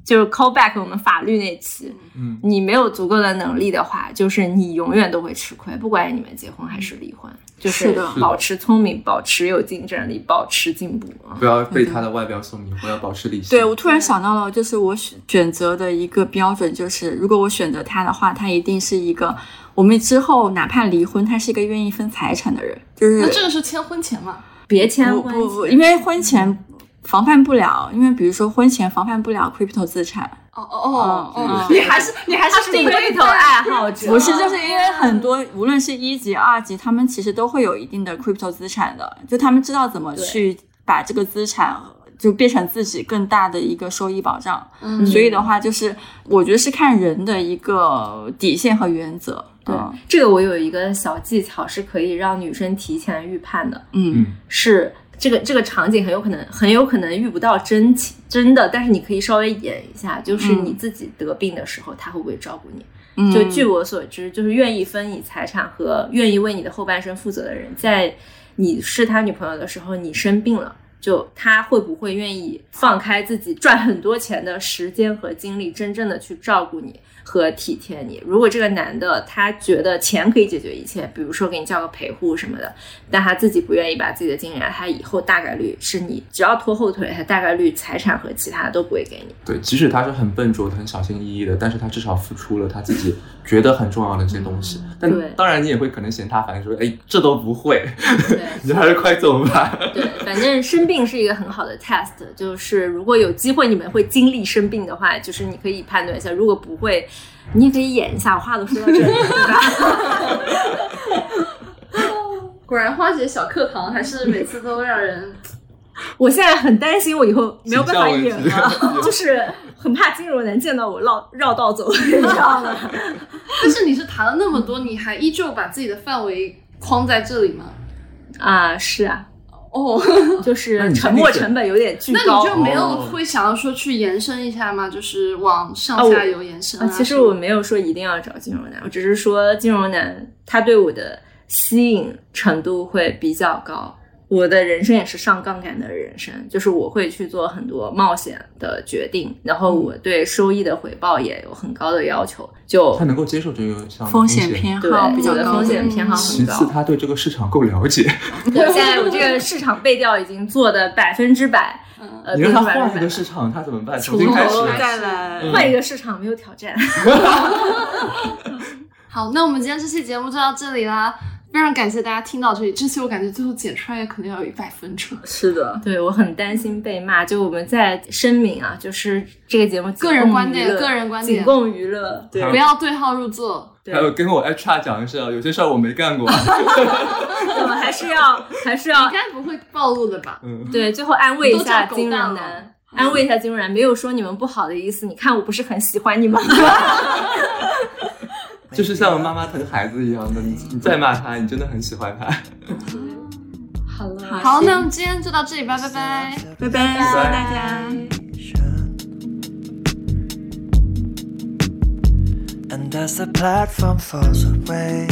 S3: 就是 call back 我们法律那期，
S2: 嗯，
S3: 你没有足够的能力的话，就是你永远都会吃亏，不管你们结婚还是离婚，就是
S5: 的
S3: 保持聪明，保持有竞争力，保持进步啊。
S2: 不要被他的外表所迷惑，要保持理性。
S5: 对我突然想到了，就是我选选择的一个标准，就是如果我选择他的话，他一定是一个我们之后哪怕离婚，他是一个愿意分财产的人，就是
S1: 那这个是签婚前嘛？
S3: 别签
S5: 不
S3: 婚
S5: 不不，
S3: 前
S5: 因为婚前防范不了，因为比如说婚前防范不了 crypto 资产，
S1: 哦哦哦
S5: 嗯
S1: 哦，
S3: 你还是你还
S1: 他
S3: 是
S1: 是
S3: 个
S1: 对
S3: 头爱好者，
S5: 不是，就是因为很多无论是一级、二级，他们其实都会有一定的 crypto 资产的，就他们知道怎么
S3: 对
S5: 去把这个资产就变成自己更大的一个收益保障。
S1: 嗯
S5: 所以的话，就是我觉得是看人的一个底线和原则。
S3: 对
S5: 嗯
S3: 这个我有一个小技巧是可以让女生提前预判的，
S5: 嗯，
S2: 嗯，
S3: 是这个这个场景很有可能很有可能遇不到真情真的，但是你可以稍微演一下，就是
S5: 嗯
S3: 你自己得病的时候，他会不会照顾你？
S5: 嗯
S3: 就据我所知，就是愿意分你财产和愿意为你的后半生负责的人，在你是他女朋友的时候，你生病了，就他会不会愿意放开自己赚很多钱的时间和精力，真正的去照顾你和体贴你？如果这个男的他觉得钱可以解决一切，比如说给你叫个陪护什么的，但他自己不愿意把自己的精力，他以后大概率是你只要拖后腿，他大概率财产和其他的都不会给你。
S2: 对，即使他是很笨拙、很小心翼翼的，但是他至少付出了他自己觉得很重要的一些东西。但
S3: 嗯对
S2: 当然，你也会可能嫌他烦，说：“哎，这都不会，
S3: 对。
S2: 你还是快走吧。
S3: 对， 反正生病是一个很好的 test，就是如果有机会你们会经历生病的话，就是你可以判断一下；如果不会，你也可以演一下。话都说到这里，对吧？
S1: 果然花姐小课堂还是每次都让人
S3: 我现在很担心，我以后没有办法
S2: 形
S3: 演
S2: 象问题
S3: 了，就是很怕金融能见到我绕绕道走，你知道吗？
S1: 但是你是谈了那么多，你还依旧把自己的范围框在这里吗？
S3: 啊，是啊，
S1: 哦，
S3: 就是
S2: 你
S3: 沉
S2: 那
S3: 默
S2: 个
S3: 成本有点巨
S1: 那
S3: 高
S1: 你就。没有
S2: 哦
S1: 会想要说去延伸一下吗？就是往上
S3: 啊我
S1: 下游延伸
S3: 啊，其
S1: 什
S3: 实
S1: 么
S3: 我没有说一定要找金融男，我只是说金融男他对我的吸引程度会比较高。我的人生也是上杠杆的人生，就是我会去做很多冒险的决定，然后
S5: 嗯
S3: 我对收益的回报也有很高的要求。” 就
S2: 他能够接受这个项目
S5: 风
S2: 险
S5: 险偏
S3: 对
S5: 好比较
S3: 我的
S5: 高
S3: 风
S5: 的
S3: 险偏好
S2: 其
S3: 很
S2: 次，
S3: 高。
S2: 他对这个市场够了解，
S3: 我现在我这个市场背调已经做的百分之百，
S5: 嗯
S3: 呃，
S2: 你让他
S3: 百分
S2: 换
S3: 之
S2: 一
S3: 百
S2: 个市场，他怎么办？
S3: 从
S2: 重新开始
S1: 头。来
S5: 再来，
S3: 换一个市场没有挑战。
S1: 好，那我们今天这期节目就到这里啦。非常感谢大家听到这里，这期我感觉最后剪出来可能要有一百分钟。
S5: 是的，
S6: 对我很担心被骂，就我们在声明啊，就是这个节目仅供
S1: 个人观
S6: 娱
S1: 点，
S6: 乐
S1: 个人观
S6: 仅
S1: 点，
S6: 供娱乐，对
S1: 不要对号入座。
S6: 对
S2: 还有跟我 HR 讲的是，啊有些事儿我没干过。
S6: 我们还是 要还是要
S1: 应该不会暴露的吧？
S2: 嗯，
S6: 对，最后安慰一下金
S1: 都叫
S6: 融
S1: 狗蛋
S6: 男，安慰一下金融男，没有说你们不好的意思。你看我不是很喜欢你们，
S2: 就是像妈妈疼孩子一样的，
S3: 嗯
S2: 你你再骂他，你真的很喜欢他。
S6: 好了。
S1: 好，那我们今天就到这里吧，拜拜。
S5: 拜拜，谢谢大家。
S7: And as the platform falls away,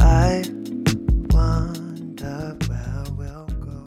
S7: I wonder where we'll go.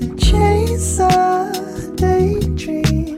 S7: and chase our daydream.